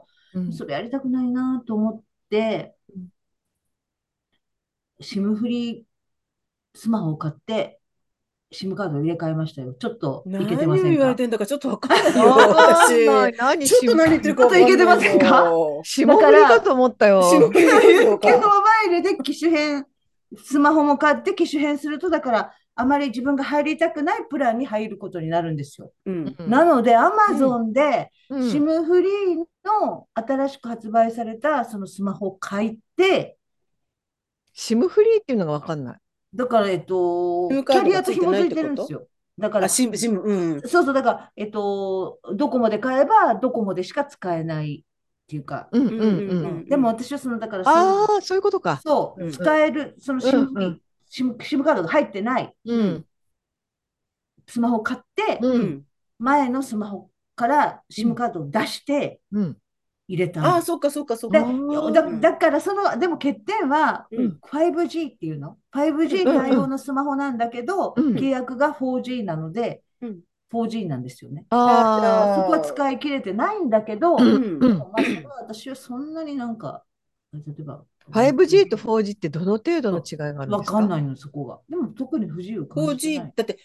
B: うん
C: それやりたくないなと思って
B: うん、
C: シムフリースマホを買って、シムカードを入れ替えましたよ。ちょっといけてません
A: 何を言われ
C: か
A: てんだかちょっとわかんないよ、
B: わか んない
A: 私。
B: 何
A: ちょっと何言ってるかわかんないよ。
C: ちょっといけてませんか
B: 霜降りかと思ったよ。
A: 霜降りと
C: 結局モ
A: か
C: バイルで機種変、スマホも買って機種変すると、だから、あまり自分が入りたくないプランに入ることになるんですよ。
A: うん。
B: うん
C: なので、アマゾンで、
B: うん
C: シムフリーの新しく発売されたそのスマホを買って、
B: シムフリーっていうのがわかんない。
C: だから、えっと、
A: シム
C: キ
A: カー
C: ャ
A: ド
C: リ
A: が
C: アと
A: ついて
C: 紐
A: ない
C: づ
A: っ
C: い
A: てこと
C: てるんですよ。だから、
A: あ、
C: そ
A: シム、シム、うん。
C: うそう、だから、えっと、ドコモで買えば、ドコモでしか使えないっていうか、
B: うん
A: ん
B: う
A: うん
B: ん
A: う
B: うんん。
C: でも私はその、だから、
B: ああ、そういうことか。
C: そうう、
A: ん
C: 使える、そのシムフリ
B: う
C: ー
B: ん
C: シム、シムカードが入ってない
B: うん。
C: スマホを買って、
A: う
B: うん。
A: ん。
C: 前のスマホからシムカードを出して
B: うん。
C: 入れ
A: あ
C: たの
A: あ、そっかそっかそっ
C: で
A: か。
B: ー
C: だ、だからその、でも欠点は
A: うん
C: 5G っていうの ?5G 対応のスマホなんだけど、
B: うん
C: 契約が 4G なので
A: うん、
C: 4G なんですよね。
A: あ
B: あ
A: ー
C: そこは使い切れてないんだけど、
A: う
B: うんん
A: う
B: うんん
C: まあ、それは私はそんなになんか、例えば、
B: あ。5G と 4G ってどの程度の違いがあるん
C: わ
B: です
C: か
B: か
C: んないの、そこが。でも特に不自由感じ
A: 4G
C: ない、。
A: だって、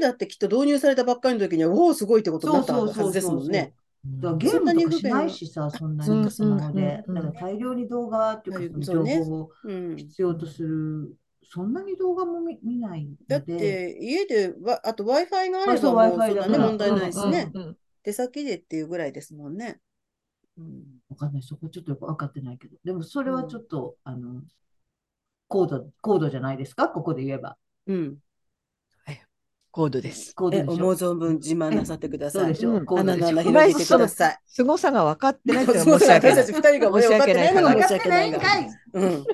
A: 4G だってきっと導入されたばっかりの時には、おお、すごいってことになったはずですもんね。
C: だから
B: うん
C: ゲー
A: そんな
C: ム
A: に
C: とかしないしさ、そんなにスマホで。
B: うん
C: だから大量に動画っていうか、その情報を
A: うん。
C: 必要とする、そんなに動画も見見ないの
A: だっ
C: で、
A: て、家でわ、あと Wi-Fi があれ
C: あそう
A: ば、もう
C: Wi-Fi
A: そんな
C: だ
A: ね、
C: から
A: 問題ないしね。
B: うんうんうん
A: 出先でっていうぐらいですもんね。うん。
C: わかんない、そこちょっとよく分かってないけど、でもそれはちょっと、あの、高度、高度じゃないですか、ここで言えば。
A: うん。
B: 高度です。
C: 高度
A: え、
C: でしょ。
A: 思う存分自慢なさってくだ
C: そう
A: さ
C: で
A: い。
C: しょ、
B: うん
C: 高度
A: 穴
C: で
A: の
C: し
A: 穴
C: ょ。
B: ひ
A: 広げてください。
B: 凄さが分かってないって の
A: そう
B: は申し訳
A: 私
B: な
A: た
B: い
A: ち。二人がね
B: 申し
A: 分かっ
B: 訳
A: て
B: ない
A: ないのが申
C: 分
A: し
C: かって
A: 訳
C: な
A: ないい
C: ん
A: が。
C: かい。
A: うん。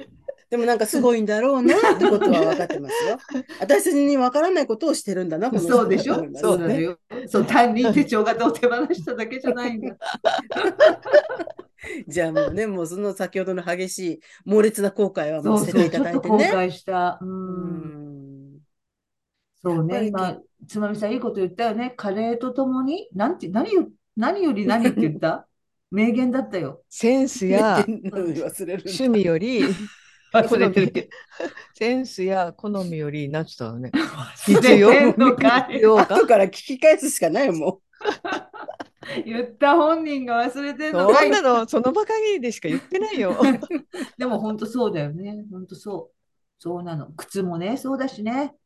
A: でもなんかすごいんだろうなってことは分かってます よ。私たちに分からないことをしてるんだな、この人
C: そうでしょ
A: と思います
C: そうなの
A: ね。
C: よ。そう、単に手帳型を手放しただけじゃない んだ。
A: じゃあもうね、もうその先ほどの激しい猛烈な後悔は
C: そ
A: も
C: う
A: う
C: そ
A: 捨てて
C: う、
A: い
C: ち
A: た
C: ょ
A: だい
C: っと
A: て
C: 後
A: ね。
C: 悔した。う。
A: うんん。
C: そう
A: やっぱ
C: ね、
A: り
C: 今、つまみさん、いいこと言ったよね。カレーとともに、なんて、何よ、何より何って言った 名言だったよ。
B: センスや
A: 忘れるんだ。
B: 趣味より、
C: 忘れてるけど。
B: センスや好みより、なんつったのね。
C: 忘れてんのかい
B: 必要か。
A: 後から聞き返すしかないも
C: 言った本人が忘れてんの
B: そ
C: かい
B: んなの、その場限りでしか言ってない よ。
C: でも本当そうだよね。本当そう。そうなの。靴もね、そうだしね。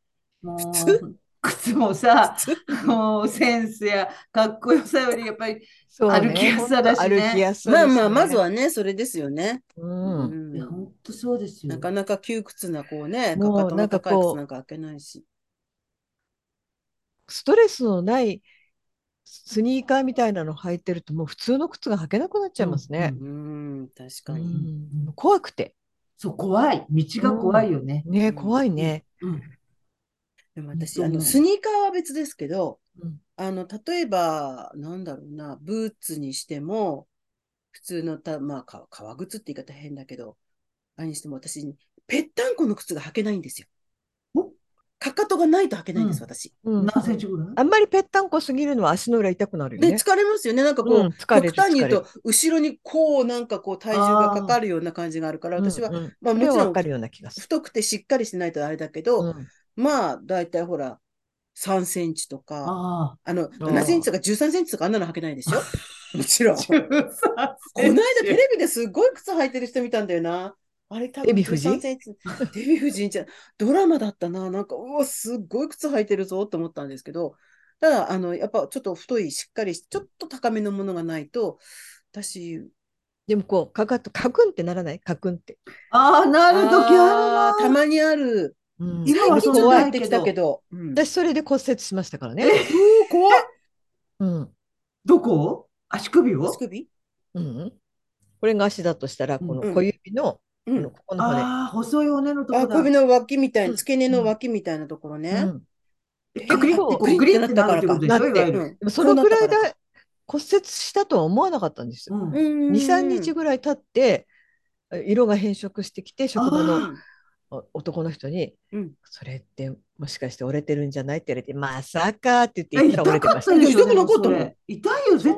C: もう、
A: 靴
C: 靴もさ、
A: 靴
C: もうセンスやかっこよさより、やっぱり、
B: そうね
C: 歩きやすさだしね
B: 歩きやす
A: ん。
B: さ
A: まあ
B: です
A: まあ、
B: ね
A: まず。はね、それですよね。
B: うん。
A: うん
C: いや本当そうですよ
A: な。かなか窮屈な、こうね、か
B: もう
A: かと
B: な
A: の
B: んか
A: 高い
B: こ
A: 靴
B: う
A: なんか開けないし。
B: ストレスのないスニーカーみたいなの履いてるともう普通の靴が履けなくなっちゃいますね。
A: うーん、確
B: う
A: か
B: ん
A: に。
C: うん
B: 怖くて。
C: そう、怖い。道が怖いよね。
A: う
B: ね
A: ん
B: 怖いね。
C: うん。
A: でも
C: 本
A: 私、
C: 当
A: あの、
C: ね
A: スニーカーは別ですけど、
B: うん
A: あの、例えば、なんだろうな、ブーツにしても、普通のた、まあ、か革靴って言い方変だけど、あれにしても私、ぺったんこの靴が履けないんですよ。かかとがないと履けないんです、
C: うん
A: 私。
B: うん
C: 何センチぐらい
B: あんまりぺったんこすぎるのは足の裏痛くなるよ
A: で、
B: ね。
A: 疲れますよね。なんかこう、
B: うん、疲れる
A: 極端に言う
B: 疲れる
A: と、後ろにこう、なんかこう、体重がかかるような感じがあるから、私は、
B: うんうん
A: まあ
B: そ
A: も
B: れ
A: ち
B: は
A: ろ
B: わ
A: ん
B: か、るような気がする。
A: 太くてしっかりしてないとあれだけど、
B: うん
A: まあ、だいたいほら、3センチとか、
C: あ
A: あの、7センチとか13センチとかあんなの履けないでしょもちろん。
C: あ。
A: こ
C: 13
A: の間テ
C: センチ
A: レビですごい靴履いてる人見たんだよな。あれ多分
B: デヴィ夫人
A: 13センチデヴィ夫人じゃ、ドラマだったな。なんか、うわ、すっごい靴履いてるぞと思ったんですけど、ただ、あの、やっぱちょっと太い、しっかりし、ちょっと高めのものがないと、私、
B: でもこう、かかと、かくんってならないかくんって。
C: ああ、なるとき
A: あ
C: あ
A: ーたまにある。
B: うん
C: 今
A: 最
C: は
A: 近ち
C: そ
A: ょっと
C: うない
A: 入ってきたけど。うん
B: 私、それで骨折しましたからね。
A: うー怖っ。
B: うん。
C: どこ足首を
A: 足首
B: うん。これが足だとしたら、こ
A: う
B: の
A: ん
B: 小指の、
A: う
B: この
A: ん。
B: ここの骨。
C: ああ、細いお根のとこ
A: あ、
C: だ。
A: 首の脇みたいな、
B: うん
A: 付け根の脇みたいなところね。
B: うん
C: えグリッてこ
B: グ
A: リッ
C: う
A: て
C: グリッてなるってことでし
B: な
C: ょ
B: っ
C: い
B: て
C: わ
A: う
C: ゆる。
A: ん
B: でもそのくらい
A: そうなった
B: で骨折したとは思わなかったんですよ。
C: うん
A: うん
B: 2、3日ぐらい経って、色が変色してきて、職場のお男の人に、
A: うん
B: それってもしかして折れてるんじゃないって言われて、まさかって言って言っ
C: え
B: たら折れ
C: 痛
B: て
C: か
B: ま
C: っ
B: した。
C: たですよ、
A: 痛くなかったの
C: でもそれ痛いよ、絶対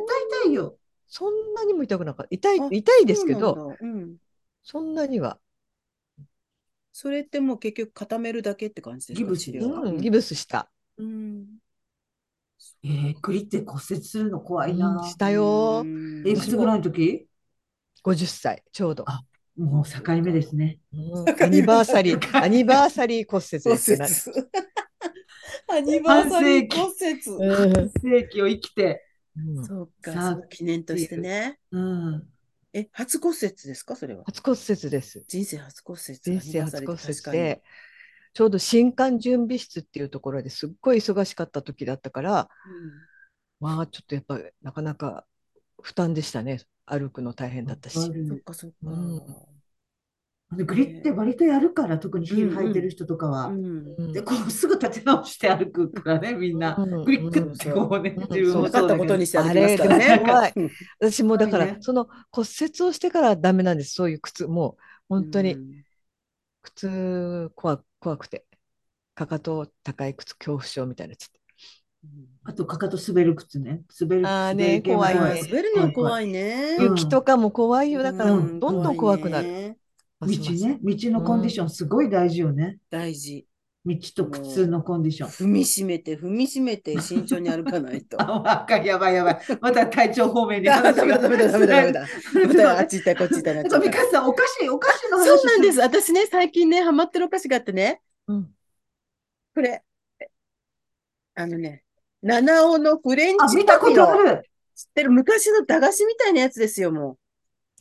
C: 痛いよ。
B: そんなにも痛くなかった。痛い
A: あ、
B: 痛いですけ
A: そ
B: ど、
A: うなんだうん
B: そんなには、
A: それってもう結局固めるだけって感じですか
C: ギブス
A: 治療は
B: うん、ギブスした。
A: うん
C: えー、グリッて骨折するの怖い
B: うん
C: な。
B: したよ
A: う。ん
C: え、いくつぐらいの時
B: 50歳、ちょうど。
C: あもう境目ですね。
B: うんアニバーサリー、アニバーサリー骨折
A: 骨
B: で
A: 折
B: すか ら。。
A: アニバーサリ
C: 半世
A: ー
C: 紀
A: 骨折。
B: うん
C: 世紀を生きて。
B: うん
A: そうか、
C: さあ
A: その記念としてね。
C: うん。
A: え、初骨折ですかそれは。
B: 初骨折です。
A: 人生初骨折。
B: 人生初骨
A: 確
B: 折
A: かに
B: で、ちょうど新刊準備室っていうところですっごい忙しかった時だったから、まあちょっとやっぱりなかなか負担でしたね。歩くの大変だったし。
A: うんそっかそっか。
C: でグリッて割とやるから、特にヒール履いてる人とかは。
A: うん
B: うん
C: で、こうすぐ立て直して歩くからね、みんな。
B: うん
C: グリッてってこうね、
B: うん
C: 自分
A: そう
C: も
A: なか
C: そ
A: っ
C: うだ
A: た
C: け
A: こと
C: ど
A: にして歩きますから
B: あ
A: ね
B: れ。怖い
A: うん
B: 私もだか
C: 怖い
B: ら
C: ね
B: その骨折をしてからダメなんです。そういう靴もう本当
A: う
B: に
A: ん
B: 靴怖怖くて。かかと高い靴恐怖症みたいなやつ。
C: あと、かかと滑る靴ね。滑る、
B: あーね
C: 滑る系も
B: 怖いね
A: はい滑るのは怖いね。
C: うん
B: 雪とかも怖いよ。だからど
C: うん
B: どん怖くなる。
A: る。
B: ま
C: 道
B: すます
C: ね、道のコンディションすごい大事よね。
A: 大事。
C: 道と靴のコンディション。
A: 踏みしめて、踏みしめて、慎重に歩かない と。
C: あ、わかんやばいやばい。また体調方面に
A: あ、
C: 話
A: ダメだ、
C: が
A: ダメだ、ダメだ、ダメ だ。またあっち行ったり、こっち行ったりなっちゃ
C: そうう、
A: か
C: ミ
A: ら。
C: カさん、お菓子、お菓子の話。
A: そうなんですす。私ね、最近ね、ハマってるお菓子があってね、
B: うん
A: これ、あのね、七尾のフレン
C: あ、
A: チ
C: 見た
A: パ
C: こ
A: ピ
C: とあ
A: の、
C: る。
A: 知ってる昔の駄菓子みたいなやつですよ、も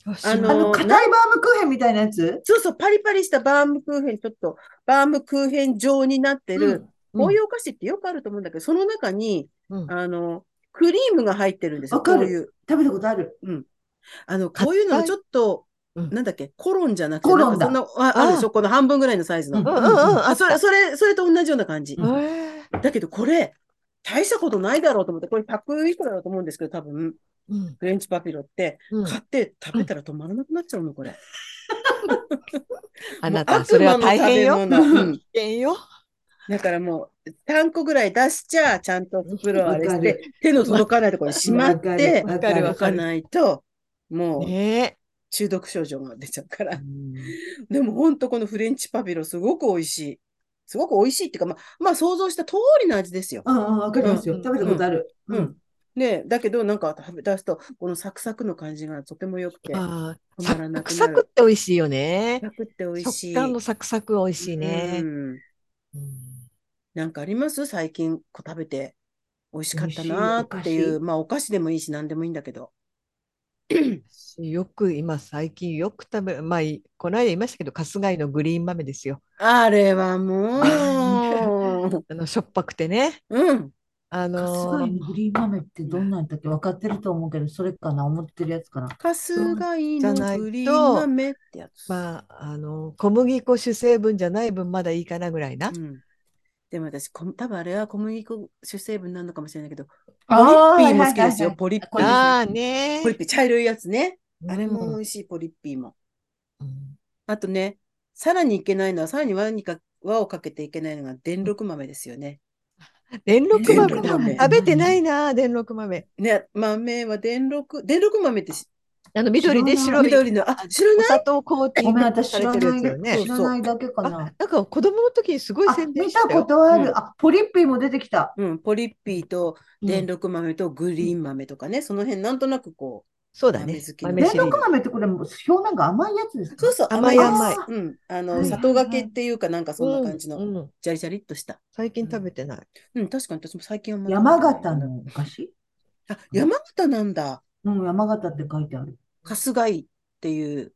A: う。
B: あ知らな
A: あ
B: い
C: あの、
A: ー
C: 硬いバームクーヘンみたいなやつ
A: そうそう、パリパリしたバームクーヘン、ちょっと、バームクーヘン状になってる、
B: うん
A: こういうお菓子ってよくあると思うんだけど、その中に、
B: うん
A: あの、クリームが入ってるんですよ、
C: わかる
A: こういう。
C: 食べたことある。
A: あの、こういうのをちょっと、
B: うん
A: なんだっけ、コロンじゃなくて、
C: コロンだ
A: なんかそんな、ああるでしょこの半分ぐらいのサイズの。
C: うん
B: うんうんうん
A: あ、それ、それ、それと同じような感じ。
B: へえ
A: だけど、これ、大したことないだろうと思って、これパックいくらだと思うんですけど、多分、
B: うん
A: フレンチパピロって、
B: うん
A: 買って食べたら止まらなくなっちゃうの、これ。
B: あ
A: もう
B: なたそれは大変よ
A: 悪。魔の食べ物うん
B: 危険よ。
A: だからもう、3個ぐらい出しちゃ、ちゃんと袋をあれし
C: わか
A: て、手の届かないところにしまって、
C: わ
B: わか
C: かる
B: る
A: 置
B: わ
A: か
B: かる。
A: ないと、もう
B: ね
A: 中毒症状が出ちゃうから
B: え。。
A: でも本当このフレンチパピロすごく美味しい。すごく美味しいっていうか、まあ、まあ想像した通りの味ですよ。
C: うんうん、わかりますよ。
B: うん
C: 食べたことある。
A: うんうん。ねだけどなんか食べ出すと、このサクサクの感じがとても良くて、
B: ああ、
A: 止
B: サ
A: まらなくなる
B: クサクって美味しいよね。
A: サクって美味しい。
B: 食感のサクサク美味しいね
A: う。ん
B: うん
A: なんかあります最近こう食べて美味しかったなーってい、
C: 美味しいう
A: まあお菓子でもいいし何でもいいんだけど。
B: よく今最近よく食べる、まあ、いこの間言いましたけど、春日井のグリーン豆ですよ。
A: あれはもう、
B: あのしょっぱくてね。
A: うん。
B: あ
C: カスガ
B: の
C: イのグリーン豆ってどんなんだっけ分かってると思うけど、それかな思ってるやつかな。
A: 春日井
B: じゃ
A: の
B: ない
A: グリーン
B: と
A: 豆ってやつ。
B: まあ、あの小麦粉主成分じゃない分まだいいかなぐらいな
A: う。ん、でも私、こ多分あれは小麦粉主成分なのかもしれないけど、ポリ
C: あ
A: ッ
C: ー
A: ピーも好きですよ、
C: はいはいはい
A: ポリッピ
C: これ
A: ー。
B: ああね
A: ポリッピー、茶色いやつね。あれも美
B: うん
A: 味しい、ポリッピーも。
B: うん
A: あとね、さらにいけないのは、さらに何か輪をかけていけないのが電力豆ですよね。
B: 電力豆
A: 電力豆
B: 食べてないな、電力豆。
A: ね、豆は電力、電力豆ってし
B: あの緑で
C: 知
B: 白
C: らない
A: 緑の、あ、知ら
B: お
A: ない
B: 砂糖コーティ
C: ご
B: ン
C: めん、
B: グ
C: 私
B: さ
C: 知
B: れ
C: ら
B: てるや
C: な
B: つよ
C: い、
B: ね
A: そう。
C: 知らないだけか
B: あ
C: な。
B: なんか子供の時にすごい
C: あ、
B: 宣伝
C: 見
B: して
C: た
B: たよ
C: こ。とあ
A: うん
C: る。あ、ポリッピーも出てきた。
A: うん、ポリッピーと
B: うん
A: 電力豆とグリーン豆とかね、その辺なんとなくこ
B: そうだね
A: 豆好。きの
B: 豆
C: 電
B: シリー
C: 力
B: ズ。
C: 豆ってこれ、表面が甘いやつです
A: う、
C: か
A: そうそう、
B: 甘
A: 甘
B: い
A: い
B: 甘
A: 甘
B: い
A: い。うん、あ
C: はい
A: の、
C: はい
A: 砂糖がけっていうかなんかそんな感じ
B: う
A: の、
B: んうん
A: ジャリジャリっとした。
B: 最近食べてない。
A: うん、確かに私も最近あんまり
C: 山形のお菓子
A: あ、山形なんだ。
C: うん、山形って書いてある。
A: 春日井っていう、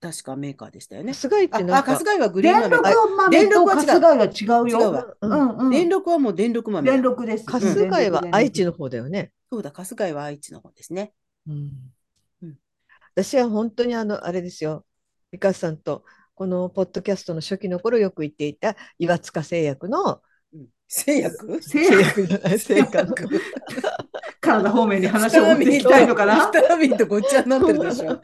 A: 確かメーカーでしたよね。
B: すごいっ
A: あ、
B: てなん
A: あ
B: か
A: 春。日井はグリー
C: 電
A: ン豆
C: 力
A: か。
C: 豆と
A: あ
C: 春
A: 電
C: 日
A: 力
C: 井は違う
A: 違う
C: よ。
A: わ。
B: うん
C: うんうん。
A: 電力はもう電力豆。
C: 電力です。
B: 春日井は愛知
C: の。
B: の方だよね。
A: そうだ、春日井は愛知の方ですね。うん
B: 私は本当にあのあれですよ。美香さんとこのポッドキャストの初期の頃よく言っていた岩塚製薬の
A: うん製薬
C: 製
B: 製
C: 薬
B: 薬じゃ ない製薬の
C: カナダ方面に話を持っていきたいのかな
A: スターミンとごっちゃになってるでしょ。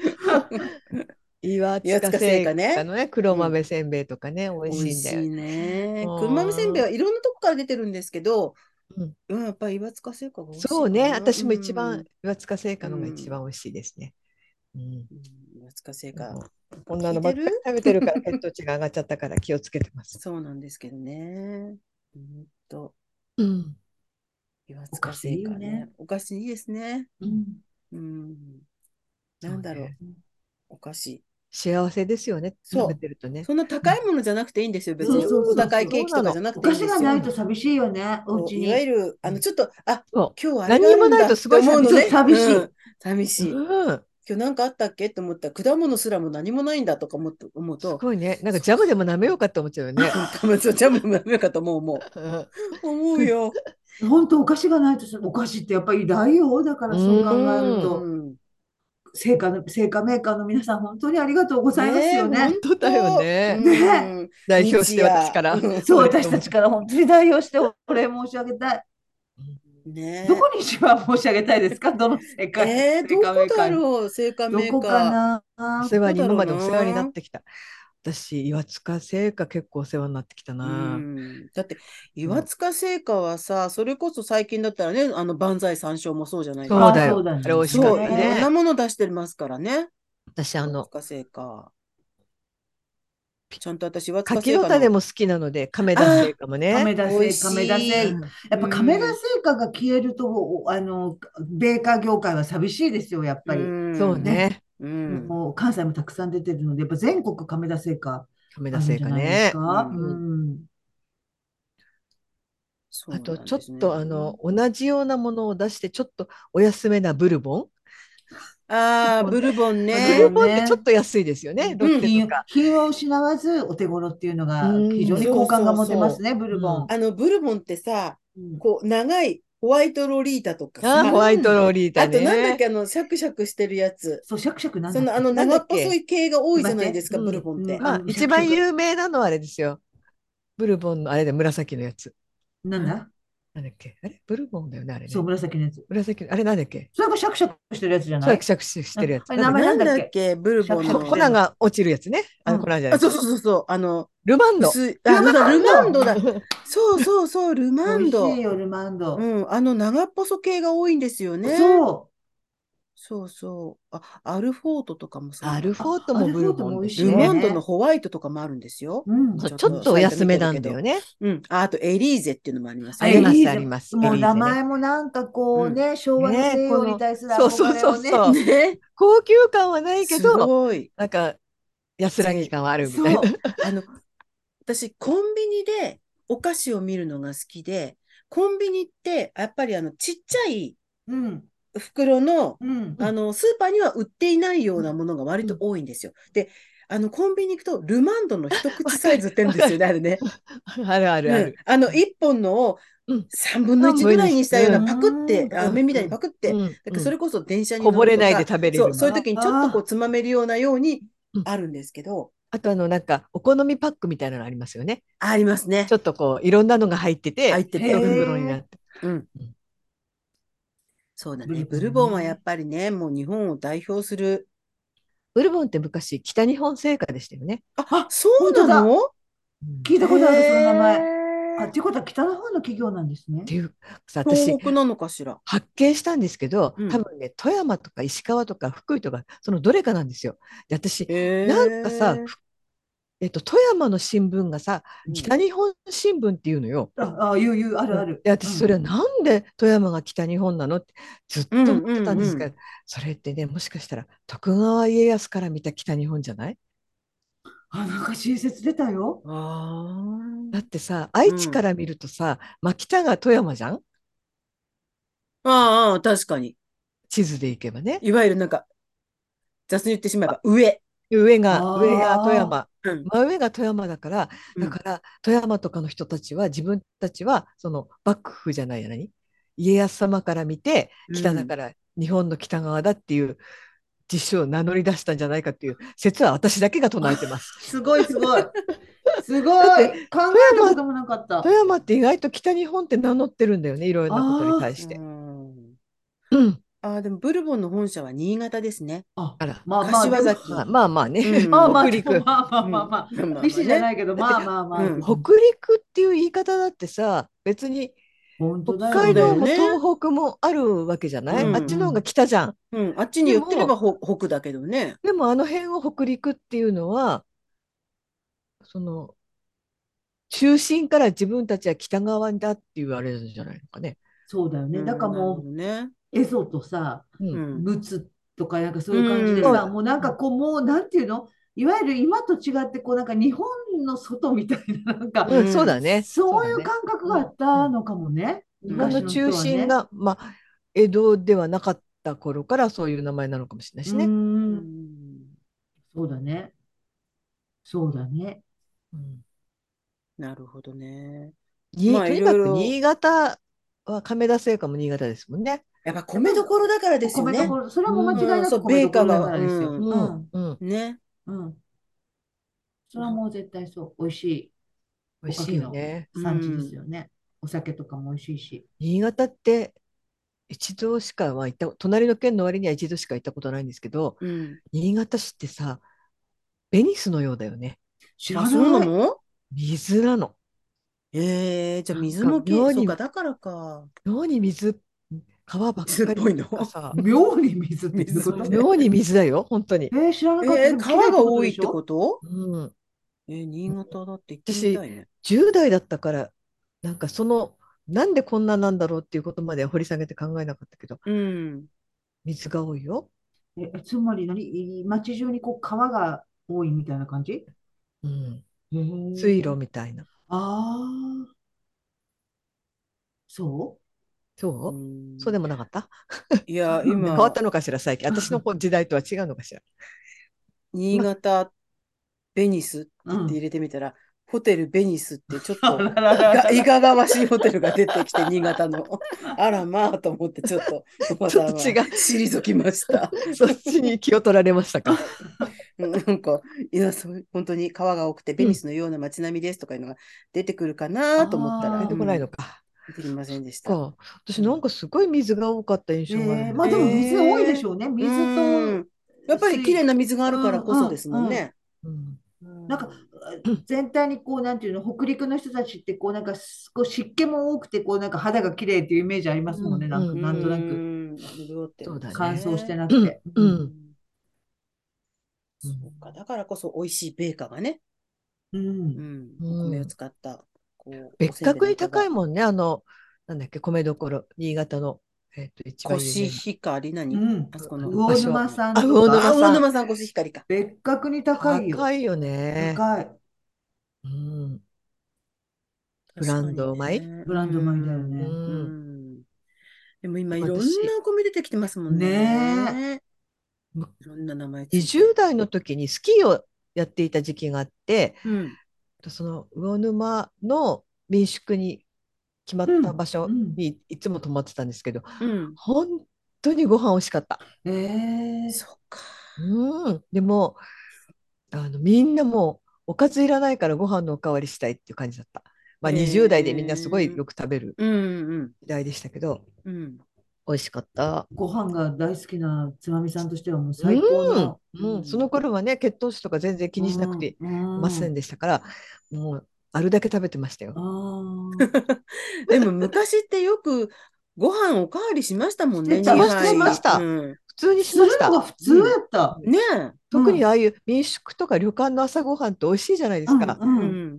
B: 岩
A: 岩
B: 塚
A: 塚
B: 製
A: 製
B: 菓
A: 菓ね
B: のね黒豆せんべいとかね、美味しいんだよ。
A: ね
B: うん。
A: くまみせんべいはいろんなとこから出てるんですけど、
B: うん
A: うん、やっぱり岩塚製菓が美味しいかな。
B: そうね、私も一
A: う
B: 番
A: ん、
B: 岩塚製菓のが一番美味しいですね。うん、
A: うん岩塚製菓。
B: こんなのばっかり食べてるから血糖値が上がっちゃったから気をつけてます。
A: そうなんですけどね。うんと、
B: うん、
A: 岩塚製菓ね。お菓子いいですね。
C: うん
A: うん。なんだろう、お菓子。
B: 幸せですよね、
A: そう
B: 食べてるとね。
A: そんな高いものじゃなくていいんですよ。別に
C: そうそうそう
A: お高いケーキとかじゃなく
C: お
A: ていいん
C: 菓子
A: です
C: が
A: よ。
C: ないと寂しいよね、お
A: そう
C: 家
A: い
C: に。
A: わゆる、あの、ちょっと、あ、
B: そ
A: 今日あれがあるん
B: 何にもない
A: だ
B: とすごい
A: って思うのね
B: 寂しい寂しい
A: うん寂しい。
B: う
A: 今
B: うん、
A: 日なんかあったっけって思ったら、果物すらも何もないんだとか思って思う
B: す
A: と、
B: ごいね、なんかジャムでも舐めようかって思っちゃうよね。
A: カムツジャムでもダメかと思う、思
B: うん
A: う。思うよ。
C: 本当お菓子がないとさ、お菓子ってやっぱり偉大よ。だからそう考える
A: う
C: と、
A: ん。
C: 製菓の、製菓メーカーの皆さん、本当にありがとうございますよね。
B: 本当だよね。
A: うん
B: 代表して私から。
A: 日夜
C: そう、私たちから本当に代表してお礼申し上げたい。
A: ね
C: どこに一番申し上げたいで すかどの製菓
A: えー、
C: 製
A: ど
C: 菓
A: こ
C: メー
A: だ
C: カーに
A: ろう、製菓
C: ど
A: メー
C: こ
A: カー。
C: か
B: お
C: な
B: 世話に
A: どこ
B: 今
A: だ
B: まで
A: ろうな
B: お世話になってきた。私、岩塚製菓結構お世話になってきた
A: う
B: な。
A: ん、だって岩塚製菓はさ、それこそ最近だったらね、あの万歳三唱もそうじゃない
B: そう
A: か。
B: だ
C: あ
B: よ。
C: そうだね
B: あれ美味しか
A: そ
B: っ
A: う、い
B: た
A: ろ
B: ね
A: ん。なもの出してますからね。
B: 私、あ
A: 岩
B: の、
A: 塚製菓。ちゃんと私、岩塚
B: 柿
A: 製
B: の
A: 菓
B: 種
A: の。
B: も好きなので、亀田製菓も
C: 亀
B: ね。
C: 田
A: 美
C: 製
A: 味しい
C: 菓、亀田製
B: うん
C: やっぱ亀田製菓が消えると、おあの、米菓業界は寂しいですよ、やっぱり。
A: ん
B: そう。ね。
A: うん。
C: もう関西もたくさん出てるので、やっぱ全国亀田製菓
B: 亀
C: あ
B: 田
C: るん
B: 製
C: じゃ
B: 菓
C: ないです
B: ね。
C: か。
A: う
C: うん。
A: そうな
B: あ
A: んです
B: と、
A: ね
B: ちょっと、あの、同じようなものを出して、ちょっとお安めなブルボン。
A: ああ、ブルボン
B: ブ
A: ね。
B: ルボンってちょっと安いですよね。
A: ん
B: ロッテ
C: 品
B: とか。
C: 品を失わずお手頃っていうのが
B: うん
C: 非常に好感が持てますね、ブルボン。
A: あの、ブルボンってさ、
C: うん
A: こう、長いホワイトロリータとかさ、
B: あー、ホワイトロリータ
A: あ
B: ね。
A: と、なんだっけ、あの、シャクシャクしてるやつ。
C: そう、シャクシャクなんだ
A: そ
C: っけ
A: の、あの、
B: なんだ
A: 長
B: っ
A: っ
B: け
A: ぽそい系が多いじゃないですか、
B: うん
A: ブルボンって
C: うん。
B: まあ
C: あ、の
B: 一番
C: シャクシャク
B: 有名なのはあれですよ。ブルボンのあれで紫のやつ。
C: なんだ
B: なんだっけあれブルボンだよね、あれね
C: そう、紫のやつ。
B: 紫の、あれなんだっけ
C: それがシャクシャクしてるやつじゃ
B: シ
C: な
B: ャ
C: い
B: キシャキしてるやつ。
C: あれ名前
A: なんだ
C: なんだ
A: っ
C: っ
A: け、ブルボン
C: シャクシャ
A: の
C: ク。
B: 粉が落ちるやつね。あの
C: うん
B: 粉じゃない、
A: あ、そうそうそうそう、あの、
B: ルマンド。
A: 薄い、あ、そうだ、ルマンドだ。そうそうそう、ルマ
C: 美
A: ン
C: 味
A: ド
C: しい。よ、ルマンド。
A: うん、あの、長っぽそ系が多いんですよね。
C: そ
A: そうそう。あ、アルフォートとかもさ、
B: アルフォート
C: う。
B: も
C: アル
B: ブ
C: フ
B: ル
C: ォート
B: ボ
C: も
B: ン
C: 美
B: です
C: 味しい
A: ル
C: よ
B: ね。
A: マンドのホワイトとかもあるんですよ。
C: うん。
B: そう
A: ち
B: ち
A: ょっ
B: ょ
A: と
B: っとお安めなんだよね。
A: うん。あ、あと、エリーゼっていうのもあります
B: あ
A: よ
B: り
A: ね。
B: ま
C: エリー
B: す、
C: ゼ
B: あります。
C: もう
B: エ
C: 名
B: リーゼ
C: 前
B: ね
C: もなんかこうね、昭和の
B: ね
C: 西洋に対する
B: このそう
C: 憧れ
B: そう
C: を
B: そう
C: ね。
B: そう
A: ね。
B: 高級感はないけ
A: す
B: ど、
A: ごい。
B: なんか安らぎ感はあるみたいな
C: そう。。
A: あの、私、コンビニでお菓子を見るのが好きで、コンビニって、やっぱりあの、ちっちゃい
C: うん。
A: 袋の、
C: うん。
A: あの、スーパーには売っていないようなものが割と多いんですよ。で、あの、コンビニ行くと、ルマンドの一口サイズ売ってるんですよね、あれね。
B: あるあるあ
A: うん
B: る。
A: あの、一本のを
B: うん
A: 3分の1ぐらいにしたような、パクって、
C: うん
A: あ飴みたいにパクって、
B: うん
A: だからそれこそ電車に
B: こぼれ
A: 乗る
B: な
A: とか
B: いで食べれる
A: そ
B: もの
A: う、そういう時にちょっとこうつまめるようなように
B: うん
A: あるんですけど、
B: あとあのなんかお好みパックみたいなのありますよね。
A: ありますね
B: ちょ。っとこういろんなのが入ってて、
A: 入って
C: へ
A: て。
B: 一
C: ー
B: 袋になって。
A: うん。そうだね。
C: ブ
A: ブ
C: ル
A: ル
C: ボ
A: ボ
C: ンね
A: ンはやっぱりね、もう日本を代表する。
B: ブルボンって昔北日本製菓でしたよね。
A: あ、そうなの
C: 聞いたことある、その名
A: へ
C: 前。
A: ー
C: あ、っていうことは北の方の企業なんですね
B: って。いうさ私
A: 東北なのかしら。
B: 発見したんですけど、
A: うん
B: 多分ね富山とか石川とか福井とかそのどれかなんですよ。で私な
A: なん
B: かさ、ふえっと、富山の新聞がさ北日本新聞っていうのよ。
C: あ、あ、いういう、あるある。
B: で私それはなんで富山が北日本なのってずっと思ってたんですけど、
A: うん
B: それってねもしかしたら徳川家康から見た北日本じゃない
C: あ、なんか新説出たよ。
A: あ
B: だってさ愛知から見るとさ、真北が富山じゃん
A: あ。ああ、確かに。
B: 地図で行けばね。
A: いわゆるなんか、雑に言ってしまえば上。
B: 上が
C: あー
B: 上が富山、
A: うん
B: 真上が富山だから
A: うん
B: だから富山とかの人たちは自分たちはその幕府じゃないや何家康様から見て北だから日本の北側だっていう実証を名乗り出したんじゃないかっていう説は私だけが唱えてます。
C: すごい、す ごい。すごい。考えたこともなかった。
B: 富山って意外と北日本って名乗ってるんだよねいろいろなことに対して
A: う。ん
B: うん
A: ああ、でもブルボンの本社は新潟ですね。
C: あ
B: あら
C: まあまあ、
A: 柏崎
B: まあまあまあね、
A: うん
C: まあまあ、
B: 北陸
C: まあまあまあま
A: うん。
C: あ。西じゃないいけど、まあまあまあ。
A: うん
B: 北陸っていう言い方だってさ別に
C: 本当だ
B: 北
C: よ
B: 海道も
A: そうだよね
B: 東北もあるわけじゃない、
A: うん
B: あっちの方が北じゃん。
A: うん、あっちに寄ってればほ北だけどね。
B: でもあの辺を北陸っていうのはその中心から自分たちは北側だっていうあれじゃないのかね。
C: そうだよね。だからも
A: うんなる
C: う、エゾとさ、
B: うん
A: ほどね。うん。
C: 陸奥とか、なんかそういう感じでさ、
B: うん
C: もうなんかこう、もうなんていうのいわゆる今と違って、こうなんか日本の外みたいな、なんか、
B: うんそうだね。
C: そういう
B: だね
C: 感覚があったのかもね。
B: 日本の中心
C: 昔の人はね。
B: が、まあ江戸ではなかった頃からそういう名前なのかもしれないし
C: う、
B: ね。
A: うんん
C: そうだね。そうだね。
B: うん
A: なるほどね。
B: に
A: まあ
B: とにか
A: いろい
B: く
A: ろ
B: 新潟は亀田製菓も新潟ですもんね。
A: やっぱ米どころだからですよ
C: 米ど
A: ね
C: こ。ろ、それはもう間違いな
A: うんそう
C: く米どころだから
A: 米
C: で
A: 菓
C: す
A: が
C: よ。
A: う
C: うん、
B: うん、
A: ね。
C: うん。それはもう絶対そう。美味しい
B: 美味しいよね。
C: 産地ですよね。お酒とかも美味しいし。
B: 新潟って一度しかは行った隣の県の割には一度しか行ったことないんですけど
A: うん。
B: 新潟市ってさベニスのようだよね
C: 知ら
A: あ、そう
C: な。
A: ないの
B: 水なの
A: ええじゃあ水
B: なんか
A: もきれい。
B: 妙
A: そう
B: に
A: か、だからか。
B: 妙に水川ばっ
A: 水っ
B: かり
A: ぽいの
B: とかさ
C: 妙に水っていう
A: 水
C: こ
A: を
C: と
A: ね
C: ね。
B: 妙に水だよ本当に
C: え、ー、知らなかった。
A: え
C: で
A: ー、
C: も綺
A: 川
C: 麗
A: が多いって
C: とでしょ
A: こと
B: うん、
A: えー、新潟だって行ってみたいね。
B: 10代だったからなんかそのなんでこんななんだろうっていうことまでは掘り下げて考えなかったけど
A: うん。
B: 水が多いよ、
C: え、つまり何、街中にこう川が多いみたいな感じ
B: うん、
C: へー
B: 水路みたいな
C: ああ。そ
B: そう、
A: ん
B: そうでもなかった
A: いや、
C: うん
A: 今、
B: 変わったのかしら最近私の時代とは違うのかしら
A: 新潟、ベニスって
C: ううん。
A: 入れてみたら、ホテルベニスってちょっ
C: あ
A: と
C: らららら
A: が、いかがわしいホテルが出てきて、新潟の。あらまあと思って、ちょっと、ま
B: ち
A: た
B: ょっと違う
A: 退きました。
B: そっちに気を取られましたか。
A: うんなんか、いや、そう、本当に川が多くて、ベニスのような街並みですとかいうのが出てくるかなと思った
C: あ
A: ら、
C: ー
B: 出てこないの
A: うん
B: か。
A: 出てきませんでした。
B: か私なんかすごい水が多かった印象がある
C: え
B: んだ
C: ー
B: よ
C: まあでも水多いでしょうね。水
A: うん
C: と
A: やっぱり綺麗な水があるからこそですもんね。
B: うん
C: なんか全体にこうなんていうの北陸の人たちってこうなんかすこう湿気も多くてこうなんか肌が綺麗っていうイメージありますもんね。
B: うん
C: なんか
B: う
C: なんとなく
A: く。潤ってる
B: そうだね
C: 乾燥してな
B: う
C: く
B: ん
C: て。
B: う
A: うんんそうか、だからこそ美味しい米菓がね、
C: うん
A: うん、
B: うん
A: お米を使った、こう、
B: 別格に高い
A: も
B: もんねあのなんだっけ米どころ新潟のえっと一番
A: コ
B: 有名
A: シ
B: な
A: ヒカリ、何、
C: うん
A: あそこの
C: 魚沼
A: ん。
C: さん
B: あ
C: と
B: 魚沼
C: か
A: あ、
B: さん
A: 魚沼さん、コシヒカリか。
C: 別格に高いよ。
B: 高いよね。
C: 高い。
B: うんブ
A: 確
B: ラ
A: か
B: ンド
A: に
B: 米
A: ね
C: ブランド米だよね
A: うん
B: うん
A: うんでも今いろんな
B: 私
A: お米出てきてますもん
C: ね
A: ね。
B: え
A: いろんな名前ついて。
B: 20代の時にスキーをやっていた時期があって
A: うん。
B: その魚沼の民宿に決まった場所にいつも泊まってたんですけど
A: うん。
B: 本当にご飯美味しかった。
C: えー
A: そっか。
B: うん、でもあのみんなもうおかずいらないからご飯のおかわりしたいっていう感じだった。まあ、
A: へー
B: 20代でみんなすごいよく食べる
A: うんうん
B: 時代でしたけど、
A: うん。
B: 美味しかった。
C: ご飯が大好きなつまみさんとしてはもう最高の。
B: もうその頃はね、血糖値とか全然気にしなくてい
C: うん
B: ませんでしたから、もうあるだけ食べてましたよ。
C: うんあー
A: でも昔ってよくご飯おかわりしましたもんね。
C: してた
A: 二杯
B: してました
A: うん
B: 普通にし
C: する
B: ました
C: の。が普通やった。
A: ね
B: 特にああいう民宿とか旅館の朝ごはんって美味しいじゃないですか。
A: え、
C: うん
A: う
C: うん
A: ん。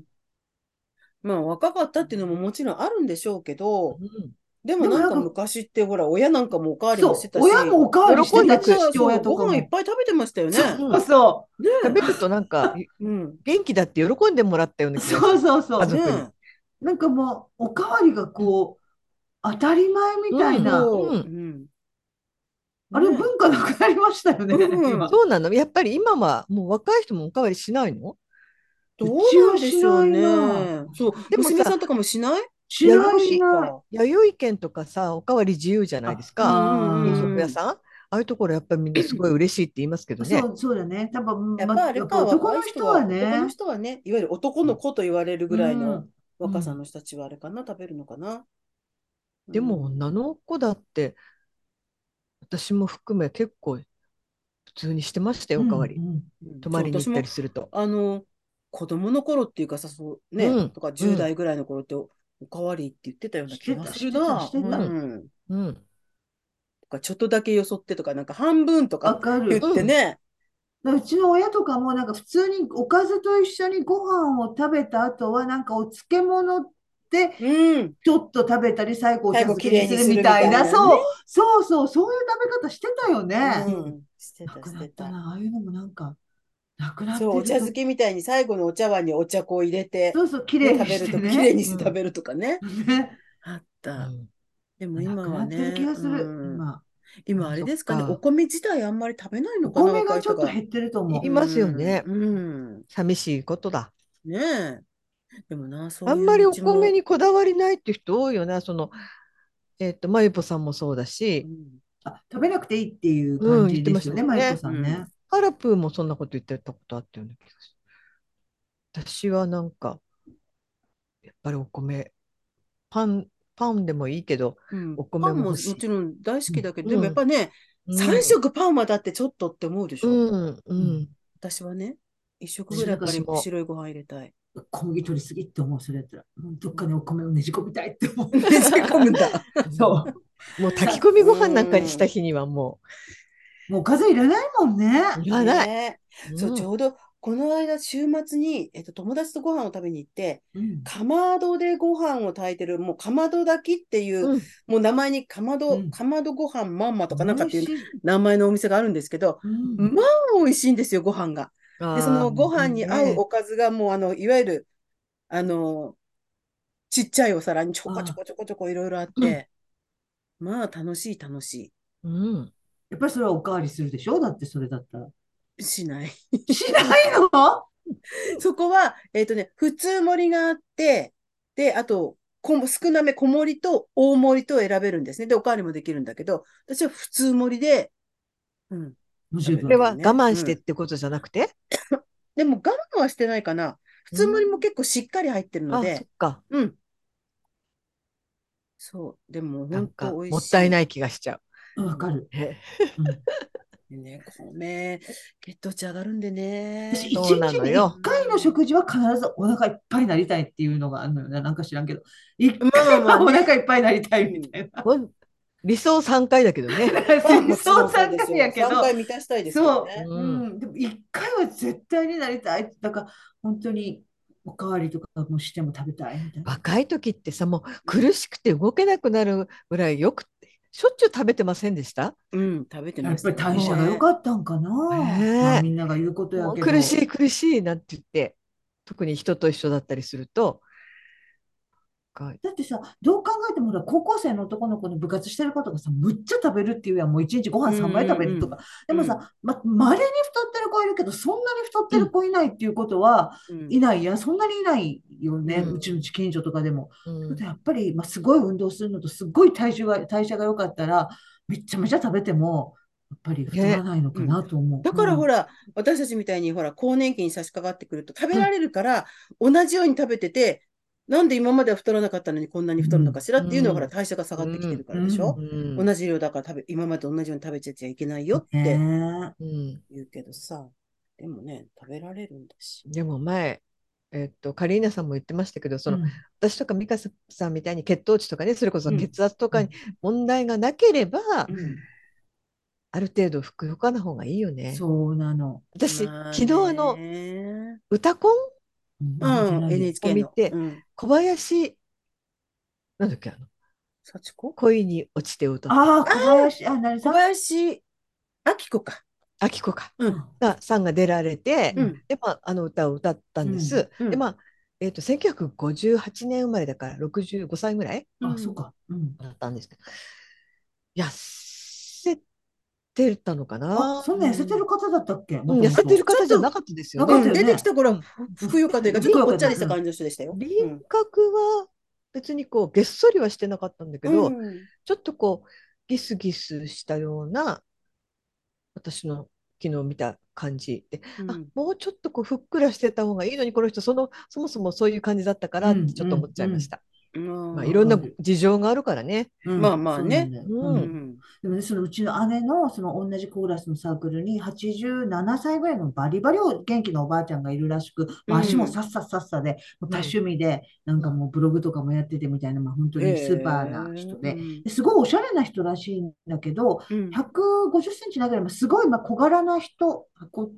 A: まあ若かったっていうのももちろんあるんでしょうけど、
B: うん
A: でもなん
C: で
A: か
C: もなんか
A: 昔ってほら親なんかもおかわりもしてたし、
C: そう親もおかわりしてたし
A: 喜んで
C: 父親とか
A: ご
C: も
A: 飯いっぱい食べてましたよね。
B: うん
C: そうそ
A: ね
B: 食べるとなんか
A: うん。
B: 元気だって喜んでもらったよう
C: う
B: な気がする
C: そうそうそう
B: 家。族に
A: ね
C: なんかもうおかわりがこう当たり前みたいな、
A: そう
B: うん
A: うん
C: あれ
A: ね
C: 文化なくなりましたよね、
A: うん
C: 今。
B: そうなのやっぱり今はもう若い人もおかわりしないの
A: どうなんでしょうね
C: うちはしないな。
A: そう、
B: でもさ
A: 娘さんとかもしない
C: しないしない。
B: 弥生県とかさおかわり自由じゃないです
A: あ
B: か飲
A: うん
B: 食屋さんああいうところやっぱりみんなすごい嬉しいって言いますけどね
C: そう、そうだね。多分、
A: やっ
C: ま
A: ぱあれ
C: やっ
A: か、
C: ぱ男の
A: 若い
C: 人はね、
A: 男の人はね、いわゆる男の子と言われるぐらいの
C: う
A: 若さの人たちはあれかな、食べるのかな。
B: でも
A: うん、
B: 女の子だって私も含め結構普通にしてましたよ
C: ん
B: おかわり、
C: うんうん
A: うん
B: 泊まりに行
A: そう
B: っ
A: 私
B: たり
A: も
B: すると。
A: あの、子供の頃っていうかさ、そうね、
B: うん
A: とか10代ぐらいの頃ってお、おかわりって言ってたような気がするな。
C: してた
B: た
C: して
B: してた
A: うん。
B: うん、
A: とか、ちょっとだけよそってとか、なんか半分と
C: わ
A: か
C: か
A: 言
C: る。
A: ってね。
C: だからうちの親とかも、なんか普通におかずと一緒にご飯を食べた後は、なんかお漬物で
A: うん。
C: ちょっと食べたり、最後お茶
A: 最後
C: 漬
A: 綺
C: け
A: 麗に
C: にす
A: する
C: るみ
A: み
C: た
A: た
C: い
A: い
C: な、
A: なね
C: そう、そうそう、そういう食べ方してたよね。
A: うん。して
C: な
A: た、
C: く
A: し
C: な
A: て
C: った
A: た。
C: な、ああいうのもなんか、なくなって
A: そう、お
C: る
A: 茶漬けみたいに最後のお茶碗にお茶粉を入れて、
C: そうそう、綺
A: ね
C: 麗に
A: 食べ
C: し
A: る
C: て
A: と、
C: ね。
A: 綺麗にして
B: うん
A: 食べるとかね。
C: ね
A: あっ
B: う
A: た。
B: ん
A: でも今
C: なくな
A: は
C: ってる
A: ね、
C: 気がする、
A: うん
C: 今。
A: 今あれですかね、
B: そっか
A: お米自体あんまり食べないの
C: お
A: かな、
C: 米が
A: 若い
C: ちょ
A: 人
C: っと減ってると思う
B: い。ますよね
A: うん。うん
B: 寂しいことだ。
A: ねえ。でもな、そうい
B: あ
A: うん
B: まりお
A: うちも
B: 米にこだわりないって人多いよな。その、えっと、まゆぽさんもそうだ
A: う
B: し、
A: ん
C: あ、食べなくていいっていう感じですよね、
B: うん
C: マ
B: 言
C: ユ
B: っ
C: コ
B: てま
A: した
C: さ
A: も
C: ん
A: んね
C: ね。
B: ハラプーもそんなこと言ってたことあったような気がする。私はなんか、やっぱりお米、パン、パンでもいいけど、
A: うん
B: お米
A: パン
B: も
A: もも
B: 欲しい
A: ちろん大好きだけど、
B: うん
A: でもやっぱね、
B: うん
A: 3食パンはだってちょっとって思うでし
B: う
A: ょ。
B: ん、うん。
A: 私はね、1食ぐらいやっぱ
B: 私
A: り
B: も
A: 白いご飯入れた い。
C: 小麦取りすぎって思う、それやったら。もうどっかにお米をねじ込みたいって思う。
A: ねじ 込むんだ。
C: そう。
B: もう炊き込みご飯なんかにした日にはも
C: もうおかずいらないもんね。
B: う、いらない。
A: ねえそう、ちょうどこの間週末に、えっと、友達とご飯を食べに行って、
C: うん。
A: かまどでご飯を炊いてる、もうかまど炊きっていう、
B: うん
A: もう名前にかまど、
C: うん
A: かまどご飯まんまとかなんかっていう
C: 美味しい
A: 名前のお店があるんですけど、
C: うん
A: まあ美味しいんですよ、ご飯が。で、そのご飯に合うおかずがもう、あの、いわゆる、あの、ちっちゃいお皿にちょこちょこちょこちょこいろいろあって、まあ楽しい楽し
B: うん。
C: やっぱりそれはおかわりするでしょだってそれだったら。
A: い。しない。
C: しないの
A: そこは、えっとね、普通盛りがあって、で、あと、こも少なめ小盛りと大盛りと選べるんですね。で、おかわりもできるんだけど、私は普通盛りで、うん。
C: もう十分
B: それは我慢してってことじゃなくて、
A: でも我慢はしてないかな。普通盛りも結構しっかり入ってるの
B: あ、そ
A: で
B: っ、か。
A: うん。そう、でも
B: なん
A: 本
B: か、
A: 当美味しい。
B: もったいない気がしちゃ
C: うんわかる。
B: う。え
A: ね、米、血糖値上がるんでね。
C: 私、一
B: そうな
C: 日
B: の
C: に
B: よ
C: 一回の食事は必ずお腹いっぱいになりたいっていうのがあるのよな。なんか知らんけど。一
A: まあ
C: 回
A: まあ
C: はお
A: まあね
C: 腹いっぱいになりたいみたいな。
B: ほん理想3回だけどね。
C: 戦争三回やけど。
A: 3回満たしたいですけどね。
C: う、
B: うん
C: でも一回は絶対になりたい。だから本当におかわりとかもしても食べたいみたいな。
B: 若い時ってさもう苦しくて動けなくなるぐらいよくしょっちゅう食べてませんでした、
A: うん、食べて
C: や
A: ま
C: っ
A: し
C: ぱ
A: た
C: り代謝が良かったんかな。
B: ね
C: まあみんなが言うことや
B: もう
C: けど。
B: 苦しい苦しいなんて言って特に人と一緒だったりするとなんか
C: だってさ、どう考えてもほら、高校生の男の子の部活してることがさ、むっちゃ食べるっていうやん、もう一日ご飯3杯食べるとか。
A: うんうんうん
C: でもさ、ま、まれに太ってる子いるけど、そんなに太ってる子いないっていうことは、
A: うん
C: いないや、そんなにいないよね、
B: うん
C: うちの近所とかでも。
B: うん
C: やっぱり、まあ、すごい運動するのとすごい体重が代謝が良かったらめちゃめちゃ食べてもやっぱり太らないのかなと思う。
A: だからほ
C: ら、
A: ら、私たちみたいにほら、更年期に差し掛かってくると、食べられるから、同じように食べてて、なんで今までは太らなかったのにこんなに太るのかしらっていうのは、
B: う
A: ほ
B: ん
A: ら、代謝が下がってきてるからでしょ、
B: うん
A: 同じ量だから食べ、今までと同じように食べちゃっちゃいけないよっ
C: ね
A: て
C: え
B: うん
A: 言うけどさ、でもね、食べられるんだし。
B: でも前、えっと、カリーナさんも言ってましたけど、その、
C: うん
B: 私とか美香さんみたいに血糖値とかね、それこそ
C: うん
B: 血圧とかに問題がなければ、
C: うん
B: ある程度ふくよかな方がいいよね。
C: そうなの。
B: 私、
A: まあね
B: 昨日あの、歌コン
C: うん
A: うん、NHK の。
B: 見て
A: うん。
B: 小林、なんだっけ、あの、
A: 幸子
B: 恋に落ちてを歌った、
C: ああ、小林、あ、なる
A: 小
C: さん。
A: 林明子か。
B: あきこか、
A: うん。
B: が、さんが出られて、
A: うん。
B: で、まあ、あの歌を歌ったんです。
A: うんうん
B: で、まあ、えっと、1958年生まれだから65歳ぐらい
A: うん
C: あ、そうか。うん。
B: だったんですけど、痩せてたのか
C: あ
B: な、
C: そんな痩せてる方だったっけ
B: うん痩せてる方じゃなかったですよ
C: ちょ
B: ね
C: っ。と
A: うん出てきた頃は、ふくよかというか、ちょっとぽっちゃりした感じの人でしたよ。
B: 輪郭は別にこうげっそりはしてなかったんだけど、
A: うん
B: ちょっとこうギスギスしたような私の昨日見た感じで、
A: うん
B: あもうちょっとこうふっくらしてた方がいいのにこの人そのそもそもそういう感じだったからってちょっと思っちゃいました、
A: うん
B: まあ、いろんな事情があるからね、
C: うん
A: まあまあね
C: そうなんだようん
B: う
C: でもね、そのうちの姉の、その同じコーラスのサークルに、87歳ぐらいのバリバリを元気なおばあちゃんがいるらしく、まあ
A: うん
C: 足もさっさっさっさで、もう多趣味で、なんかもうブログとかもやっててみたいな、まあ本当にスーパーな人で、ですごいおしゃれな人らしいんだけど、
A: うん
C: 150センチなぐらいの、すごいまあ小柄な人、こ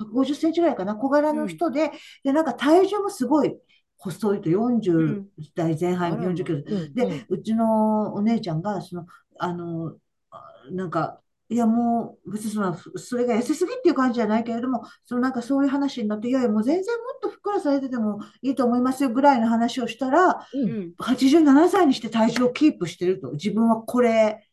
C: 150センチぐらいかな、小柄の人で、で、なんか体重もすごい細いと
A: う
C: 40
A: ん
C: 代前
A: あ
C: 半、
A: らま
C: 40キロ
B: うん
C: で、うちのお姉ちゃんが、その、あの、あなんか、いやもう、別にその、ふそれが痩せすぎっていう感じじゃないけれども、そのなんかそういう話になって、いやいや、もう全然もっとふっくらされててもいいと思いますよぐらいの話をしたら、
B: うん
A: うん
C: 87歳にして体重をキープしてると。自分はこれ、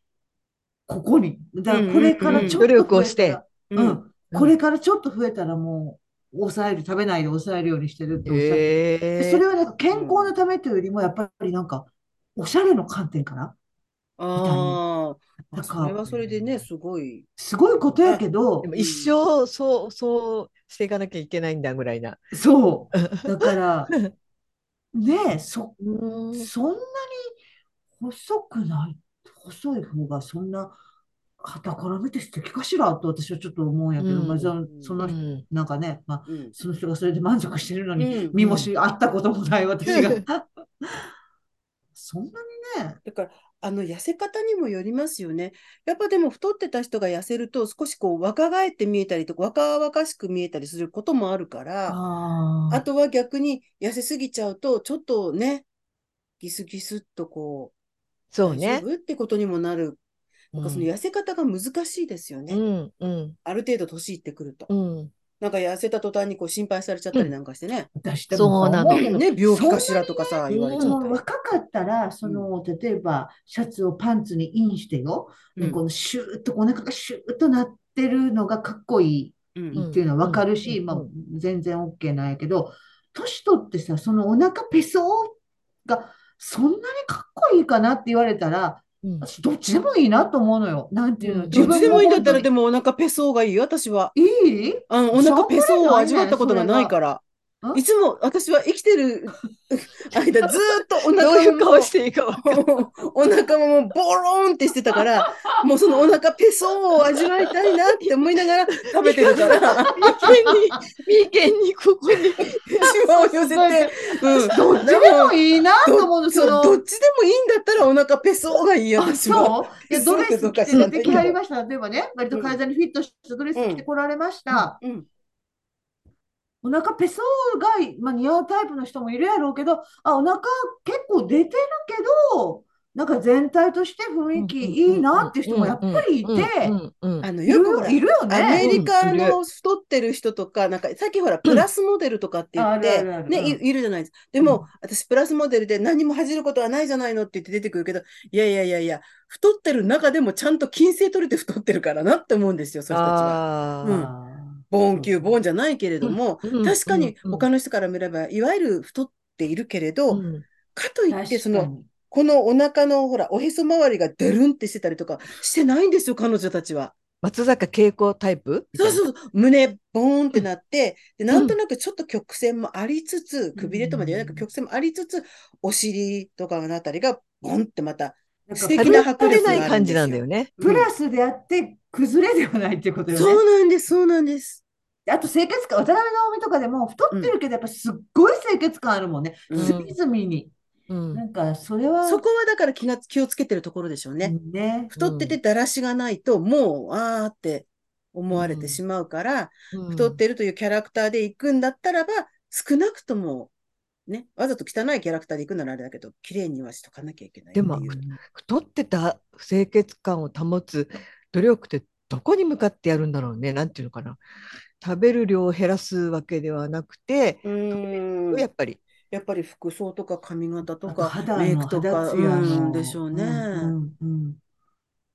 C: ここに。だからこれからちょっと
B: うんうんうん努力を
C: 増えたら
A: う
C: うんん。これからちょっと増えたらもう、抑える、食べないで抑えるようにしてるっておっしゃって
B: え
C: でそれはなんか健康のためというよりも、やっぱりなんか、おしゃれの観点かな。
A: ああ、
C: なん
A: それは
C: か、
A: それでね、すごい。
C: すごいことやけど
B: で、も一生そうそうしていかなきゃいけないんだぐらいな。
C: そう。だから、ねえ、そ、そんなに細くない、細い方がそんな、傍から見て素敵かしらと私はちょっと思うんやけど、
B: うん
C: まあ、そその、
B: うん
C: なんかね、まあ、
A: うん
C: その人がそれで満足してるの
A: う
C: に、
A: ん
C: 身もし、会ったこともない私が。そんなにね、
A: だから、あの、痩せ方にもよりますよね。やっぱでも、太ってた人が痩せると、少しこう、若返って見えたりとか、若々しく見えたりすることもあるから、
C: あ
A: あとは逆に、痩せすぎちゃうと、ちょっとね、ギスギスっとこう、
B: そうね
A: 大。丈夫ってことにもなる。なんかその
B: うん
A: 痩せ方が難しいですよね。
B: うんうん
A: ある程度年いってくると。
B: うん。
A: なんか痩せた途端にこう心配されちゃったりなんかしてね。
C: 私多分
B: そうなの
C: 思うけど
A: ね、病気かしらとかさ、
B: そん
A: 言
B: な
A: わ
B: に
A: れ
B: ね
A: ちゃったり。
C: 若かったら、その、例えば、シャツをパンツにインしてよ、
A: う
C: こ
A: ん
C: のシューッと、お腹がシューッとなってるのがかっこい
A: うん
C: いっていうのはわかるし、
B: うん
C: まあ
B: う、
C: 全然 OK なんやけど、年取ってさ、そのお腹ペソが、そんなにかっこいいかなって言われたら、
B: うん
C: 私どっちでもいいなと思うのよ。なんていうの、
B: うん
A: ど
C: 自
A: っち
C: 分
A: でもいいんだったら、
C: 本当
A: でもお腹ペソがいいよ、私は。
C: にいい
A: あのお腹ペソを味わったことがないから
C: そんなことない。ね
A: いつも私は生きてる 間、ずーっとお
B: どうい
A: 腹
B: う顔してていいかわかんない。
A: お腹ももうボローンってしてたから、もうそのお腹ペソを味わいたいなって思いながら食べてるから、
B: 眉間に、眉間にここに。
A: シワを寄せて、うん、
C: どっちでもいいなと思うの、そ
A: そう
C: の、
A: どっちでもいいんだったらお腹ペソがいいよ、
C: あ、
A: 私は。
C: そういや、ドレス着て出てきはりました。例えばね、割と体にフィットしたドレス着てこられました。
A: うん、
C: お腹ペソが、まあ、似合うタイプの人もいるやろうけど、あ、お腹結構出てるけど、なんか全体として雰囲気いいなっていう人もやっぱりいて、
B: うんうん
A: あの、
C: い
A: よ
C: る
A: くほら
C: いるよ
A: アメ
C: ね。
A: リカ
B: うんいる
A: の太ってる人とか、なんか、さっきほら、プラスモデルとかって言っ
C: ある
A: て、
C: あるある
A: ね、
C: う
A: いいるじゃないですか。でも、私、プラスモデルで何も恥じることはないじゃないのって言って出てくるけど、いやいやいやいや、太ってる中でもちゃんと筋性取れて太ってるからなって思うんですよ、そういう人たちは。
B: あ
A: うん
B: ー
A: ボーン級、ボーンじゃないけれども、
B: うん
A: 確かに
B: うん
A: 他の人から見れば、いわゆる太っているけれ
B: う
A: ど、
B: ん
A: かといっ
C: 確
A: て、そ
C: か
A: の、
C: に。
A: このお腹のほら、おへそ周りがでるんってしてたりとかしてないんですよ、彼女たちは。
B: 松坂慶子タイプみたい
A: そうそ
B: な
A: うそう、胸、ボーンってなって、で、なんとなくちょっと曲線もありつつ、くびれとまで言わないけど曲線もありつつ、お尻とかのあたりが、ボンってまた、素敵
B: 食べ
A: な
B: られな
A: 迫力があるんですよ
B: い感じなんだよね。
C: プラスであって崩れではないっていうことよね。
A: そうなんです、そうなんです。
C: あと清潔感、渡辺直美とかでも太ってるけど、やっぱすっごい清潔感あるもんね。
A: うん
C: 隅々に。
B: うん
C: なんか、それは、
A: そこはだから気が、気をつけてるところでしょうね。
C: ね。
A: 太っててだらしがないと、もう、あーって思われてしまうから、太っ、てるというキャラクターで行くんだったらば、少なくとも、ね、わざと汚いキャラクターで行くならあれだけど、綺麗にはしとかなきゃいけないっていう。
B: でも太ってた清潔感を保つ努力ってどこに向かってやるんだろうね。なんていうのかな。食べる量を減らすわけではなくて、
A: うーん
B: やっぱり、
A: やっぱり服装とか髪型と
C: あと
A: か
C: 肌
A: メイ
C: の
A: クと
C: 肌
A: か、
C: ツ
A: う
C: ヤの
A: ん、でしょうね。
C: うんうんうん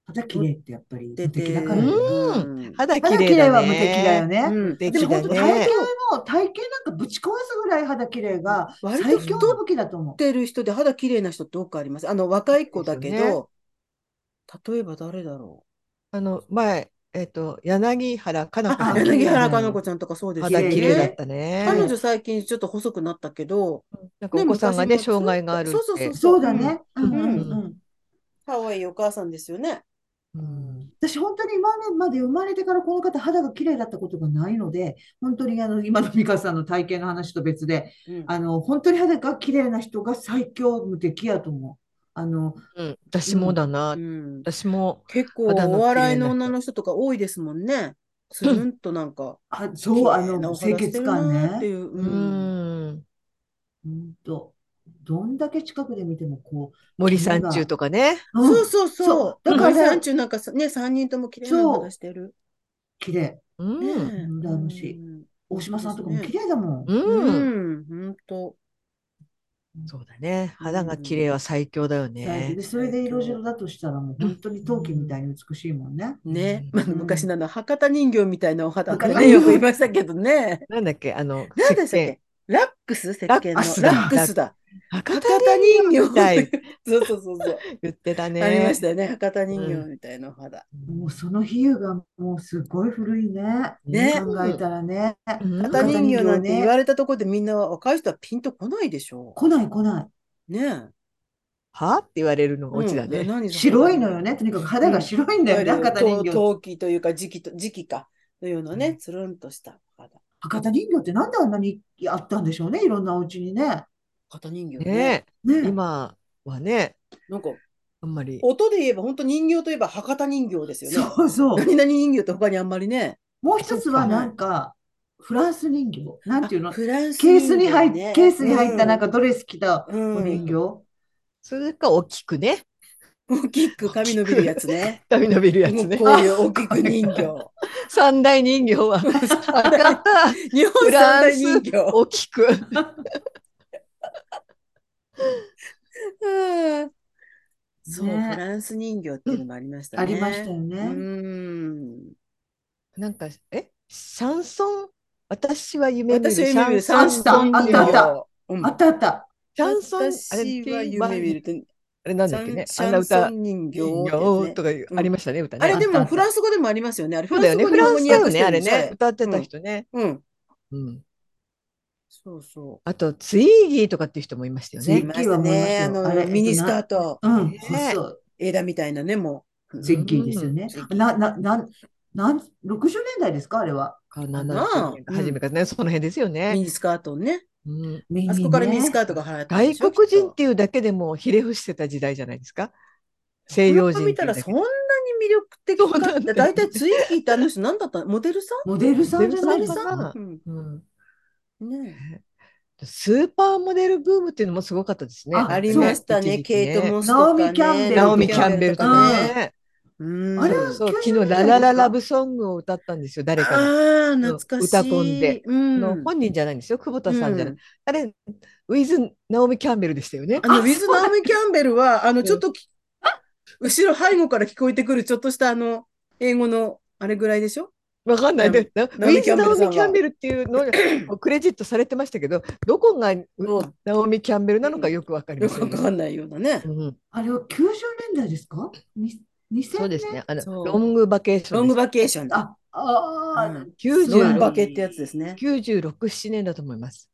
C: 肌綺麗ってやっぱり
A: 出
C: 無敵だ
A: て、
C: からね。
B: うん
A: うん
B: 肌
C: 肌
B: 綺
C: 綺
B: 麗
C: 麗
B: だ
C: は無敵だよ
B: ね。
C: ね。
A: うん
B: で
C: でも
B: きだ
C: 本当体
B: ね
C: 型。の、体型なんかぶち壊すぐらい肌綺麗が
A: 割と
C: 最
A: 太
C: 強
A: っ
C: の武器だと思う。
A: てる人で肌綺麗な人って多くあります。あの、若い子だけ
B: です
A: ど、例えば誰だろ
B: あの前、えっと柳原かな子
A: う。
C: あ
B: さん
C: 綺麗
A: 柳
C: だ
A: 原
C: ね
A: かな子ちゃんとかそうですよ
B: 肌
A: ね。
B: 綺麗だった
A: 彼
B: ね。
A: 女最近ちょっと細くなったけど、
B: なんかお子さんが
A: ね
B: ね
A: 昔も
B: 障害があるって。
A: そうそうそう
C: そうだね。うん
A: ん
C: うんうん。
A: 可愛いお母さんですよね。
B: うん
C: 私、本当に今まで生まれてからこの方、肌が綺麗だったことがないので、本当にあの今の美香さんの体型の話と別で、
A: うん
C: あの本当に肌が綺麗な人が最強無敵やと思う。あの
B: うん私もだな
A: う。ん
B: 私も。
A: 結構
B: 肌の綺麗な人
A: お笑いの女の人とか多いですもんね。つるんとなんか、
C: あ
A: 綺
C: そう、
A: 麗
C: あ
A: な
C: の
A: お肌
C: 清潔
A: して
C: 感
A: るなって
C: ね。
A: いう。
B: う
A: うん
B: ん。
C: うんと、どんだけ近くで見てもこ
B: 森三中とかね。
C: う、う
A: そ
C: ん
A: うそうそう
C: そ。う
A: だ
C: だ
A: か
C: からら
A: 三中なんかさね、三人とも綺麗なお肌してる。
C: 綺麗。
B: う
A: ねえ
B: ん。
C: うん羨ましい
A: うん
C: 大島さんとか
A: そ
C: も
A: うです
C: 綺
A: ね
C: 麗だもん。
B: うん。
A: うん、本当。
B: そうだね。肌が綺麗は最強だよ
C: 大事
B: ね
C: で。それで色白だとしたらもう本当に陶器みたいに美しいもんね。
A: ね、
B: うん
A: まあ昔なの博多人形みたいなお肌って
C: 博
A: ね、
C: 多
A: よく言いましたけどね。
B: なんだっけあの、
A: 何でしたっ
B: 石鹸
A: けラックス石鹸の。ラ
B: ラックスだ
A: ックスだ。
B: 博
A: 博
B: 多
A: 多人形
B: 人形みたい。
A: そうそうそうそう。
B: 言ってたね。
A: ありましたよね。博多人形みたいなお肌。
C: もうその比喩がもうすごい古いね。
A: ね
C: 考えたらね。
B: うん
A: 博多人形なんて言わ
C: ね。
A: れたところでみんなは若い人はピンとこないでしょ
C: 来ない来な
A: う。ね
B: はって言われるの
A: え。
B: がオチだ
A: うん
B: ね。
A: 何
C: い。
A: それ
C: 白いのよね。とにかく肌が白いんだよね。
A: いわゆる
C: 博多人形。
A: 陶陶器というか時期と時期かというのね、
B: うん
A: つるんとした肌。
C: 博多人形ってなんであんなにあったんでしょうね。いろんなお家にね。
A: 型人形ね
B: ね
C: ね。
B: 今はね、
A: なんか
B: あんまり。
A: 音で言えば本当人形といえば博多人形ですよね。
C: そうそう。
A: 何々人形って他にあんまりね。
C: もう一つはなんか、フランス人形。なんていう
A: あ
C: の
A: フランス
C: ケー
A: 人形
C: ス
A: ね
C: に入っケースに入ったなん
A: か、
C: かドレス着た
A: う
C: お
A: ん
C: 人形。
B: それか大きくね。
A: 大きく髪伸びるやつね。
B: 髪伸びるやつね
A: も。うこういう大きく人形。
B: 三大人 形は博多
A: 日本
B: フ
A: 三
B: ラ
A: 大
B: ンス
A: 人形。
B: 大き
A: う
B: く。
A: んそう、
C: ね
A: フランス人形っていうのもありましたね。
C: ありましたよ
A: う
C: ね。
A: ん。
B: なんか、えシャンソン私は夢見る
A: 私は夢見る
B: シャ
A: 三
B: ンソン
A: 三
C: あ
A: 人
C: ったあっ
A: 形
C: た。
A: うん
C: あったあった。
B: シャンソン、あれ、
A: 私は夢見るって、
B: あれなんだっけね。
A: シ
B: あ
A: ャ
B: ん
A: ン
B: な
A: シャン
B: 歌
A: ソ。ン人形
B: 人
A: ってやつね
B: 形とかいう
A: うん
B: ありましたね、歌ね。
A: あれで
C: あった
A: も
C: あった
A: フランス語でもありますよね。あれフ
B: そ
A: ラ
B: う
A: ン
B: だ
A: ス
B: よね。
A: 語
B: フ
A: 日
B: ラ
A: 本語
B: ンス
A: に訳して
B: だよね、あ
A: る
B: れ
A: でしょ
B: ね。。歌ってた人ね。
A: あれうん。
B: うん。
A: そうそ
B: あと、ツイーギーとかっていう人もいましたよ
A: う。
C: ツイ
B: ね
C: ッ。キーは思いますよ
A: あの、
C: あれ
A: ミニスカート、
C: うん、
B: ね
C: そう
A: 枝みたいなね、もう。
C: ツイッキーですよね。
A: うん
C: な、な、なん、なん、60年代ですかあれは。
B: か
A: な
B: 70年初めからね、その辺ですよ
A: ミ
B: ね。
A: ニスカートね。
B: うん
C: ミ
A: あそこからミ
C: ね
A: ニスカートが流行ったんで
B: 外
A: しょ
B: 国
A: き
B: 人
A: っ
B: っ
A: と
B: ていうだけでもひれ伏してた時代じゃないですか。西洋人
A: こ
B: っ
A: れ
B: てい
A: 見
B: う
A: たら
B: だけで
A: そんなに魅力的
B: そう
A: か
B: な
A: っ
B: ん
A: て、
B: だ
A: だいたいツイッキーってあの人何だったのモデルさ
C: モデルさんじゃ
A: んモ
C: な
A: デ
C: い
A: ル
C: か
A: さん
C: な。
A: うん
B: うん
A: ね
B: スーパーモデルブームっていうのもすごかったですね。
A: あ
C: あ
A: りました
B: そう
A: ね。ケイト・モス
C: ナオ
A: とか
C: ミキャンベ
A: ね。
C: ル
B: ナオミ・キャンベルとかね。
A: うん。
C: あれ
B: そう
C: は
B: そう、
C: 90
B: 昨日ラ
C: 年代ですか
B: ラララブソングを歌ったんですよ、誰かが。
A: ああ、懐かしい。
B: 歌込んで
A: う
B: あ
A: ん。
B: の本人じゃないんですよ、久保田さんじゃな
A: う
B: い。あれ、ウィズ・ナオミ・キャンベルでしたよね
A: あ。の、ウィズ・ナオミ・キャンベルは、あの、ちょっとき、後ろ背後から聞こえてくる、ちょっとした、あの、英語の、あれぐらいでしょ
B: わかんないで、なウ
A: ナオミ
B: ィズ・ナオミ・キャンベルっていうのがこうクレジットされてましたけど、どこがう
A: うん
B: ナオミ・キャンベルなのかよくわかり
A: よ
B: ま
A: く
B: せ
A: わかん
B: んでし
A: ないようなね
B: た。。うん
C: あれは90年代ですかに2000
B: そうですね。あ
A: そう
B: の、ロングバケーショ
A: ロン
B: ン
A: グ
B: です。
A: バケーションだ。
C: あ、あー、
A: うんロング
B: 96
A: バケってやつですね。
B: 96、7年だと思います。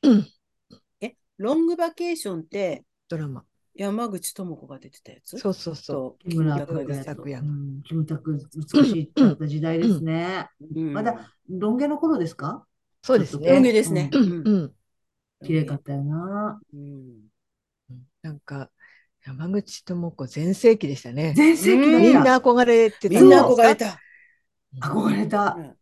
B: 1900。
A: ロングバケーションって
B: ドラマ。
A: 山口智子が出てたやつ
B: そうそうそう。
A: と
C: 木村
A: 木村拓哉
B: 拓哉
C: うん、キムタク、美しいだった時代ですね。
A: うん
C: まだ、ロン毛の頃ですか
B: そうです
A: ロン毛
B: ね。
A: ですね。
C: う
B: うんうん。
C: 綺麗かったよな。
A: うん
B: なんか、山口智子全盛期でしたね。
C: 全盛期だ
B: みん
C: った。
B: な憧れて
A: み
B: た
A: ん
B: ん
A: な
B: です
A: 憧
B: か
A: れた。
C: 憧れた
A: う。ん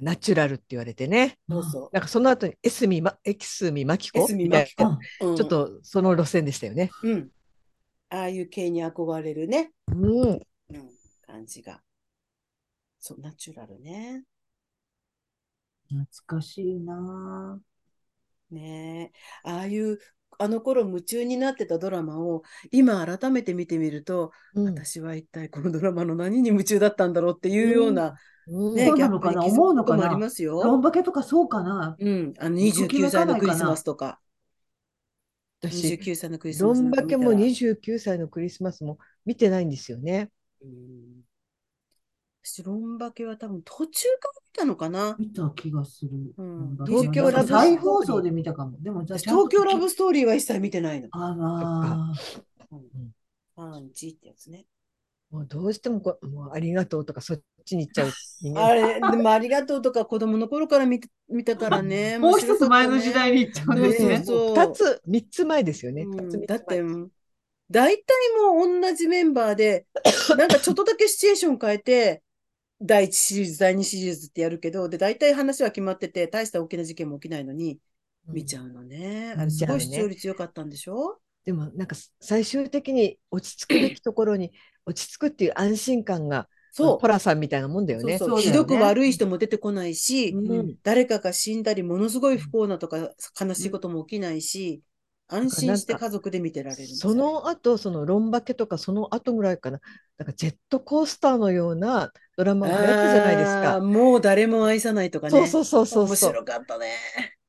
B: ナチュラルって言われてね。
A: そうそ
B: なんかその後にエスミマ、エキスミマキコ
A: エスミ
B: みたい
A: マ
B: な
A: キ
C: うん
A: う。うん
B: ちょっ、とその路線でしたよね。
A: うん。ああいう系に憧れるね、
B: うん。
A: うん、感じが。そう、ナチュラルね。
C: 懐かしいな。
A: ねえ。ああいう、あの頃夢中になってたドラマを、今改めて見てみると、
B: うん
A: 私は一体このドラマの何に夢中だったんだろうっていうような、ね、
C: そう
A: ギャ
C: な
A: ッ
C: の
A: プ
C: か
A: に
C: な
A: 気づくこ
C: 思うの
A: と
C: か
A: も
C: な
A: ありますよ。
C: ロンバケとかそうかな。
A: うん、あの29歳のクリスマスとか、
B: 私、
A: 29歳のクリスマ
B: ロ
A: スな
B: ン
A: んか
B: バ
A: 見
B: ケ
A: たら
B: も29歳のクリスマスも見てないんですよね。
A: うん私、ロンバケは多分途中から見たのかな。
C: 見た気がする。
A: うん
C: ロンバケ
A: 東京ラブストーリー
C: 再放送で見たかも。でも、じゃあ
A: 私
C: ちゃんと
A: 東京ラブストーリーは一切見てないの。
C: あらー、
A: パンチってやつね。
B: もうどうしてもこうもうありがとうとかそっちに行っちゃう人間
A: あれ、でもありがとうとか子供の頃から見て見たから ね。
C: もう
A: 面白
C: 一
A: かっ
C: つ
A: た
C: 前
A: ね
C: の時代に行っちゃうんですね。
A: そうそう
B: 2つ、3つ前ですよね。
A: うん
B: 二つ
A: だって、大体もう同じメンバーで、なんかちょっとだけシチュエーション変えて、第一シリーズ、第二シリーズってやるけど、で、大体話は決まってて、大した大きな事件も起きないのに、見ちゃ
B: う
A: うのね。
C: うん
A: あれ、すごい
B: 見ちゃ
A: 視聴
B: うね
A: 率良かったんでしょ
B: ん。でもなんか最終的に落ち着くべきところに落ち着くっていう安心感が、
A: そう
B: ポ。ラさんみたいなもんだよね。
A: そう
C: そうだよ
A: ひ
C: ね
A: どく悪い人も出てこないし、
B: うん
A: 誰かが死んだり、ものすごい不幸なとか悲しいことも起きないし、安心して家族で見てられるんですよ
B: その後そのロンバケとかその後ぐらいかな、なんかジェットコースターのようなドラマが流行ったじゃないです
A: あー
B: か。
A: もう誰も愛さないとかね。
B: そうそうそうそう
A: 面
B: そう
A: 白かったね。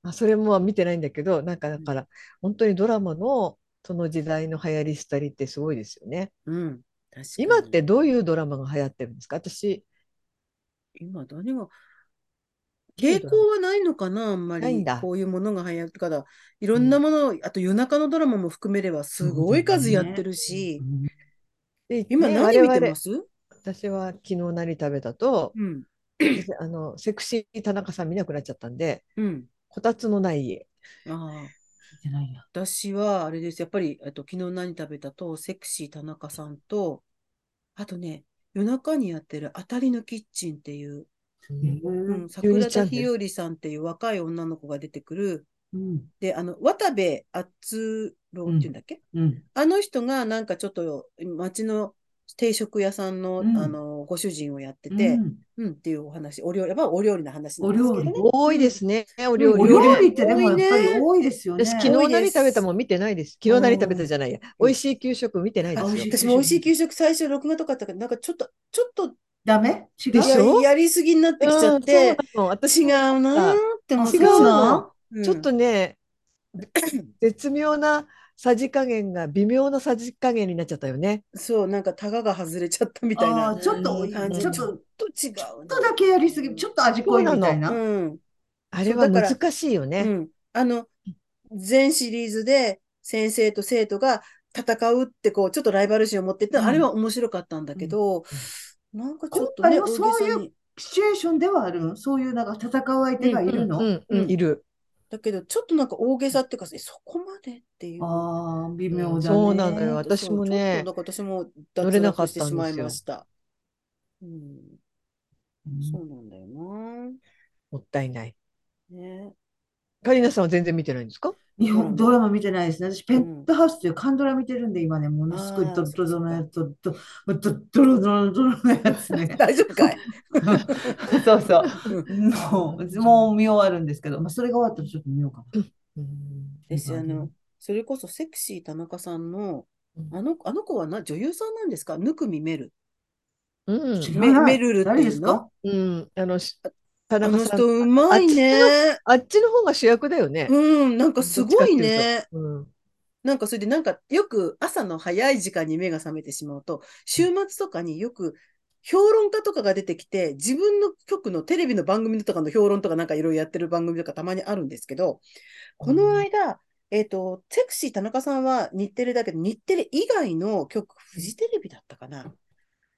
B: あ。それも見てないんだけど、なんかだから、本当にドラマのその時代の流行り廃りってすごいですよね。
A: うん。確かに
B: 今ってどういうドラマが流行ってるんですか私、
A: 今何が、傾向はないのかな、あんまり。
B: ないんだ
A: こういうものが流行ってから、いろんなもの、あと夜中のドラマも含めれば、すごい数やってるし、
B: で
A: 今
B: ね
A: 何見て
B: 我
A: ま
B: 々
A: す
B: 私は昨日何食べたと、
A: うん。
B: 私あのセクシー田中さん見なくなっちゃったんで、
A: うん。
B: こたつのない家。
A: ああ。
C: 見てないや
A: 私は、あれです。やっぱり、えっと、昨日何食べたと、セクシー田中さんと、あとね、夜中にやってる、あたりのキッチンっていう、う
C: うん
A: ん、桜
B: ちゃ
A: 田
B: んです
A: ひよりさんっていう若い女の子が出てくる、
C: うん
A: で、あの、渡部篤郎っていうんだっけ、
C: うん
A: あの人が、なんかちょっと、町の定食屋さんの、
C: うん
A: あの、ご主人をやって
C: う
A: て、
C: ん
A: うん、っていうお話、お料理、やっぱお料理の話なん
C: お
A: ですけど
C: 料理
A: ね。
B: 多いですね、お料理。
C: お料理ってでもやっぱり多いですよね。
B: 私、昨
A: 多
B: 日
A: いで
B: 何
A: す
B: 食べたもん見てないです。昨日何食べたじゃないや。美味しい給食見てないで
C: あ美
B: す
C: 味しい
B: よ。
A: 私も美味しい給食、最初録画とかあったけど、なんかちょっと、ちょっと
C: ダメ違う
B: でしょ
A: やりやりすぎになってきちゃっ
B: うん
A: て、
B: そうなの私
A: 違うなーって思って
C: 違うな
B: ちょっとね、 絶妙なさじ加減が微妙なさじ加減になっちゃったよね。
A: そうなんかタガが外れちゃったみたい
C: あ
A: な
C: ーちょっと、
A: うん感じ
C: ちょっと、ちょっ
A: と違うちょっ
C: とだけやりすぎ、ちょっと味濃いみたいな。
A: うん、
B: あれは
A: そうだから
B: 難しいよ
A: う
B: ね。
A: ん、あの全シリーズで先生と生徒が戦うってこうちょっとライバル心を持ってって、
C: うん
A: あれは面白かったんだけど、なんかちょっと
C: あれ
A: ね
C: は
A: 大
C: そう
A: げ
C: いう
A: さに
C: シチュエーションではあるのそういうなんか戦う相手がいるの、
B: うんうんうんいる。
A: だけどちょっとなんか大げさっていうかえそこまでっていう。
C: ああ、微妙だね。
B: そうなのよ
A: ちょっとそう
B: 私もね
A: ちょっとなんか私も
B: 乗
A: 脱
B: れな
A: 落
B: かっ
A: して
B: たんですよ
A: しまいました。うん、
C: うん
A: そうなんだよな。
B: もったいない。
A: ね。
B: カリナさんは全然見てないんですか
C: 日本ドラマ見てないですね。私、ペットハウスというカンドラ見てるんで、今ね、ものすごい
A: あー
C: ドロドロのやつ、ドドドドロドロドロのや つね。
A: 大丈夫かい
C: そうそうう。 もう、もう見終わるんですけど、まあ、それが終わったらちょっと見ようかな。
A: ですよあの。それこそセクシー田中さんの、あのあの子はな女優さんなんですかぬくみめる。
B: うん。
C: 知ら
A: め
C: ない
A: めるるって
C: 誰で
A: いう
C: す
A: の
C: か
B: うん。あの、し
A: あ
B: 田
A: の
B: 中さ
A: 人
B: ん、
A: うまいね。
B: あっちの方が主役だよね。
A: うん、なんかすごいね。
B: うん。
A: なんかそれでなんかよく朝の早い時間に目が覚めてしまうと、週末とかによく評論家とかが出てきて、自分の局のテレビの番組とかの評論とかなんかいろいろやってる番組とかたまにあるんですけど、この間、えっ、と、セクシー田中さんは日テレだけど、日テレ以外の局、フジテレビだったかな。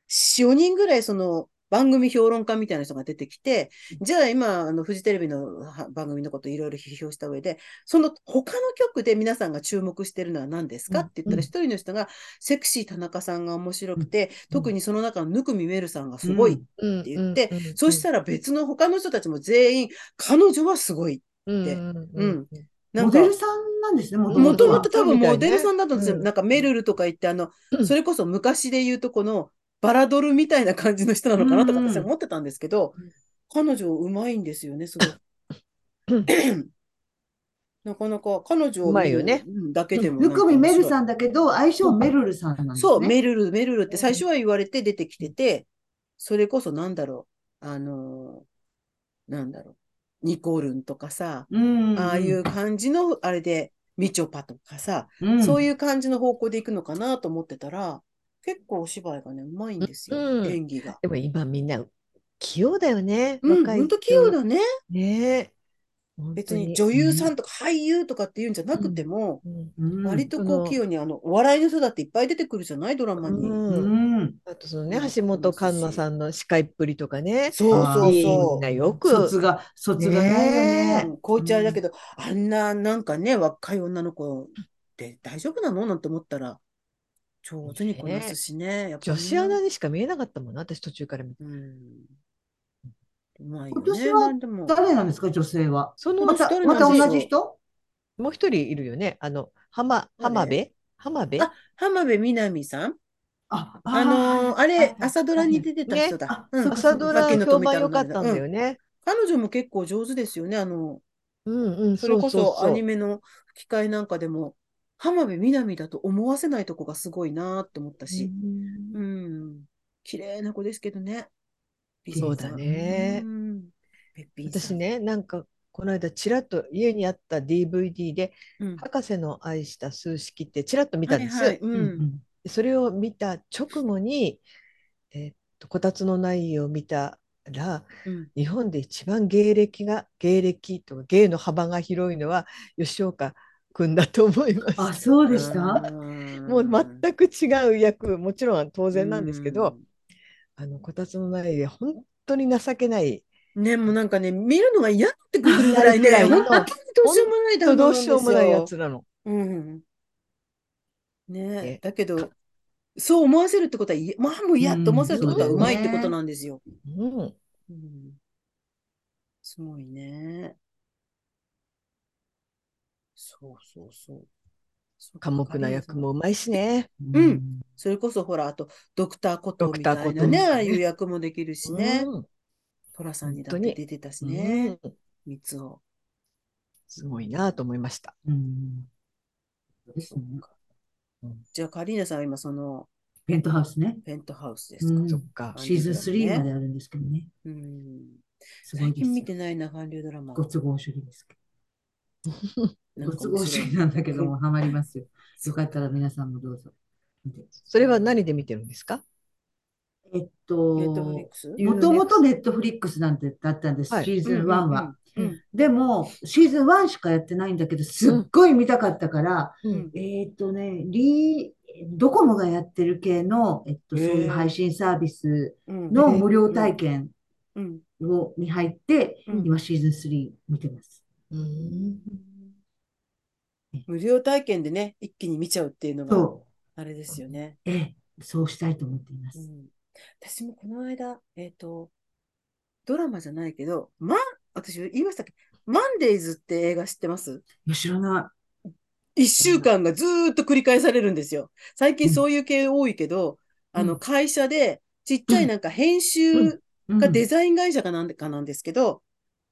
A: 4、4人ぐらいその番組評論家みたいな人が出てきて、じゃあ今、あの、フジテレビのは番組のこといろいろ批評した上で、その他の局で皆さんが注目してるのは何ですかって言った
B: うん
A: ら、一人の人が、セクシー田中さんが面白くて、特にその中のぬくみめるさんがすごい。
C: うん
B: うん
A: って言って
B: うんうん
A: そしたら別の他の人たちも全員、彼女はすごい。
B: うん
A: て
B: うん
A: な
C: モ
A: んか
C: デルさんなんですね、もと
A: も
C: も
A: と
C: と
A: も
C: は
A: と。多分モデルさんだったんですよ。
B: うん
A: なんかメルルとか言って、あの
B: う、ん
A: それこそ昔で言うとこのバラドルみたいな感じの人なのかなとか私は思ってたんですけど、彼女うまいんですよね、すご
B: うん
A: い。 なかなか彼女を
B: うまいよね
A: 見るだけでもな
C: ぬ
A: んか
C: くみメル
A: 面
C: さんだけど、相性メルルさんな
A: 白い
C: んですね。
A: そう、
C: ル
A: メルル、メルルって最初は言われて出てきてて、それこそなんだろう、あのーなんだろう、ニコルンとかさ、
C: うん。
A: ああいう感じの、あれで、みちょぱとかさ、
C: うん、。
A: そういうう感じの方向でいくのかなと思ってたら、結構お芝居がね、うまいんですよ、
B: うん
A: 演技が。
B: でも今みんな器用だよね。
A: うん、
B: 若い
A: 本当器用だね。
B: ね。
A: 別に女優さ
B: ん
A: んとか俳優とかっていうんじゃなくても、
C: うん、
A: 割と
B: そ
A: こ
B: の
A: う器用に、あの、お笑いの人だっていっぱい出てくるじゃないドラマに。
B: うん
C: うん。
B: あとそのね、
A: うん
B: 橋本環奈さんの司会っぷりとかね。
A: そうそう
B: いい
A: そ
B: なよく。
C: 卒が、卒がないよ
A: う。
B: ね
C: ね。
A: うん紅茶だけど、あんな、なんかね、若い女の子って大丈夫なのなんて思ったら、上手にこなすしね。やっぱ
B: 女子アナ
A: ね
B: にしか見えなかったもんな、私途中から見て。
A: うん。うまいよね。
C: 今年は
A: なんでも
C: 誰なんですか、女性は。
B: その
C: また、
A: 誰なん
C: ま
A: でしょ
C: た
A: う
C: 同じ人
B: もう一人いるよね、あの浜
A: 誰
B: 浜辺浜辺
A: あ浜辺美波さん
C: あ、
A: あのーあれ、朝ドラに出てた人
C: あ
A: だ。
C: そううん
B: 朝ドラ
A: さっきの
B: 評
A: 富
B: 判
A: 田
B: 良
A: の
B: か
A: あ
B: っ
A: れだ
B: たんだよね。
A: 彼女も結構上手ですよね。あの、
B: うんうん、
A: それこ
B: う
A: そうア
B: う
A: ニメの吹き替えなんかでも、浜辺美波だと思わせないとこがすごいなって思ったし。
B: うん
A: うん。綺麗な子ですけどね。美
B: そう
A: 人
B: だ
A: さん
B: ね
A: うんべっぴんさん
B: 私ね、なんかこの間ちらっと家にあった DVD で
A: うん
B: 「博士の愛した数式」ってちらっと見たんです。
A: はいはいうん
C: うん
B: それを見た直後に、えーっとこたつの内容を見たら
A: うん
B: 日本で一番芸歴が芸歴とか芸の幅が広いのは吉岡君だと思いま
C: あ、
B: す。
C: そうでした。
B: も
A: も
B: う全く違う役もちろん当然なんですけど、。あのこたつの内容は本当に情けない
A: うんね、もうなんかね、見るのが嫌になってくるぐらいね、
B: 嫌に
A: 本
B: なるぐ
A: 当
B: らい
A: にどうしようもないだ
B: どうしようもないやつなの。
A: うん。ね
B: ね
A: え、だけど、そう思わせるってことは、いまあもう嫌と思わせるってことは、
B: うん
A: うまいってことなんですよ。
B: うん、
A: うんすごいね。そうそうそう。そっか
B: 寡黙な役。もうまいしね。
A: うんそれこそ、ほら、あと、ドクターコトーみたい
B: ドクターコ
A: な
B: トーみ
A: ね、
B: たいな
A: ああいう役もできるしね。
B: うん
A: 寅さんにだって出てたしね、
B: うん
A: 三つを。
B: すごいなと思いました。
C: うんですね
A: じゃあ、カリーナさんは今、その、
C: ペントハウスね。
A: ペントハウスです
C: う
A: か。
C: ん
B: そっか。
C: シーズン3ま
A: ね
C: であるんですけどね。
A: うん。
C: すご
A: 最
C: いです
A: 近
C: よ。
A: 見てないな、韓流ドラマ。
C: ご都合主義ですけ
A: な
C: ど。
A: んか
C: ご都
A: 面
C: 合
A: 白
C: 主
A: い
C: 義なんだけど も、ハマりますよ。よかったら皆さんもどうぞ。見て
B: それは何で見てるんですか
C: えっ
A: ネットフリッ
C: と
A: ク、ス
C: もともとネットフリックスなんてだったんです、
B: はい
C: シーズン1は。。
A: うんうん
C: でも、シーズン1しかやってないんだけど、すっごい見たかったから、
A: うん
C: えーっとね、リー、ドコモがやってる系の、えっと、そうい
A: へー
C: う配信サービス
A: うんうん
C: の無料体験
A: うん
C: を、に入って、
A: うん
C: 今シーズン3見てます。
B: うん
A: 無料体験でね、一気に見ちゃうっていうのが、
C: そ
A: あれですよね。
C: う、ええ、そうしたいと思っていま
A: う
C: す。
A: ん、私もこの間、えっ、と、ドラマじゃないけど、マン、私言いましたっけマンデイズって映画知ってます
C: いや、知らな
A: 一週間がずーっと繰り返されるんですよ。最近そういう系多いけど、あ
C: う
A: の、
C: ん
A: 会社で、ちっちゃいなんか編
C: う
A: 集
C: んい。
A: が
C: うん
A: デザイン会社かなんでかなんですけど、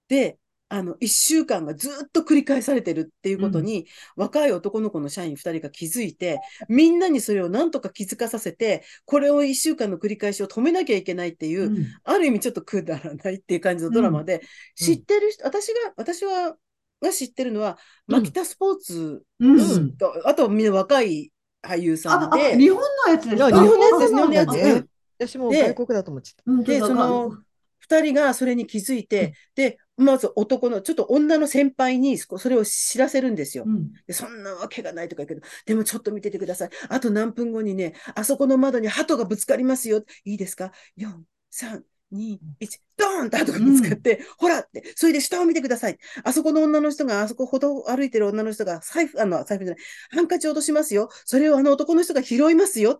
A: で、あの、一週間がずっと繰り返されてるっていうことに、若い男の子の社員二人が気づいて、みんなにそれをなんとか気づかさせて、これを一週間の繰り返しを止めなきゃいけないっていう、
C: うん
A: ある意味ちょっとくだらないっていう感じのドラマで、知ってる人、私が、私はが知ってるのは、
B: うん
A: マキタスポーツ
C: うん
B: うん
A: と、あとはみんな若い俳優さ
C: あ
A: ん
C: あ
A: で、
C: 日本のやつですか
B: い
A: 日
B: や
A: 本のやつです、日
C: あそう
A: 本のやつ。
B: そうな
A: う
B: んだ
A: ん
B: ね私も
A: で
B: 外国だと思ってた。
C: うん
A: で
C: 本当だ
A: その
C: が
A: 二人がそれに気づいて、で、まず男の、ちょっと女の先輩にそそれを知らせるんですよ
C: う。ん
A: でそんなわけがないとか言うけど、でもちょっと見ててください。あと何分後にね、あそこの窓に鳩がぶつかりますよ。いいですか ?4、3、2、1、ドーンって鳩がぶつかって、ほらって、それで下を見てください。あそこの女の人が、あそこほど歩いてる女の人が、財布、あの、財布じゃない、ハンカチを落としますよ。それをあの男の人が拾いますよ。っ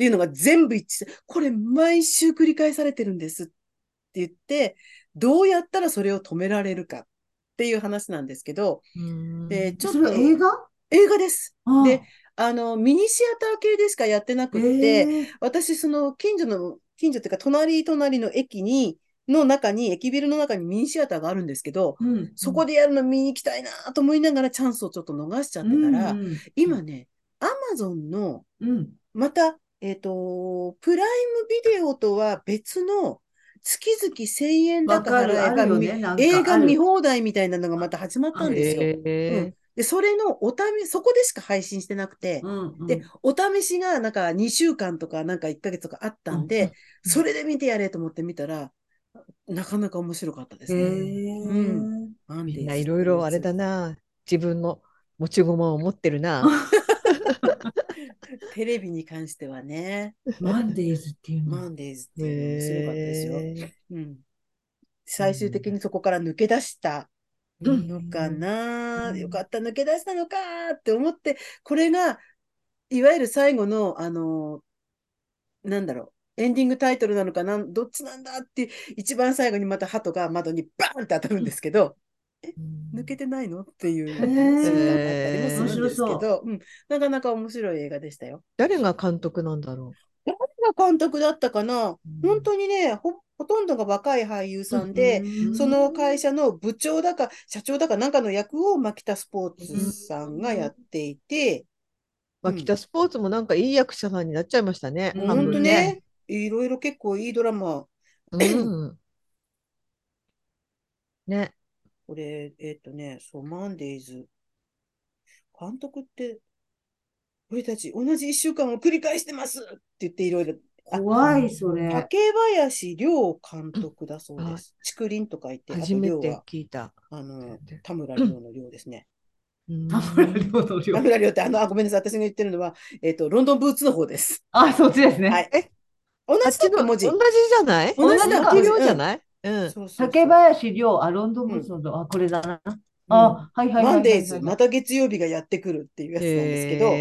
A: ていうのが全部一致して、これ毎週繰り返されてるんですって言って、どうやったらそれを止められるかっていう話なんですけど、で、ちょっ
C: それ
A: と
C: は映画
A: 映画です。
C: ああ
A: であの、ミニシアター系でしかやってなくって、
C: ええ
A: 私、その、近所の、近所っていうか、隣隣の駅に、の中に、駅ビルの中にミニシアターがあるんですけど、
C: うん
A: そこでやるの見に行きたいなと思いながらチャンスをちょっと逃しちゃってたら、
C: うんうん
A: 今ね、アマゾンの、
C: うん
A: また、えっ、と、プライムビデオとは別の、月々1000円だ
C: わ
A: か
C: かる
A: ら
C: あるよねなんか
A: 映画
C: ある
A: 見放題みたいなのがまた始まったんですよ。
B: え
A: で、それのお試し、そこでしか配信してなくて、
C: うんうん
A: で、お試しがなんか2週間とかなんか1ヶ月とかあったん
B: うんうん
A: で、それで見てやれと思って見たら、なかなか面白かったです
C: へ
A: ね。
C: え
A: うんアンディ
B: みんないろいろあれだ。な。自分の持ち駒を持って るな。
A: テレビに関してはね、
C: マンデーズっていうの
A: マンデーズっていうのが面白かったですよ。
B: へえ
A: うん。最終的にそこから抜け出した
B: うん
A: のかな、
C: うん
A: よかった、抜け出したのかって思って、これが、いわゆる最後の、あの、なんだろう、エンディングタイトルなのかな、どっちなんだって、一番最後にまた鳩が窓にバーンって当たるんですけど、抜けてないのっていう、
C: へー
A: そういうのがあったりもするんですけ
C: 面白
A: ど、うん、なかなか面白い映画でしたよ。
B: 誰が監督なんだろ
A: 誰が監督だったかな
B: う。
A: 本当にね、ほほとんどが若い俳優さんで、
B: うん
A: その会社の部長だか、社長だかなんかの役を牧田スポーツさんがやっていて、
B: まあ、北スポーツもなんかいい役者さんになっちゃいましたね。
C: うん
B: 半
A: 本
B: 分
A: 当
B: ね。
A: ね、いろいろ結構いいドラマ、
B: うんね。
A: これ、えっ、とね、そう、マンデイズ。監督って、俺たち同じ一週間を繰り返してますって言っていろいろ。あ
C: 怖いそれ
A: 竹林亮監督だそうです。竹林と書いて、あ
B: 初
A: と
B: め
A: 亮
B: て
A: は、
B: 聞いた。
A: あの、田村亮の亮ですね。
B: うん
C: 田村亮の
A: 田
C: 亮
A: 村亮って、あの、あ、ごめんなさい、私が言ってるのは、えっ、と、ロンドンブーツの方です。
C: あそっちですね、
A: はい。同
B: あっ
A: じだ
B: ち
A: っ
B: の
A: た
B: 同
A: 文
B: じ
A: 字。
B: じゃない
A: 同
C: じだ
B: 同じ量じゃないうん。
A: そうそうそう
C: 竹林亮あロンドンブーツの亮あこれだな、あはいはいはいはいはい
A: マンデーズ、また月曜日がやってくるっていうやつなんですけど、こ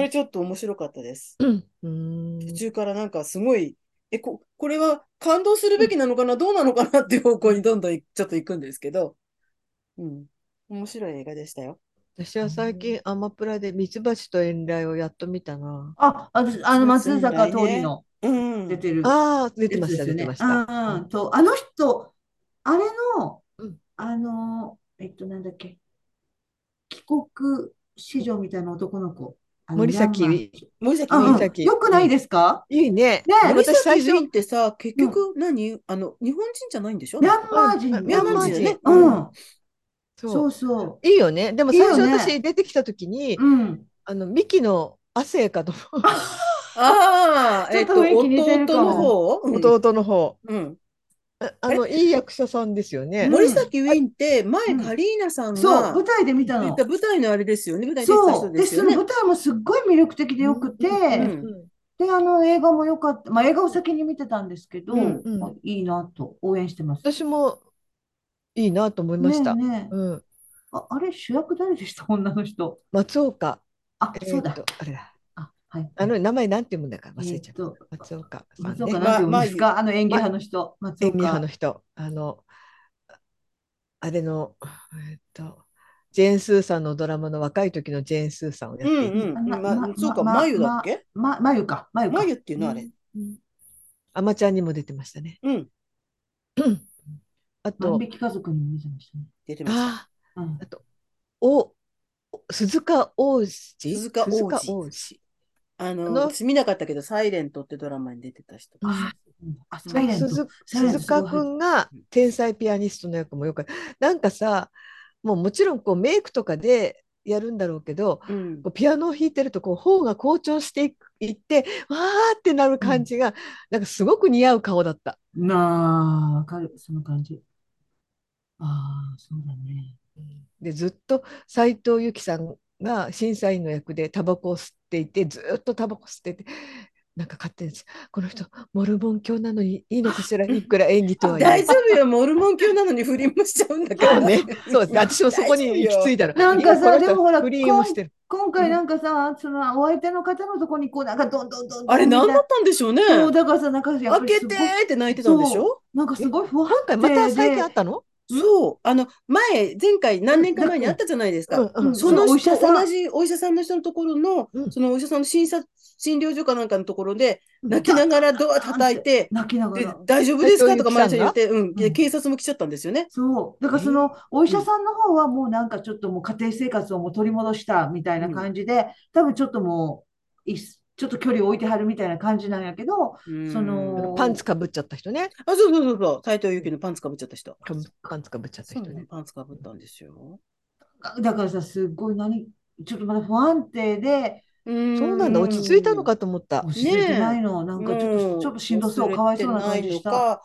A: れ
B: へ
A: ちょっと面白かったです。
B: ーうん
A: 途中からなんかすごい、え、ここれは感動するべきなのかな、どうなのかなっていう方向にどんどんいちょっと行くんですけど、うん。面白い映画でしたよ。
B: 私は最近アマプラでミツバチと遠雷をやっと見たな。
C: あ、あ私、あの、松坂桃李の
A: うん。
C: 出てるや
B: ああ、出てま
C: つ
B: し
C: で
B: た、
C: すよ
B: 出て
C: ね
B: ました。。
C: うんうんと、あの人、あれの
B: うん、
C: あの、えっと、なんだっけ、帰国子女みたいな男の子。あの
B: 森崎ウ
C: ミ
B: ィ
A: 森崎
C: ャンマー
A: ウィン
B: 森
C: うんうん
B: 崎
C: よくないですか
B: いいね。
C: ねえ
A: 森
B: 私最
A: 崎ウィン
B: 初
A: っ、てさ、結局何、あの、日本人じゃないんでしょ
C: ミャンマー人、
B: うん
C: ミャン
A: ミャ
C: マー
A: ンマー人
C: 人
A: ね。
C: うん、
B: そ
C: そううそ
B: いいよね。でも最初
C: いいよね
B: 私出てきた時に
C: う。、うん。
B: あのミキの亜生かと思う
A: ああ、えっと、
C: ちょっと雰囲気似てる
A: 弟
C: か
A: の方
C: も
A: うん
B: 弟の方。
A: うん。
B: ああのいい役者さんですよね。
A: 森崎ウィンって前
C: うん
A: カリーナさん
C: そう、
A: が
C: 舞台で見た
A: 出
C: の。
A: た舞台のあれですよね舞台で出てた
C: そ
A: 人
C: う。
A: で
C: で、
A: す
C: そ
A: よ
C: の
A: ね
C: 舞。台もすっごい魅力的でよくて、
A: うん
C: で、あの映画も良かった。まあ、映画を先に見てたんですけど、
A: うん
B: うん
C: まあいいなと応援してます。
B: 私もいいなと思いました。
C: ねえねえ
B: うん、
C: あ、あれ主役誰でした 女の人。
B: 松岡。
C: あ、そうだ
B: えー。とあれだ。
C: あ、はい。
B: あの名前なんていうんだか忘れちゃう。
C: えーと
B: 松岡さんね。
C: 松
A: ね
C: 岡なんて読むんです
A: ま
C: かあの演技派の人。松
B: 演技派の
C: 岡。
B: 人。あのあれのえっ、とジェーンスーさんのドラマの若い時のジェーンスーさんをやっ
A: う
B: て
A: ん
B: いる。
A: うん。
C: ま
A: ま
C: ま
A: そうか、
C: ま
A: 眉だっけ
C: ま、まゆか。まゆか。
A: 眉っていうのあれ。
B: アマちゃんにも出てましたね。
A: うん。
B: あと
C: 万引き家族にも見てましたね。
A: 出てました。
B: あ
C: うん
B: あとお鈴鹿王子
A: 鈴鹿王子
B: 鈴鹿王子
A: あ
B: あ
A: の、
B: の
A: 私見なかったけど、サイレントってドラマに出てた人。
C: あ、あ、サイレント。
B: 鈴
C: サイレント
B: 鈴鹿君が天才ピアニストの役もよかった。なんかさ、もうもちろんこうメイクとかでやるんだろうけど、
A: うん
B: こうピアノを弾いてるとこう頬が好調していくいってわーってなる感じが、なんかすごく似合う顔だった。
C: なあ、わかる、その感じ。ああ、そうだね。
B: でずっと斎藤由貴さんが審査員の役でタバコを吸っていてずっとタバコ吸っててなんか勝手にこの人モルモン教なのにいいのかしらいくら演技とはいえ
A: 大丈夫よ、モルモン教なのに不倫もしちゃうんだから。
B: ね、 そう私もそこに行き着いたら。
C: なんかさ
B: いやこの人
C: でもほら
B: 不倫をしてる。
C: 今
B: う
C: 回
B: ん
C: なんかさ、そのお相手の方のとこにこう、なんかどんどんどんどん
A: あれ
C: みたい
A: 何
C: な
A: だったんでしょうね。
C: そう、だからさ、なんかやっぱ
A: 開
C: り
A: け
C: す
A: て
C: ごい
A: ーって泣いてたんでしょ
C: なんかすごい不安
B: 今回また最近あったの？
A: そう。あの、前、前回、何年か前にあったじゃないですか。
C: うん
A: その
C: そうお医
A: 人、
C: 者さん
A: 同じお医者さんの人のところの
B: う、ん
A: そのお医者さんの診察、診療所かなんかのところで、
B: うん
A: 泣きながらドア叩いて、
C: 泣きなが
A: で
C: ら、。
A: 大丈夫ですか
B: 斉藤
A: とか、
B: 由貴さんが
A: マリちゃん言って、うん。
C: う
A: で、
C: ん
A: 警察も来ちゃったんですよね。
C: そう。だからそのお医者さんの方はもうなんかちょっともう家庭生活をもう取り戻したみたいな感じで、多分ちょっともう、いっちょっと距離を置いてはるみたいな感じなんやけど、その
B: パンツかぶっちゃった人ね。
A: あ、そうそうそうそう。斎藤由貴のパンツかぶっちゃった人。
B: パンツかぶっちゃった
A: そう
B: 人
A: なの
B: ね。
A: パンツかぶったんですよ。
C: だからさ、すっごい何、ちょっとまだ不安定で、
B: そうなんだ。落ち着いたのかと思った
C: もう。知れてないの、なんかちょっ
A: う
C: と、ちょっとしんどそう、かわいそうな感じした。
A: 忘れてないのか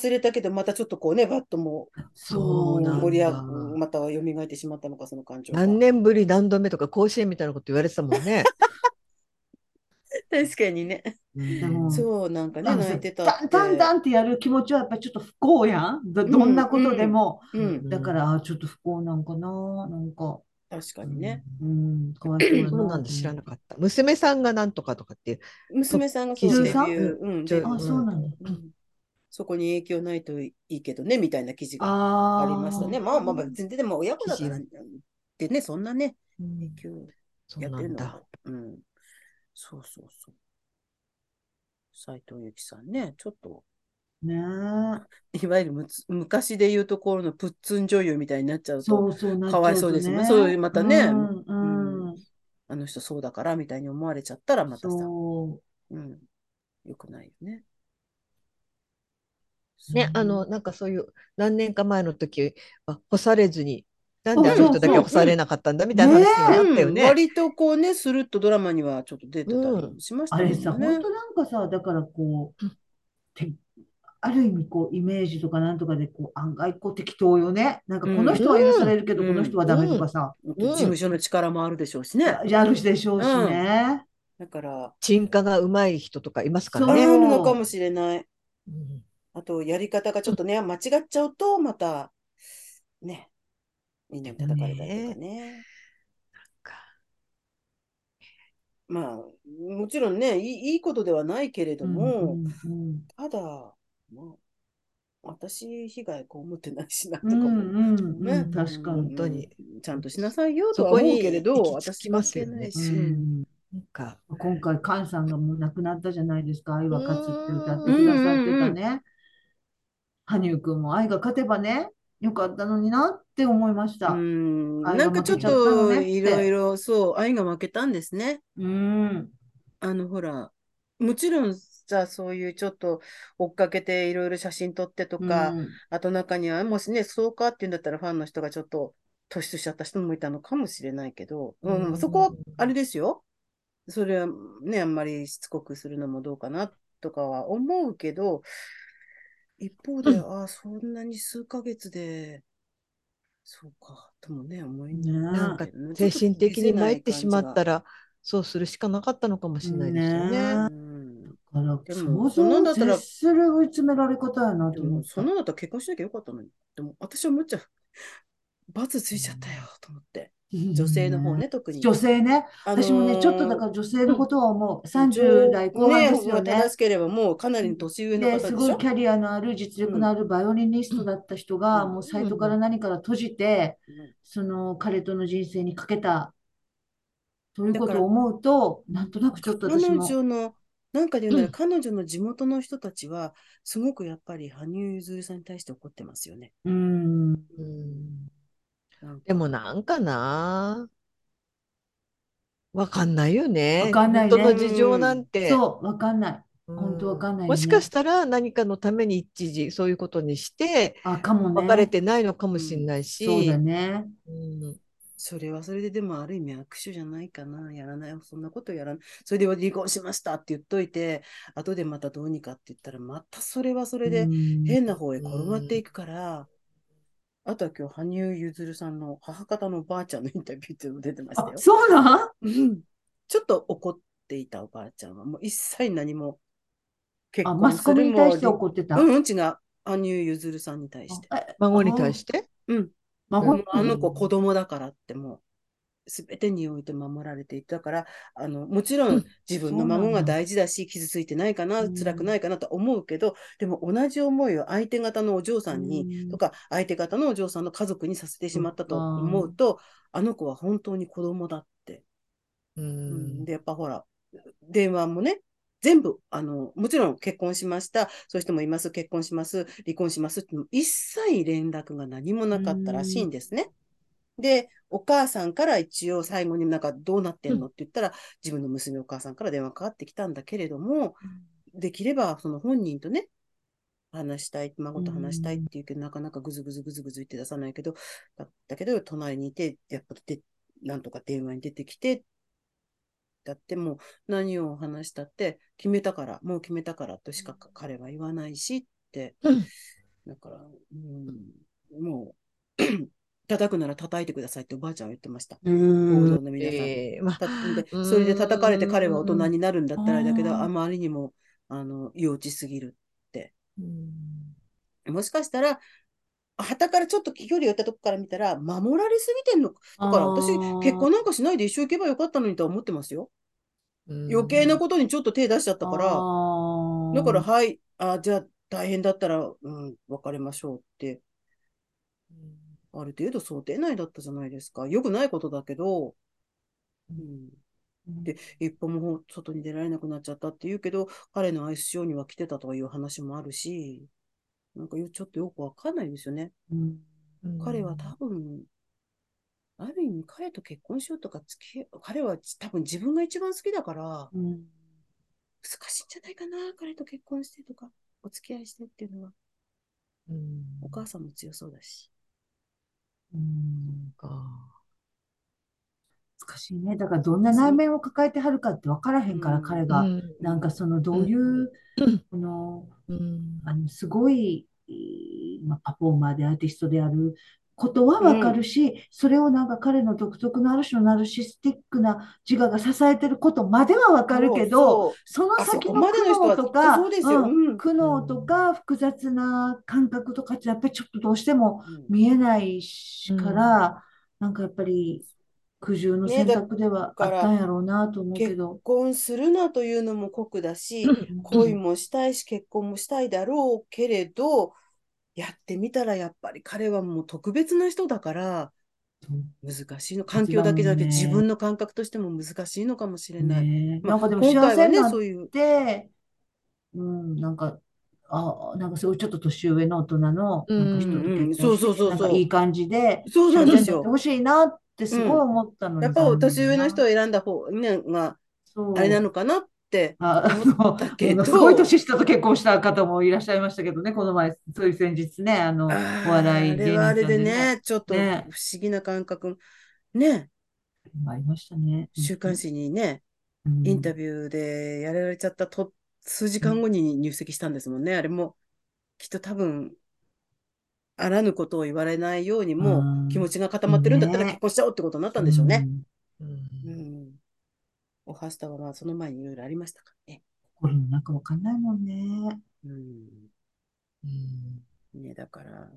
A: 忘れたけど、またちょっとこうね、バッとも
C: そうなん
A: 盛り上
C: だ。
A: がまた蘇ってしまったのか、その感情が。
B: 何年ぶり何度目とか甲子園みたいなこと言われてたもんね。
A: 確かにね。
C: でも
A: そう、なんかね、
C: あの
A: 泣いてた
C: だ
A: って。
C: んだんだんってやる気持ちはやっぱりちょっと不幸やん。ど、どんなことでも。
A: うん、
C: だから、あちょっと不幸なんかな、なんか。
A: 確かにね。
C: うん、かわいそうや
B: そうなんだ知らなかった。娘さんがなんとかとかっていう。
A: 娘さんがそう
C: 女
A: デ
C: 優
A: ビ
C: さん
A: ュー、うん、
B: 女優
A: デビュー
C: あ、そうなんだ。
A: うんそこに影響ないといいけどね、みたいな記事が
C: あ
A: ありましたね。
C: ー
A: まあまあまあ、全然でも親子だから、
B: 記
A: でね、そんなね、影響
B: そう
A: やっ
B: な
A: てる
B: ん
A: の
B: だ
A: は。。うん。そうそうそう。斎藤由貴さんね、ちょっと、
C: ね
A: いわゆるむつ昔で言うところのプッツン女優みたいになっちゃう
C: そ
A: と、
C: うそうなっ
A: かわい
C: ちゃう
A: そう
C: と
A: ですよね
C: ね。
A: そういうまたね
C: うん、うん、
A: あの人そうだからみたいに思われちゃったらまたさ、
C: そう。
A: うん。よくないよね。
B: ね、あの、なんかそういう何年か前の時は干されずに、なんであの人だけ干されなかったんだみたいな話があったよ
A: うん、
B: ね。
A: 割とこうね、スルッとドラマにはちょっと出てたりしました
C: あれさ、
A: ね
C: 本当なんかさ、だからこう、てある意味こう、イメージとかなんとかでこう、案外こう適当よね。なんかこの人は許されるけど、
A: うん
C: この人はダメとかさ、
A: うん事務所の力もあるでしょうしね。
C: やるしでしょうしね。
A: だから、
B: 沈下がうまい人とかいますか
A: あ
B: ら
A: れ
B: ね。
A: あるのかもしれない。
B: うん
A: あと、やり方がちょっとね、間違っちゃうと、また、ね、みんなに叩かれたりとかね。まあ、もちろんね、いいいいことではないけれども、
C: うん
A: ただ、まあ、私、被害被ってないしな、と
C: うん
A: かも
C: うんうんうん
A: ね
C: 確か
B: 本
C: に。
B: 当に
A: うんちゃんとしなさいよと
B: そ
A: は
B: こに
A: 思うけれど、
B: 行き着きますよ
A: 私
B: ね
A: 関係ないし
C: う
A: うん
C: ん
B: なんか、
C: 今回、菅さんがもう亡くなったじゃないですか。愛は勝つって歌って
A: うん
C: くださってたね。羽生くんも愛が勝てばね、よかったのになって思いまし
A: う
C: た。
A: ん、
C: 愛
A: な
C: が
A: んか
C: 負
A: ちょっ
C: けちゃったの
A: と
C: ねって
A: いろいろ、そう、愛が負けたんですね。
C: うん。
A: あの、ほら、もちろんさ、そういうちょっと追っかけていろいろ写真撮ってとか、
C: うん
A: あと中には、もしね、そうかって言うんだったらファンの人がちょっと突出しちゃった人もいたのかもしれないけど、うん
B: うん
A: そこはあれですよ。それはね、あんまりしつこくするのもどうかなとかは思うけど、一方で、ああ、そんなに数ヶ月で、そうか、ともね、思いな
C: ね
B: なんか精神的に参ってしまったら、そうするしかなかったのかもしれないですよね。
C: ね
A: うん、
C: だから
A: で
C: 想
A: も
C: 像を
A: そんなんだったら
C: 絶する追い詰められ方やな
A: で
C: と思っ
A: も、
C: た
A: そんなのだったら結婚しなきゃよかったのに。でも、私はむっちゃ、罰ついちゃったよ、と思って。女性の方ね、特に。
C: 女性ね。
A: あのー
C: 私もね、ちょっとだから女性のことを思う。30代後半ですよね。
A: 正しければもうかなりの年上の方
C: で、
A: でし
C: す
A: ょ
C: ごいキャリアのある実力のあるバイオリニストだった人が、
A: うん
C: もうサイトから何から閉じて、その彼との人生にかけたというこ
A: だ
C: と
A: から
C: を思うと、なんとなくちょっと
A: 彼
C: 私も、
A: 女の、なんかで言うなら、彼女の地元の人たちは、すごくやっぱり羽生結弦さんに対して怒ってますよね。
C: うーん、
B: うん
A: なんか
B: でもなんかな。わかんないよね。
C: わかんないね
B: 本当の事情なんて。
C: そう、わかんない。本当わかんない、ね。
B: もしかしたら何かのために一時そういうことにして
C: あ、かもね。
B: 別れてないのかもしれないし、
C: そうだね。
B: うん
A: それはそれででもある意味握手じゃないかな、やらない、そんなことやらない。それで離婚しましたって言っといて、後でまたどうにかって言ったら、またそれはそれで変な方へ転がっていくから、あとは今日、羽生結弦さんの母方のおばあちゃんのインタビューっていうのも出てました
C: あ
A: よ。
C: そうなん
A: うんちょっと怒っていたおばあちゃんは、もう一切何も結
C: あ
A: 婚
C: マスコミに対して怒ってた。
A: するもうん、うん、違う。羽生結弦さんに対して。
C: あえ
B: 孫に対して
C: 孫
A: も
C: に
A: うあの子子供だからってもう。全てにおいて守られていたから、あの、もちろ
B: うんん
A: 自分の
C: そう
A: 孫
C: な
A: が
C: んだ
A: 大事だし、傷ついてないかな、
C: うん
A: 辛くないかなとは思うけど、でも同じ思いを相手方のお嬢さんに、
C: うん
A: とか、相手方のお嬢さんの家族にさせてしまったと思うと、あの子は本当に子供だって。
B: う
A: うん
B: ん
A: で、やっぱほら、電話もね、全部、あの、もちろん結婚しました、そういう人もいます、結婚します、離婚しますっていうの一切連絡が何もなかったらしいんですね。で、お母さんから一応最後になんかどうなってんのって言ったら、自分の娘お母さんから電話かかってきたんだけれども、できればその本人とね、話したい、孫と話したいっていうけど、なかなかぐずぐずぐずぐず言って出さないけど、だだけど、隣にいて、やっぱで、なんとか電話に出てきて、だってもう何を話したって、決めたから、もう決めたからとしかか彼は言わないしって、
B: うん
A: だから、うん、もう、 叩くなら叩いてくださいっておばあちゃんは言ってました。
C: う
A: 報
C: ん
A: 道の皆さんに。
B: えーまあ
A: たで
B: うん
A: それで叩かれて彼は大人になるんだったらあれだけど、
C: あー
A: あまりにも、あの、幼稚すぎる
B: うん
A: もしかしたら、旗からちょっと距離を置いたとこから見たら、守られすぎてんのか。だから私、結婚なんかしないで一生行けばよかったのにとは思ってますよ。余計なことにちょっと手出しちゃったから、
C: ら
A: だから、はい、あじゃあ大変だったら、うん、別れましょうって、ある程度想定内だったじゃないですか。良くないことだけど、うん、で一歩も外に出られなくなっちゃったって言うけど、彼のアイスショーには来てたとかいう話もあるし、なんかちょっとよくわかんないですよね。
C: うん
B: うん
A: 彼は多分、ある意味彼と結婚しようとか付き合う、彼は多分自分が一番好きだから、難
C: うん
A: しいんじゃないかな、彼と結婚してとか、お付き合いしてっていうのは、
B: うん
A: お母さんも強そうだし。
C: うん
B: か
C: 難しいね。だからどんな内面を抱えてはるかって分からへんから、
A: うん
C: 彼が。
B: うん
C: なんかそのどういう、
B: うん
C: この、
B: うん
C: あのすごい、えーまあ、パフォーマーでアーティストであることは分かるし、それをなんか彼の独特のある種のナルシスティックな自我が支えてることまでは分かるけど、
A: そう、
C: その
A: あそ
C: 先
A: こ
C: の
A: までの
C: 苦
A: 人は
C: 悩とか、
A: そうですよ。
C: うん
A: うん
C: 苦悩とか複雑な感覚とかってやっぱりちょっとどうしても見えないしから、なんかやっぱり苦渋の選択ではあったんやろうなと思うけど
A: 結。婚するなというのも酷だし、
B: うん
A: 恋もしたいし、結婚もしたいだろうけれど、やってみたらやっぱり彼はもう特別な人だから、難しいの。環境だけじゃなくて、
C: 一番ね
A: 自分の感覚としても難しいのかもしれない。
C: ねえ
A: まあ
C: なんかでも
A: 今回
C: 幸せ
A: は
C: に
A: ね、
C: なっ
A: そういう。
C: て、うん、なんか、あ、なんかすごいちょっと年上の大人の、
B: うん
C: なんか人と
A: うんうん
C: 結
A: そう
C: 婚し
A: そうそう
C: て、なん
A: そ
C: か
A: う。
C: いい感じで、
A: そうなんです
C: 幸せになって
A: よ。
C: ほしいなってすごい思ったのに
A: やっぱ
C: 残念
A: 年上の人を
C: な
A: 選んだ方ねが
C: そう
A: あれなのかなって。
C: あ
A: 思ったけど
C: あ のすごい年下と結婚した方もいらっしゃいましたけどね、この前、そういう先日ね、あの、お
A: あー
C: 笑
A: あ
C: い芸
A: れはあれ
C: 人さ
A: で
C: んでね、
A: ね、ちょっと不
C: ね
A: 思議な感覚。ね、
C: ありましたね。
A: 週刊誌にね、インタビューでやられちゃったと数時間後に入籍したんですもんね。あれも、きっと多分、あらぬことを言われないようにも
C: うん
A: う気持ちが固まってるんだったら
C: ね
A: 結婚しちゃおうってことになっ
C: う
A: たんでしょうね。
C: ん
B: うん
A: うん。おはスタはまあその前にいろいろありましたからね。
C: 心の中わかんないもんね。
A: うん。
B: うん
A: ね、だから、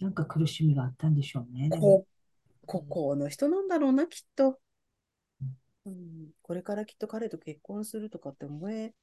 C: なんか苦しみがあったんでしょうね。でも
A: こ、ここの人なんだろうな、きっと。うん、これからきっと彼と結婚するとかって思え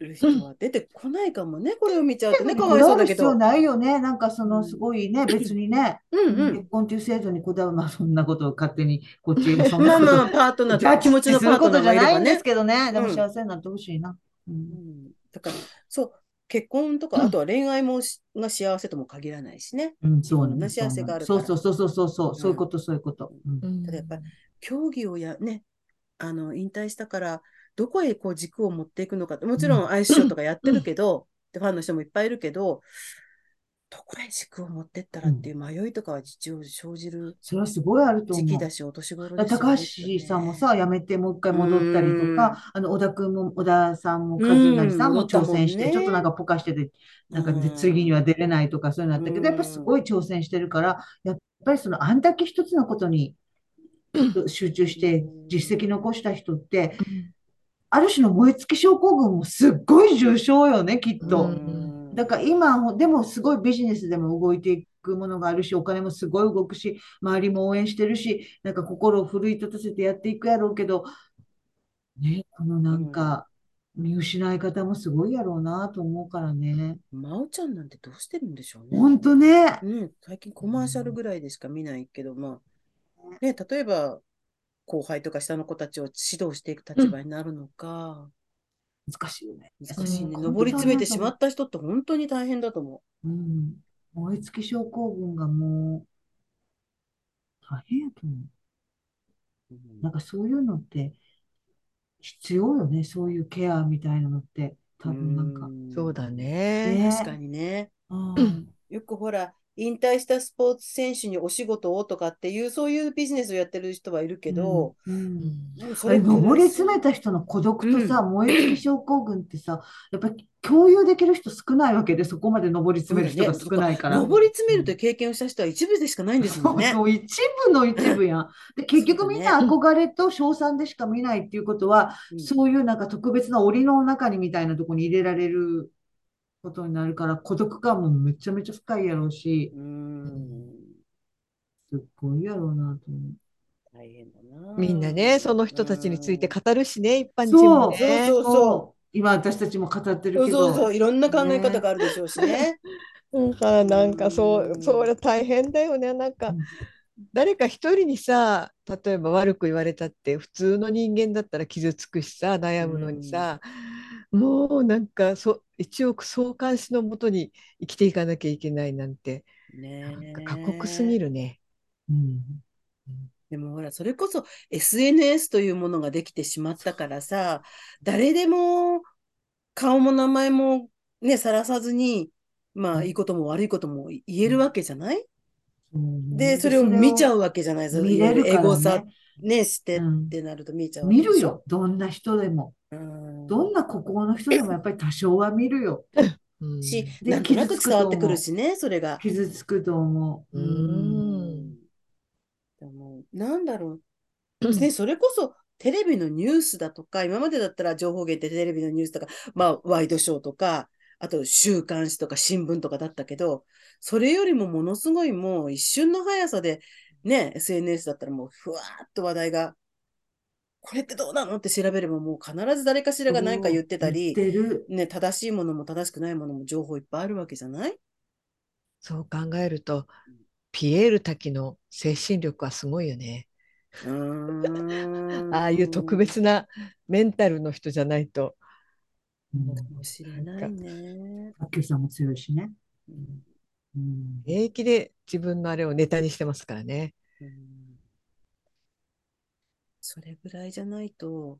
A: る人は出てこないかもね、これを見ちゃうとね、か
C: こ
A: わい
C: だ
A: そ
C: わ
A: うだ
C: る
A: け
C: 必
A: ど。
C: 要
A: うん
C: ないよね。なんかそうの
A: ん
C: す ごいね、別にね、
A: うん
C: 結。婚という制度にこだわる、ま あそんなことを勝手にこっちがそん
A: まあ
C: なこと
A: まあ、パートナー
C: ジャッ
A: と、
C: ジ
A: 気持ちの
C: す
A: パ
C: る
A: ー
C: こ
A: トナ
C: と
A: ー
C: じ
A: が
C: ゃ
A: いれ
C: ない
A: ば
C: んで
A: ね
C: す。けどね。でも
A: うん
C: 幸せになってほしいな。う
A: うんん、だから、そう、結婚とか、あとは恋愛もしが幸せとも限らないしね。
C: うん、そう
A: いろん
C: ね、
A: な幸せがある
C: そう
A: から
C: そうそうそうそうそう、そういう
A: うん
C: こと、そういうこと。うん
B: うん
A: ただやっぱり競技をや、ね、あの、引退したから、どこへこう軸を持っていくのかって、もちろんアイスショーとかやってるけど、でファンの人もいっぱいいるけど、どこへ軸を持ってったらっていう迷いとかは実を生じる
C: それはすごいあると
A: 時
C: 思
A: 期
C: う。
A: だし、お年頃
C: だ
A: だ
C: か
A: し、
C: ら高橋さんもさ、辞めてもう一回戻ったり
A: う
C: と
A: ん
C: か、あの、小田くんも、小田さんも、和成さんも
A: うん戻った
C: 挑
A: もんね
C: 戦して、ちょっとなんかポカしてて、なんかで
A: うん
C: 次には出れないとかそういうのあったけ
A: うん
C: ど、やっぱすごい挑戦してるから、やっぱりそのあんだけ一つのことに集中して実績残した人って、ある種の燃え尽き症候群もすっごい重症よね、きっと。
B: うん
C: だから今、でもすごいビジネスでも動いていくものがあるし、お金もすごい動くし、周りも応援してるし、なんか心を奮い立たせてやっていくやろうけど、ね、このなんか、見失い方もすごいやろうなと思うからね。
A: 真央ちゃんなんてどうしてるんでしょうね。
C: ほんとね。
A: うん、最近コマーシャルぐらいでしか見ないけど、まあ、ね、例えば、後輩とか下の子たちを指導していく立場になるのか、
C: 難しいよね。
A: 難しいね。
C: うん
A: 上り詰めてしまった人って本当に大変だと思
C: うん。燃え尽き症候群がもう、大変やと思う。
A: う。うん
C: なんかそういうのって、必要よね。そういうケアみたいなのって、多分なんか。
B: そうだ
C: ね
B: ね。
A: 確かにね。
C: うん
A: よくほら、引退したスポーツ選手にお仕事をとかっていう、そういうビジネスをやってる人はいるけど、
C: うんうん
A: でもそ
C: あれ、
A: れ
C: 上り詰めた人の孤独とさ、燃え尽き症候群ってさ、やっぱり共有できる人少ないわけで、そこまで上り詰める人が少ないから。
A: 上り詰めるという経験をした人は一部でしかないんですもんね。
C: そうそう一部の一 部やん。で、結局みんな憧れと称賛でしか見ないっていうことは、
A: うん
C: そういうなんか特別な檻の中にみたいなとこに入れられることになるから、孤独感もめちゃめちゃ深いやろうし、
A: うん。
C: すっごいやろうなと思う。
A: 大変だな。
B: みんなね、その人たちについて語るしね、一般人
C: そ
B: も
C: う、
B: ね。
A: そうそう
C: 今私たちも語ってる
A: そう
C: け
A: そう
C: ど、
A: そう、いろんな考え方があるでしょうしね。
B: だからなんかそう
A: う、ん
B: それ大変だよね。なんか
C: うん、
B: 誰か一人にさ、例えば悪く言われたって、普通の人間だったら傷つくしさ、悩むのにさ、もうなんかそ、一億総監視のもとに生きていかなきゃいけないなんて、な
A: ね
B: んか過酷すぎ
A: る。
B: るね。
C: うん
A: でもほら、それこそ SNS というものができてしまったからさ、誰でも顔も名前もね、さらさずに、まあ、いいことも悪いことも言えるわけじゃない、
C: そうね
A: で、それを見ちゃ
C: う。
A: うわけじゃない
C: 見れる
A: エ
C: から
A: ゴさ
C: ね。、
A: ね、してっ
C: うん
A: てなると見えちゃうわけ
C: 見
A: でしょ
C: る。よ。どんな人でも。
A: うん
C: どんな孤高の人でもやっぱり多少は見るよ。
B: うん
A: し、
C: で
A: なんとなく
C: 傷つく
A: 伝
C: と思
A: わ
C: う
A: ってくるしね、それが。
C: 傷つくと思う。
B: うん
A: でも、なんだろ
B: うん
A: う。ね、それこそテレビのニュースだとか、今までだったら情報源ってテレビのニュースとか、まあ、ワイドショーとか、あと週刊誌とか新聞とかだったけど、それよりもものすごいもう一瞬の速さで、ね、SNS だったらもうふわーっと話題が、これってどうなのって調べればもう必ず誰かしらが何か言ってたり、
C: 言ってる。
A: ね、正しいものも正しくないものも情報いっぱいあるわけじゃない
B: そう考えると、ピエール滝の精神力はすごいよね。
A: うーん
B: ああいう特別なメンタルの人じゃないと。
C: うん
A: かもしれないね。
C: 卓球さんも強いしね。
A: うん
C: うん
B: 現役で自分のあれをネタにしてますからね。
A: うんそれぐらいじゃないと、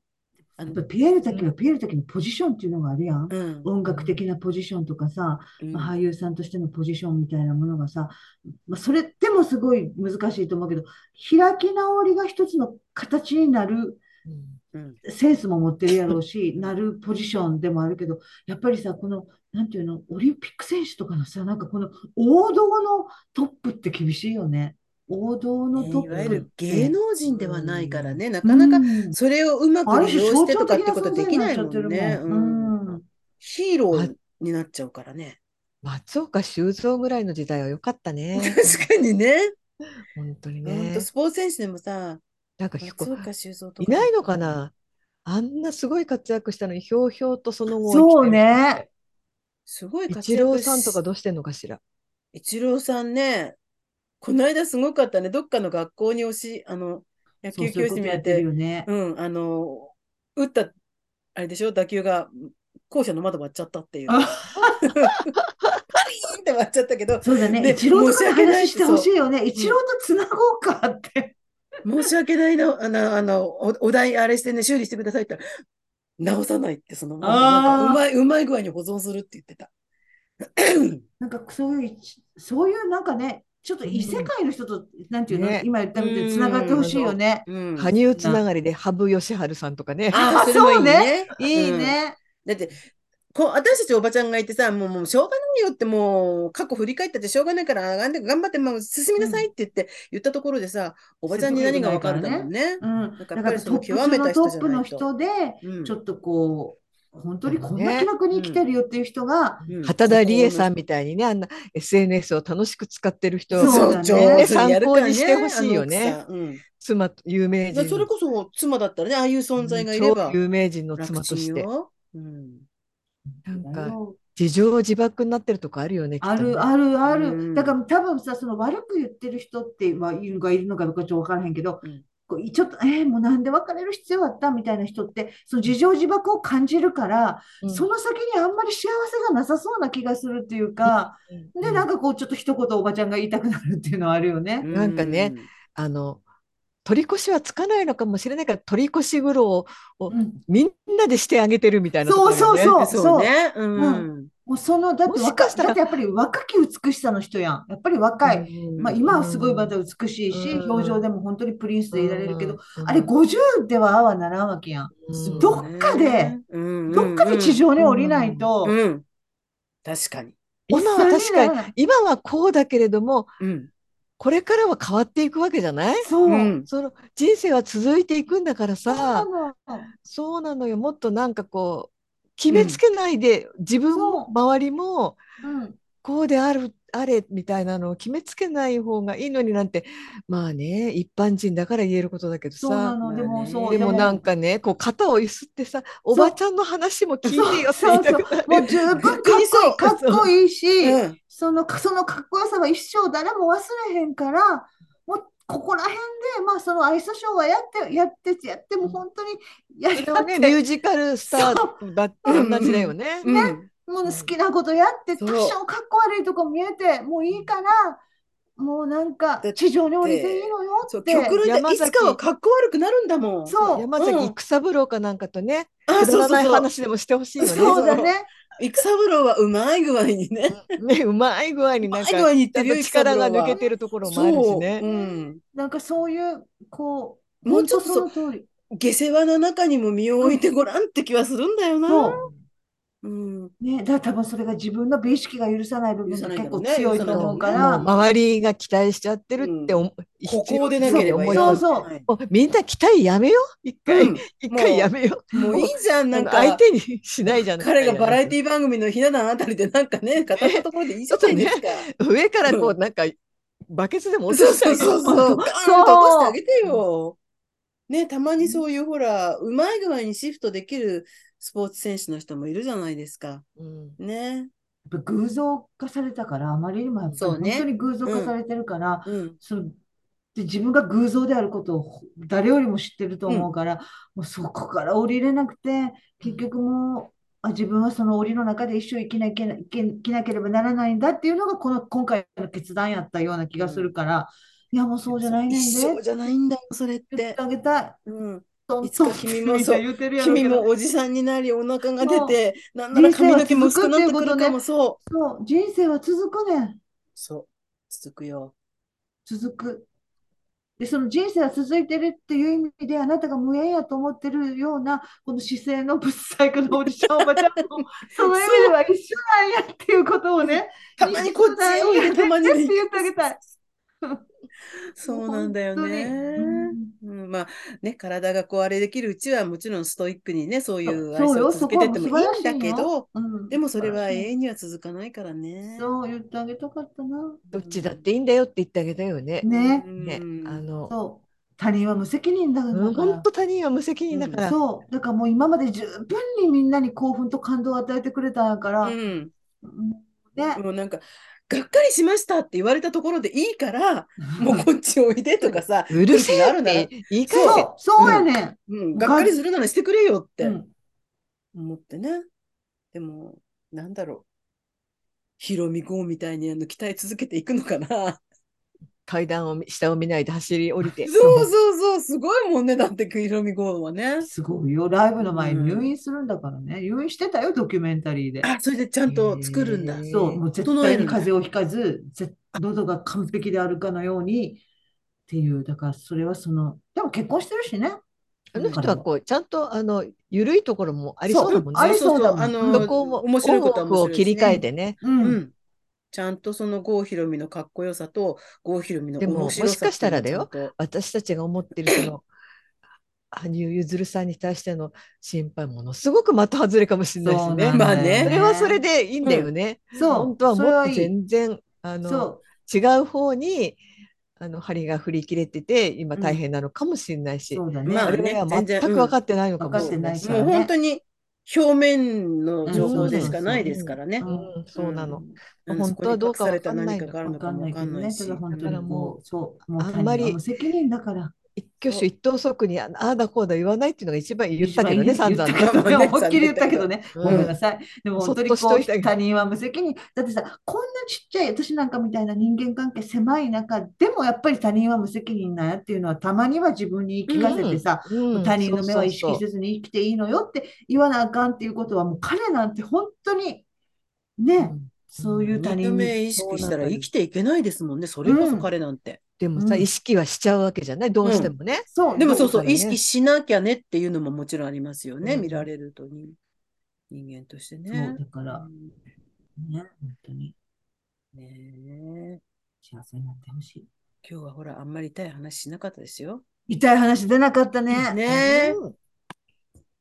A: あ
C: やっ
A: の
C: ぱ、ピエール滝はピエール滝のポジションっていうのがあるやん。
A: うん
C: 音楽的なポジションとかさ、
A: うん
C: まあ俳優さんとしてのポジションみたいなものがさ、まあ、それでもすごい難しいと思うけど、開き直りが一つの形になる
A: うん
C: センスも持ってるやろうし、 なるポジションでもあるけど、やっぱりさ、この、なんていうの、オリンピック選手とかのさ、なんかこの王道のトップって厳しいよね。王道の
A: ね
C: トッ
A: い
C: プ
A: わゆる芸能人ではないからね、な
C: う
A: か
C: ん
A: なかそれをうま
C: あ
A: く
C: る
A: 利
C: 種
A: 用
C: 象
A: してと
C: 徴
A: かって
C: 的な
A: こと
C: 存
A: で
C: 在
A: き
C: にな
A: ない
C: っちゃっ
A: も
C: てる
A: んね。
C: もん。
A: う
C: うんん
A: ヒーローになっちゃうからね。
B: 松岡修造ぐらいの時代は良かったね。
A: 確かにね。
B: 本当に
A: 本
B: ね
A: 当。スポーツ選手でもさ、
B: なんか結構
A: 松岡修造と
B: い
A: か。
B: ないのかなあんなすごい活躍したのにひょうひょうとその後を
C: そう
B: 生きてる人って
C: ね。。
A: すごい活
B: 一
A: 躍
B: 郎さんとかどうしてんのかしら。
A: 一郎さんね、この間すごかったね、どっかの学校に押し、あの、野
C: そう
A: 球
C: そ
A: 教
C: ういう
A: 室
C: こと
A: に
C: や
A: や
C: っ
A: って
C: る
A: て、
C: よね。
A: うん、あの、打った、あれでしょ、打球が校舎の窓割っちゃったっていう。パリ
C: あ
A: ーンって割っちゃったけど、
C: そうだね。
A: で
C: 一郎とか
A: 申し訳ない
C: 話してほしいよね。一郎とつなごうかって。
A: 申し訳ないな、あの、あの、おお題あれしてね、修理してくださいって言ったら直さないって、そのま
C: あ
A: ま、な
C: ー
A: んかうまい、うまい具合に保存するって言ってた。
C: なんかそういう、そういうなんかね、ちょっと異世界の人と、なんていうの、
B: ね
C: 今言ったみたいにつながってほしいよね。
A: うん。
B: 羽生つながりで羽生善治さんとか ね。
A: ああ、それもいいね。
C: いいね。
A: だって、こう私たちおばちゃんがいてさ、もう、もうしょうがないよって、もう、過去振り返ったってしょうがないから、あんで頑張って、もう進みなさいって言って、言ったところでさ、おばちゃんに何がわかるんだもんね。
C: うん。だか
A: やっぱり
C: ら
A: そ
C: ト
A: の
C: ッ
A: 極めた
C: プ
A: 人
C: 中の
A: じ
C: ト
A: ゃ
C: ッ
A: ないと
C: プの人で、
A: うん
C: ちょっとこう、本当にこんな気楽に生きてるよっていう人が、
A: うん
B: 畑田理恵さんみたいにね、あんな SNS を楽しく使ってる人、
C: そう
A: そう、
C: だね
A: 上手にや
B: 参
A: るか
B: 考
A: らね
B: にしてほしいよ
A: あの
B: ね。
A: 奥さんうん
B: 妻と、有
A: だ
B: 名人。
A: からそれこそ妻だったらね、ああいう存在がいれ
B: 超
A: ば、
B: 有名人の
A: 楽
B: 妻とし
A: ちん
B: て。
A: よ。うん
B: なんか、自情自爆になってるとこあるよね、きっと
C: あ
B: ね
C: るあるあ
A: う
C: る。
A: ん
C: だから多分さ、その悪く言ってる人って、まあ、いるかいるのかどうかちょっとわからへんけど
A: うん、
C: こうちょっと、えーもうなんで別れる必要あったみたいな人って、その自情自爆を感じるから、
B: うん
C: その先にあんまり幸せがなさそうな気がするっていうか、で、なんかこう、ちょっと一言おばちゃんが言いたくなるっていうのはあるよね。
B: なんかね、あの、取り越しはつかないのかもしれないから、取り越し苦労を
C: うん
B: みんなでしてあげてるみたいなところ、ね。
C: そうそう
A: うんそうね。うん。
C: もうその、だっ
B: も
C: て
B: し
C: 若
B: かしたら
C: だってやっぱり若き美しさの人やん。やっぱり若い。
B: うん
C: まあ、今はすごいまだ美しいし、
B: うん
C: 表情でも本当にプリンスでいられるけど、
B: うん
C: あれ50ではああはならんわけやん。
B: うん
C: どっかで、どっかで地上に降りないと、
A: うんうん確かに。
B: 今は確かに、今はこうだけれども、
A: うん。
B: これからは変わっていくわけじゃない
C: そう。
A: うん
B: その人生は続いていくんだから
C: そうな
B: さ、
C: の。
B: そうなのよ。もっとなんかこう、決めつけないで、自分も
C: そう
B: 周りも
C: うん。
B: こうである、あれみたいなのを決めつけない方がいいのになんて、まあね、一般人だから言えることだけど
C: そうな
B: さ、
C: の。で
A: まあ
C: も、
A: ね
C: そう。
B: でもなん
C: か、
B: かね、こう肩をゆすってさ、おばちゃんの話も聞いてよって
C: そ
B: 言いう
C: そ
B: た
C: う
B: くな。る
C: もう十分かっ こいい、かっこいいし、その、そのかっこよさは一生誰も忘れへんから、もう、ここら辺で、まあ、そのアイスショーはやって、やって、やっても本当に、や
B: そ
C: り
B: れ
C: 合
B: は
C: っ
B: ね、
C: て、
B: ミュージカルスターだって同じだよね。
A: うんうん
C: もう好きなことやって、
A: そ
C: 多
A: う
C: 少かっこ悪いとこ見えて、もういいから、もうなんか
A: だっ、て
C: 地上に降りていいのよ
A: そう、
C: って。
A: 極論言ったらい
B: 山
A: つ
B: 崎
A: かはかっこ悪くなるんだもん。
C: そう。
B: 山崎育三郎かなんかとね、
A: あ
B: くだ
A: そう
B: ら
A: そ
B: な
A: う
B: い
A: そう。
B: 話でもしてほしいよね。
C: そうだね。
A: 育三郎はうまい具合にね。
B: ね、うまい具合になんか、
A: うまい具合に言って
B: あ
A: るよ
B: の力が抜け
A: 育
B: てるところもあるし
A: そう。
B: ね。
A: うん。
C: なんかそういう、こう、
A: もうちょっと
C: 本当その通り。
A: 下世話の中にも身を置いてごらんって気はするんだよ
C: そ
A: な。
C: う。
A: うん。
C: ね、だから多分それが自分の美意識が許さない部分
A: 許さ
C: が
A: ないんだ
C: 結
A: ろうね
C: 構強いと思うから、
A: 許さないんだろうね
B: 周りが期待しちゃってるって思、
A: ここでなければいい
C: そうそうそう
A: はい
B: もうみんな期待やめよう。一
A: う
B: 回、
A: ん
B: 一回やめよ
A: もういいじゃん、
B: う。
A: な
B: なん
A: ん
B: か
A: か。
B: 相手にしないじゃない。
A: 彼がバラエ
B: ィ
A: ティ番組のひな壇あたりでなんかね、語ったところでいいじゃないですか。
B: 上からこ
A: う
B: う、なんか、バケツでも落
A: そう
B: として
A: そ
B: あ
A: うそ
B: げる
A: うそう。ガーンと落としてあげてよ。ね、たまにそういうほら、うまい具合にシフトできるスポーツ選手の人もいるじゃないですか。
B: うん
A: ね。
C: やっぱ偶像化されたから、あまりにもやっぱり
A: そうね
C: 本当に偶像化されてるから、
A: うん。
C: そので自分が偶像であることをほ誰よりも知ってると思うから、もうそこから降りれなくて、結局もう、あ、自分はその檻の中で一生生きなきゃいけ生きなければならないんだっていうのが、この今回の決断やったような気がするから、いや、もうそうじゃないねん
A: 一
C: で
A: 生じゃないんだよ、それっ
C: 言って
A: て。
C: あげたい。
A: うん。
C: トン
A: いつか
C: トン
A: 君も
C: みたいな言うてるやろうけ
A: 君
C: ど
A: もおじさんになり、お腹が出て、なんなら髪の毛も薄くなってくるかも、そう。
C: そう、人生は続くねん。
A: そう。続くよ。
C: 続く。で、その人生は続いてるっていう意味で、あなたが無縁やと思ってるような、この姿勢のぶっ細工のおじちゃん、お ばちゃんも、その意味では一緒なんやっていうことをね、
A: たまにこっちへおいで、たまに
C: 一緒なんや って言ってあげたい。
A: そうなんだよ
C: 本
A: ね
C: 当。に
A: うん、まあね、体がこうあれできるうちはもちろんストイックにね、そういう
C: そ
A: 愛
C: う
A: 想を
C: よ
A: 続けてっても
C: そこはいもう
A: いんだけ
C: 素晴らしい
A: ど、
C: うんうん
A: でもそれは
C: 素晴らし
A: 永
C: い
A: 遠には続かないからね。
C: そう言ってあげたかったな。
B: どっちだっていいんだよって言ってあげたよね。
C: ね
A: う。ん
B: ね、あの、
C: そう。他人は無責任だ
B: うん
C: から。
B: 本当他人は無責任だから、
C: そう、だからもう今まで十分にみんなに興奮と感動を与えてくれたんやから、
A: うん、
C: うんね、
A: もうなんか、がっかりしましたって言われたところでいいから、もうこっちおいでとかさ、
B: うる
A: 空
B: せ
A: 気があ
B: え
A: る
B: っ
A: なら
B: て、言い返
C: そ
B: せ
C: う、そうやねん。
A: うん、がっかりするならしてくれよっ
C: う
A: て
C: ん
A: 思ってね。でも、なん だろう。ヒロミ号みたいにあの鍛え続けていくのかな。
B: 階段を見下を見ないで走り降りて。
A: そうそうそう、すごいもんね、だって、クイロミゴーンはね。
C: すごいよ。ライブの前に入院するんだからね。入院してたよ、ドキュメンタリーで。
A: あ、それでちゃんと作るんだ。
B: へー
C: そう、もう絶
A: 整え
C: 対
A: る
C: に
A: んだ
C: 風邪をひかず、ぜ喉が完璧であるかのようにっていう、だからそれはその、でも結婚してるしね。
B: あの人はこうちゃんとあの緩いところもありそうだもん
C: あ
B: ね
C: り。そうだもん
A: あの、
B: そこも
A: 面白いことは
B: 音楽を
A: 面白いです
B: 切
A: ね
B: り替えてね。
C: う、
A: うんん。ちゃんとその郷ひろみのかっこよさと、郷ひろみの
B: でも
A: 面白さ
B: もしかしたらだよ
A: っていうのをちゃんと。
B: 私たちが思ってるその羽生結弦さんに対しての心配ものすごく的外れかもしれないし
C: そう
B: ね。
C: なん
B: ま
A: まあ
C: だ
A: ね
B: あそ
C: よ
B: れはそれでいいんだよね。
C: そう
B: 本、当は
C: そ
B: も
C: れは
B: っと
C: いい。
B: 全然あの
C: そ
B: 違う方にあの針が振り切れてて今大変なのかもしれないし、
C: う、そうだ
A: まあ
B: 我
C: ね。
A: ね
B: 々は
A: 全然
B: 全く分かってないのかもしれない
C: 分
B: し。
C: か
A: もう
C: ね
A: 本当に表面の情報でしかないですからね
C: う。
B: うん、そうなの。
A: あの
B: 本当はどうかわかんないんだ
A: そこに隠された何かがあるの
C: わ
A: か
C: かん
A: もわか
C: ないけど
A: んない
C: ね、
A: し。
C: ただ本当
B: だか
C: に
B: らもう
C: こう、そう、もう
B: あん
C: 他人
B: まり
C: はもう責任だから。
B: 一挙手一投足にあああだこうだ言わないっていうのが一番言ったけどね、
C: 一番
B: 散
C: いい
B: 々
C: 言
B: ね
C: ったけどね
A: 散々ね
B: う
C: 思いっきり言ったけどね。
B: ん
C: ごめんなさい。でも本当に
B: そっとしといたけ
C: こう、
B: ど
C: 他人は無責任。だってさ、こんなちっちゃい、私なんかみたいな人間関係狭い中、でもやっぱり他人は無責任なんやっていうのは、たまには自分に言い聞かせてさ、
B: うん
C: 他人の目は意
B: そうそ
C: 識
B: うそう
C: せずに生きていいのよって言わなあかんっていうことは、もう彼なんて本当に、
B: う
C: ね、
B: ん
C: そういう他
A: 認
C: 人
A: め
C: に
A: 意識した
C: そうな
A: ら
C: ったり
A: 生きていけないですもんね。それこ
C: う
A: そ
C: ん
A: 彼なんて。
B: でもさ、
C: うん
B: 意識はしちゃうわけじゃないどうしてもね、
C: そう、
A: でもそう
B: そ
A: そうう、
B: だね
A: 意識しなきゃねっていうのももちろんありますよね。
B: うん
A: 見られると人人間として
C: そう
A: ね。
C: だから、
A: うん
C: ね、本当に
A: ねえ
C: 幸せになってほしい。
A: 今日はほら、あんまり痛い話しなかったですよ。
C: 痛い話出なかったね。
A: ねえ。
B: うん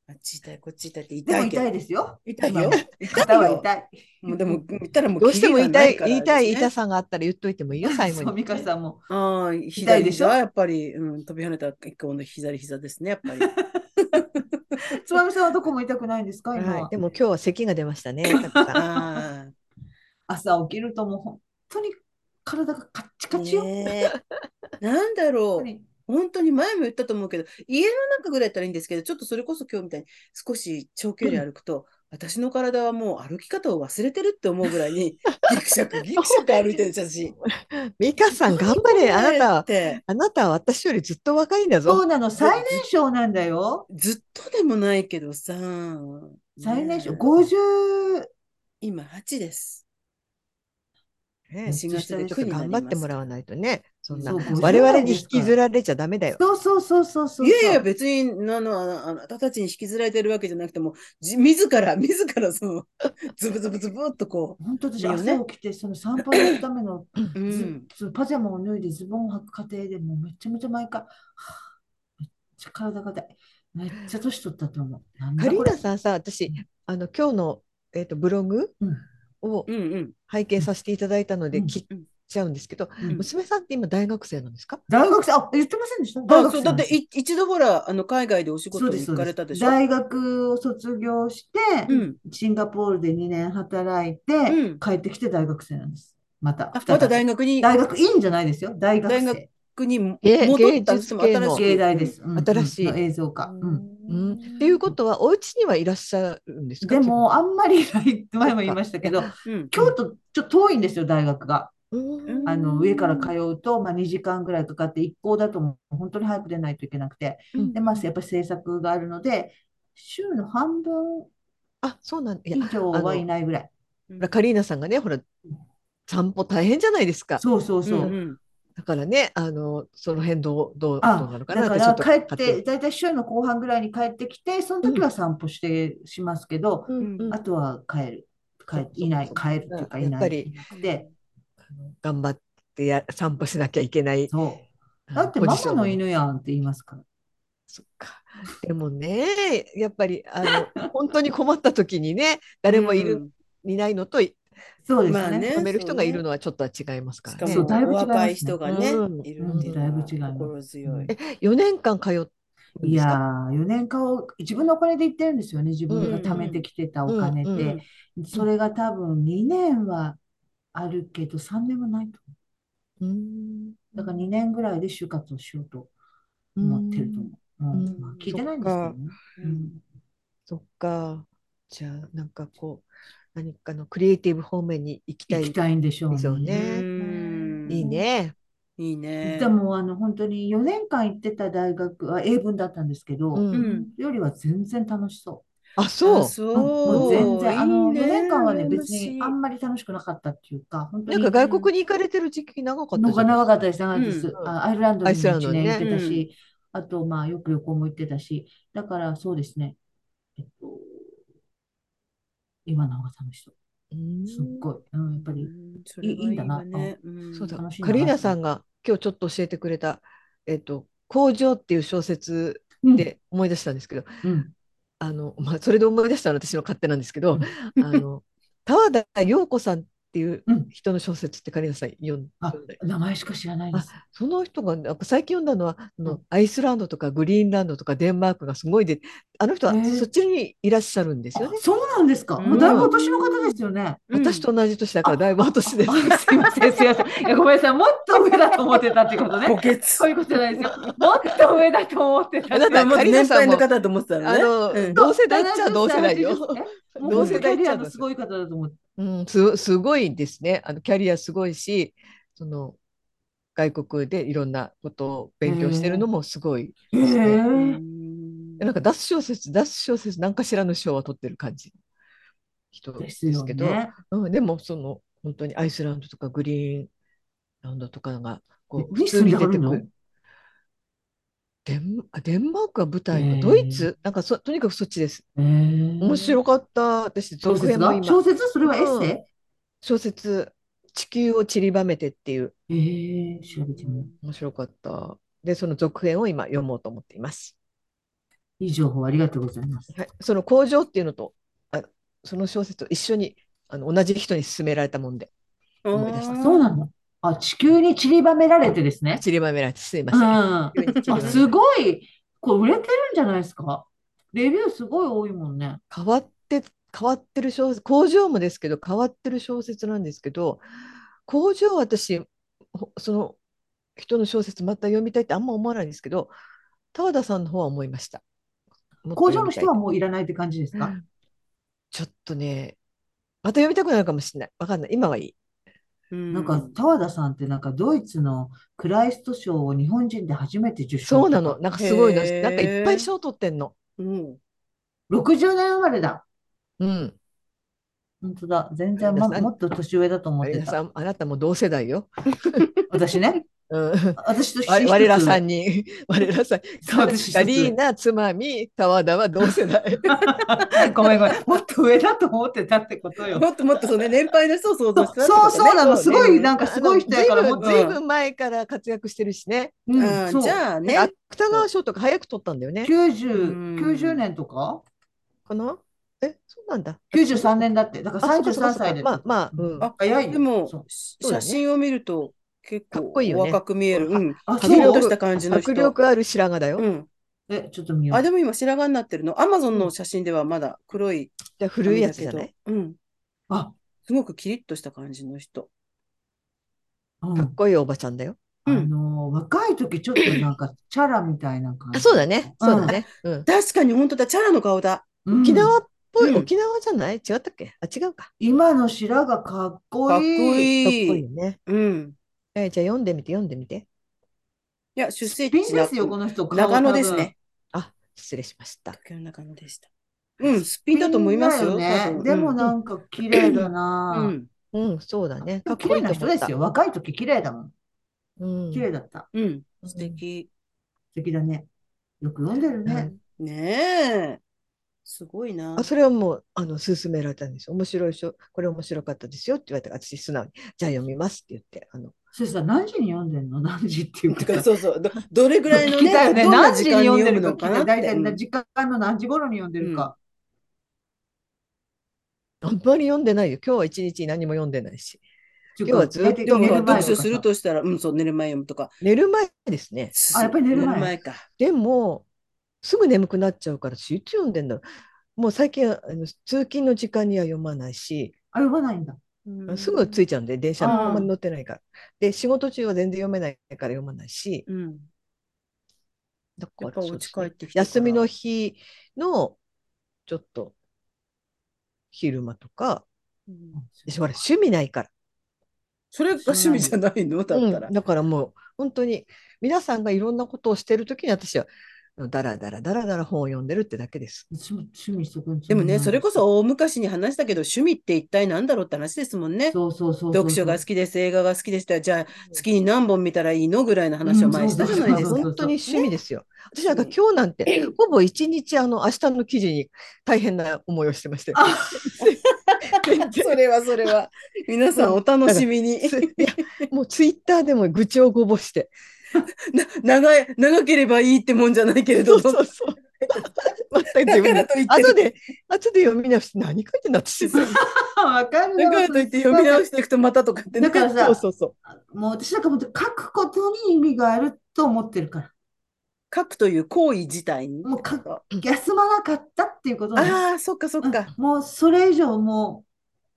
A: あっち痛い、こっち痛いって
C: で
A: 痛
C: も
A: いけど
C: 痛い。ですよ。
A: 痛いよ。痛
C: 肩
A: い
C: は
A: よ。
C: 痛い。
A: もうでも、言ったらもう、
B: どうしても
A: キリが
B: 痛
A: ないから
B: 言いたい
A: ですね
B: 痛さがあったら言っといてもいいよ最後
C: そう、
B: に
C: 美香さんも。
A: ああ、
C: 痛
A: 左
C: いでし
A: 膝
C: ょ
A: はやっぱり、うん、飛び跳ねた一個の左膝ですね、やっぱり。
C: つまみさんはどこも痛くないんですか、今は
B: はい、でも今日は咳が出ましたねた くさん
A: ああ。
C: 朝起きるともう本当に体がカッチカチよ。
A: ねえなんだろ
C: 本当
A: う。
C: に
A: 本当に前も言ったと思うけど、家の中ぐらいだったらいいんですけど、ちょっとそれこそ今日みたいに少し長距離歩くと、私の体はもう歩き方を忘れてるって思うぐらいに、ギクシャク、ギクシャク歩いてるんですよ、
B: 美香さん
A: 私。
B: 頑張れあなた
A: っ
B: は
A: て、
B: あなたは私よりずっと若いんだ
C: そ
B: ぞ
C: うなの、最年少なんだよ。
A: ずっとでもないけどさ。
C: 最年少、
A: ねえ
C: 50、
A: 今8です。
B: ね
A: 仕事で
B: ちょっと頑張ってもらわないとねそんな
C: そう50
B: 我々に引きずられちゃダメだよ
C: そうそうそうそうそう。
A: いやいや、別に、あの、あのあなたたちに引きずられてるわけじゃなくても、じ自ら、 自ら、その、ズブズブズブっとこ
C: 本当私、
A: だよね
C: 朝起きて、その散歩に行くための、
A: う、う
C: ず
A: ん、
C: そのパジャマを脱いでズボンを履く過程でもうめちゃめちゃ毎回、はあめっちゃ体が痛い。めっちゃ年取ったと思う。なん
B: カ
C: だ
B: リ
C: こ
B: ー
C: れ
B: ナさんさ私あの今日の、えー、とブログ
C: うん
B: を
A: うん、うん。
B: 拝見させていただいたので
C: うん
B: 切っちゃうんですけど、
C: うん
B: 娘さんって今大学生なんですか
C: 大学生、あ、言ってませんでした大
A: あ
C: 学
A: そう
C: 生
A: だ
C: な
A: っ
C: ん
A: て
C: です
A: い、一度ほら、あの、海外でお仕
C: そ
A: 事
C: うで
A: に
C: す、
A: 行かれたでしょ。
C: 大学を卒業して、
A: うん。
C: シンガポールで2年働いて、
A: うん
C: 帰ってきて大学生なんです。また、
A: あ
C: 再び
A: また大学に、
C: 大学院じゃないですよ。大学
A: 大
C: 生。
A: 学に戻
B: え
A: った
B: 芸術系
A: 新
B: の
A: しい
C: 芸大です。うんうん
B: 新しい
C: の映像化。う
B: う
C: ん
B: んっていうことはお家にはいらっしゃるんですか
C: でも、あんまりない、前も言いましたけど、
A: うん。
C: 京都、ちょっと遠いんですよ、大学が。
B: うん
C: あの、上から通うと、まあ、2時間ぐらいかかって、一校だともう本当に早く出ないといけなくて。
A: うん
C: で、まあ、やっぱり制作があるので、週の半分
B: あそうなんいや
C: 以上
B: あの
C: はいないぐらい。
B: ほらカリーナさんがねほら散歩大変じゃないですか
C: そうそうそう。
A: うんうん
B: だからねあのその辺どうどう
C: あ、
B: どうなのか
C: だ
B: な
C: か
B: ってちょ
C: ら
B: っと
C: 帰っ
B: 勝手
C: て、
B: に
C: だいたい週の後半ぐらいに帰ってきて、その時は散歩してしますけど、
B: うんうん
C: あとは帰る。帰
B: そう
C: いない、
B: そう
C: 帰るっていうか、
B: うんやっぱり
C: いないくて。
B: 頑張ってや散歩しなきゃいけない
C: そう。
B: あ
C: だって
B: ポ
C: マ
B: ジショ
C: マ
B: ン
C: の
B: も
C: 犬やんって言いますから。
B: そっか。でもね、やっぱりあ の本当に困った時にね、誰もいる、いないのとい
C: そうです
A: まあね
C: ね。
B: 止める人がいる
A: そうね
B: のはちょっとは違いますか
A: し
B: ら
A: か
B: ね。
C: そうだいぶ
A: も、
C: 違
A: お
C: いますね
A: 若い人がね
B: う
A: いる
B: ん、
A: っていうの
C: うんだいぶ違い
A: は
C: ます
A: 心強い。
B: 4年間通う
C: いやー、4年間を自分のお金で行ってるんですよね。自分が貯めてきてたお金
B: うん
C: で。それが多分2年はあるけど、3年もないと思
B: うん
C: う。だから2年ぐらいで就活をしようと思ってると思う。
B: ん
C: うんまあ聞いてないんですけどね。うん
B: そっか。じゃあなんかこう何かのクリエイティブ方面に行きたい
C: 行きたいんでしょう
B: ですよね
A: うん
B: いいね。
A: いいね。
C: でも、あの、本当に4年間行ってた大学は英文だったんですけど、
B: うん
A: うん。
C: よりは全然楽しそ
B: あ、そう
A: あ。
C: う。うんも
A: そうう。
C: 全然、あの、
A: いいね
C: 4年間はね、
A: 羨ま
C: 別
A: し
C: に
A: い
C: あんまり楽しくなかったっていうか、本当
B: なん
C: に
B: か外国に行かれてる時期長かった
C: の
B: じゃ
C: が
B: ない
C: 長かったです、長かったです。
B: うん
C: あアイルランドにも
B: アイスラ
C: 1
B: ンドにね
C: 年行ってたし、あと、まあ、よく旅行も行ってたし、だからそうですね、えっと、今の方が楽しそう。すっごい、うん、やっぱり、
A: それはい
C: いいんだな
A: わね。うん
B: そうだ
C: 楽しいな
B: カリーナさんが今日ちょっと教えてくれた「えっと、工場」っていう小説
C: うん、
B: で思い出したんですけど、
C: うん、
B: あのまあ、それで思い出したのは私の勝手なんですけど、あ の田和田陽子さんっていう
C: うん
B: 人の小説ってカリーナさん読ん
C: あ
B: 読んで、
C: 名前しか知らないです。
B: その人がなんか最近読んだのはあの
C: うん
B: アイスランドとかグリーンランドとかデンマークがすごいであの人は
C: へえ
B: そっちにいらっしゃるんですよ
C: あ
B: ね。
C: そうなんですか。
A: うん
C: もうだいぶお年の方ですよね。
A: うん
B: 私と同じ年だからだいぶお年です。
C: あすいません、すいません。いや、ごめんなさい。もっと上だと思ってたってことね。
A: 墓穴。
C: そういうことじゃないですよ。もっと上だと思ってた。
B: あなた
A: まあ
B: カリーナ
A: 年
B: さん
A: 配
B: も
A: の方だと思ってたの
B: あ
A: ね。
B: の、
A: うん
B: 同世代っちゃ同世代
C: 70
B: よ。
C: 歳。80もう
B: 同世代
C: キャ
B: っ
C: リ
B: ち
C: ア
B: ゃ
C: のすごい方だと思って。
B: うん、す、すごいですね。あのキャリアすごいし、その外国でいろんなことを勉強してるのもすごい。
C: え
A: う
C: ー、
A: ん
B: なんか脱小説、脱小説、何かしらの賞は取ってる感じの人
C: ですよ
B: けど、
C: ね。
B: うん、でもその本当にアイスランドとかグリーンランドとかがこう
C: え
B: 普通に出てく
C: ニスにあるの
B: る。デンあデンマークが舞台
C: へ
B: か、
C: え
B: ドイツなんかそとにかくそっちです。面
C: 面
B: 白かった。私、
C: 小
B: 続
C: 説
B: 編も
C: が小
B: 今、
C: 説それはエッセイ
B: 小説、地球を散りばめてっていう、
C: えー、調べてみよう。
B: 面白かった。で、その続編を今読もうと思っています。
C: いい情報ありがとうございます。
B: はい、その工場っていうのと、あ、その小説を一緒に、あの、同じ人に勧められたもんで、思い出した
A: あー
C: そうなんだ。あ、地球に散りばめられてですね。
B: 散りばめられてすいま
C: うん。
B: せん。
C: あ、
B: 急に散りばめられて
C: すごい。これ売れてるんじゃないですか。レビューすごい多いもんね。
B: 変わって、変わってる小説、工場もですけど、変わってる小説なんですけど、工場は私、ほその人の小説また読みたいってあんま思わないんですけど、田和田さんの方は思いました。もっと
C: 工場
B: 読
C: の
B: みたい
C: 人はもういらないって感じですか。
B: ちょっとね、また読みたくなるかもしれない。わかんない。今はいい。
A: な
C: なんか、田和田さんってなんかドイツのクライスト賞を日本人で初めて受賞
B: そうな
C: と
B: の。
C: か。
B: なんかすごいの。
A: へー
B: なんかいっぱい賞取ってんの。
A: うん
C: 60年生まれだ。
B: うん。
C: 本当だ。全然
B: 有田
C: ま、
B: さん
C: もっと年上だと思っ
B: 有
C: て
B: 田さ
C: た。
B: ん、あなたも同世代よ。
C: 私ね。
B: うん。
C: 私と
B: 我
C: 一つ
B: 我ら三人、我ら三人、
C: そう私一つ
B: カリーナ、つまみ、たわだは同世代。
C: ごめんごめん。もっと上だと思ってたってことよ。
A: もっともっ とそうね、年配の人を想像してたってこ
C: そう
A: と
C: そうなの。
B: そうね
C: すごい、なんかすごい人やから、
B: ずい
C: も
B: ぶん、
C: っと。
B: ずいぶん前から活躍してるしね。
C: うん
A: うん
C: そう。
A: じゃあね
B: なんか、芥川賞とか早く取ったんだよね。
A: う
C: 90、
A: ん
C: 90年とか
B: かなえ、そうなんだ。
C: ?93 年だって。だから
B: あそっか
C: 33
B: そっかそっか
C: 歳で。
B: まあまあ、うん。
A: あ
C: 早いよ
A: でも
C: そう、
B: そうだ
A: 写
B: ね
A: 真を見ると結
B: かっ
A: 構
B: こいいよ
A: お
B: ね
A: 若く見える。うん。
C: あ、
A: きり
B: そ
A: っと
B: う
A: した感じの人。
B: 迫力ある白髪だよ。
A: うん。
C: え、ちょっと見よう。
A: あ、でも今白髪になってるの。アマゾンの写真ではまだ黒い
B: じゃあ古
A: 髪
B: いや
A: だ
B: つじ
A: け
B: ゃ
A: ど
B: ない。
A: うん。
C: あ、
A: すごくキリッとした感じの人。
C: う
B: かっ
C: ん。
B: こいいおばちゃんだよ。
C: あ
A: うん
C: のー、若い時ちょっとなんか、チャラみたいな感
B: あ、
C: じ。
B: そうだね。
C: うん
B: そうだね。うん。
A: 確かに本当だ。チャラの顔だ。
C: うん
B: 沖縄っぽい、
A: うん
B: 沖縄じゃない違ったっけあ、違うか。かっ
C: 今の白がかっこ
A: かっこ
C: いい。
B: こ
A: い
B: いい
A: い。
B: よね。
A: うん。
B: え、じゃあ読んでみて、読んでみて。
A: いや、出生
C: ピン
A: 地
C: ですよ、こ
A: な
C: の人。顔
A: 長野
C: 多分
A: ですね。。
B: あ、失礼しました。
A: 東京の中野でした。うん、すっぴんだと思いますよ。
C: ピンだ
A: 多
C: ね。
A: 分
C: でもなんか綺麗だ
A: うん、う
C: な。
A: ん、
B: うん、そうだね。
C: で
B: か
C: も
B: っ
C: 綺
B: こい
C: 麗
B: い
C: な
B: と
C: 人
B: 思っ
C: です
B: た。
C: よ。若い時綺麗だもん。
B: うん
C: 綺麗だった。
A: うん、
B: うん
A: 素敵。
C: 素敵だね。よく読んでるね。
A: ねえ。すごいな
B: あ。それはもうあの勧められたんですよ。面白いしょ、これ面白かったですよって言われたから、私素直に、じゃあ読みますって言って、あの、
C: それさ、何時に読んでんの何時っていう
A: て
C: か
A: か
C: さ。
A: そうそう、ど、どれぐらいの
C: 聞きたいよね。
A: どんな
C: 何
A: 時
C: 時に
A: 間に
C: 読
A: 読
C: んで
A: む
C: るか
A: の
C: 聞
A: かな
C: いて、
A: って。
C: 大体時間の何時頃に読んでるか。
B: あんまり読んでないよ。今日は一日何も読んでないし。
C: ち
B: 要はずっと
C: 大体
A: でも
C: 寝る前
A: 読
C: と
A: 書
C: か
A: する
C: さ。
A: としたら、うん、そう、寝る前読むとか。
B: 寝る前ですね。
A: す
C: あやっぱり寝る前
A: か。
B: でも、すぐ眠くなっちゃうから、私いつ読んでんだろう。もう最近はあの、通勤の時間には読まないし、
C: あ、読まないんだ。
B: すぐ着
A: い
B: いちゃうんで、電車
C: うん
B: もあんまり乗ってないから。で、仕事中は全然読めないから読まないし、
A: うん。
B: だか
A: や
B: ら
A: っぱお
B: そ
A: 家
B: うで
A: 帰
B: すね
A: ってきてから。
B: 休みの日のちょっと昼間とか、
A: うん
B: 私ほら趣味ないから。
A: それが趣味じゃないのだったら
B: うん。だからもう本当に皆さんがいろんなことをしてる時に私はだらだらだらだら本を読んでるってだけです。
C: 趣趣味そこに
A: でもね、それこそ大昔に話したけど、趣味って一体何だろうって話ですもんね。
C: そうそうそうそう
A: 読書が好きです、映画が好きでした、じゃあ月に何本見たらいいのぐらいの話を前にしたじゃないです
C: そう
A: か。
C: そう
B: 本当に趣味ですよ。私なんか今日なんてほぼ一日あの明日の記事に大変な思いをしてましたよ。全然
A: それはそれは。 皆さんお楽しみ に。
B: ついやもうツイッターでも愚痴をこぼして。
A: な長い、長ければいいってもんじゃないけれど
B: そう。そうそう。
A: だ
B: 全く自分
A: か
B: で
A: らといって、
B: 後で後で読み直して何書いてんだ 私。そう
C: わかん
A: だ
C: な
A: から
C: い。
A: といって読み直していくとまたとかってね
C: だからさ、
B: そうそう。
C: もう私なんか本当書くことに意味があると思ってるから。
A: 書くという行為自体に。
C: もう書く
A: あ
C: 休まなかったっていうことね
A: あー、そっかそっか。
C: うんもうそれ以上も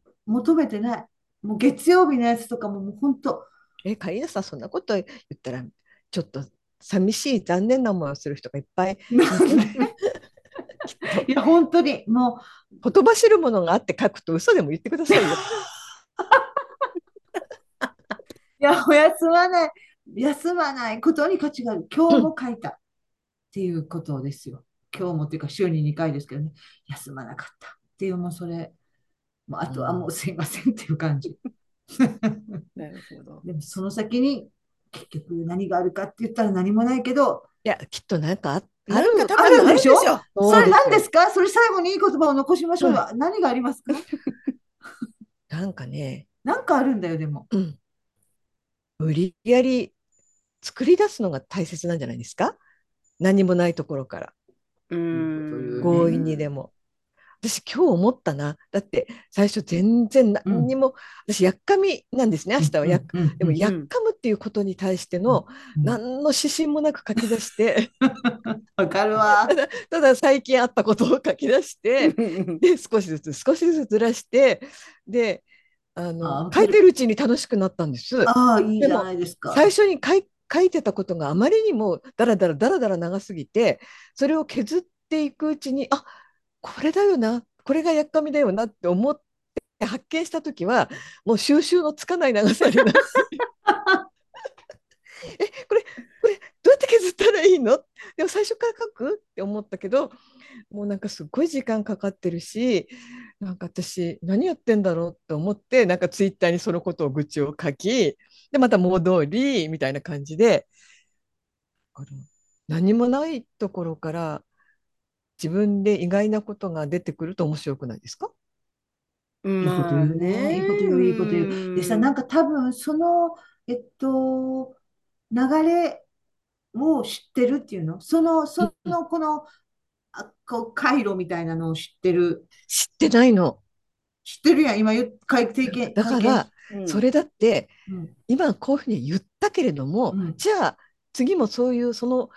C: う求めてない。もう月曜日のやつとかももう本当、
B: え、カリナさんそんなこと言ったらちょっと寂しい残念な思いをする人がいっぱい
C: なんで いや本当にも
B: 言葉知るものがあって書くと嘘でも言ってくだ さいよ。
C: う、いや、休まない、休まないことに価値がある。今日も書いたっていうことですよ。今日もっていうか週に2回ですけどね、休まなかったっていう、もうそれ、もうあとはもうすいませんっていう感じ。
A: なるほど。
C: でもその先に結局何があるかって言ったら何もないけど、
B: いや、きっとなんかああ
A: なんか
B: る
A: 多分あるでしょ
C: あるでしょそ
B: そうで
C: れ
B: す
C: 何ですかそれ最後にいい言葉を残しましょうよ。何がありますか
B: なんかね、
C: なんかあるんだよ、でも。
B: うん、無理やり作り出すのが大切なんじゃないですか何もないところから
A: う
C: うん
A: ん。
B: 強引にでも。私今日思ったな。だって最初全然何にも、私やっかみなんですね明日はやっ、
C: うんうんうん
B: でもやっかむっていうことに対しての
C: うん
B: 何の指針もなく書き出して
C: わかるわ。
B: ただ最近あったことを書き出して で少しずつ少しずつずらしてであの
C: あー
B: 書いてるうちに楽しくなったんです。
C: ああ、いいじゃないですか。
B: 最初に書い書いてたことがあまりにもだらだらだらだら長すぎてそれを削っていくうちにあこれだよなこれがやっかみだよなって思って発見した時はもう収集のつかない長さになって えこれこれどうやって削ったらいいのでも最初から書くって思ったけどもうなんかすっごい時間かかってるしなんか私何やってんだろうって思ってなんかツイッターにそのことを愚痴を書きでまた戻りみたいな感じであの何もないところから自分で意外なことが出てくると面白くないですか
A: うん
C: いいこと言うね。いいこと言う、いいこと言う。でさ、なん
A: か、
C: か多分、その、えっと、流れを知ってるっていうのその、その、この、あこう回路みたいなのを知ってる。
B: 知ってないの。
C: 知ってるやん、今言っ、会計経
B: だから、
A: うん
B: それだって
C: うん
B: 今こういうふうに言ったけれども、
C: うん
B: じゃあ次もそういうその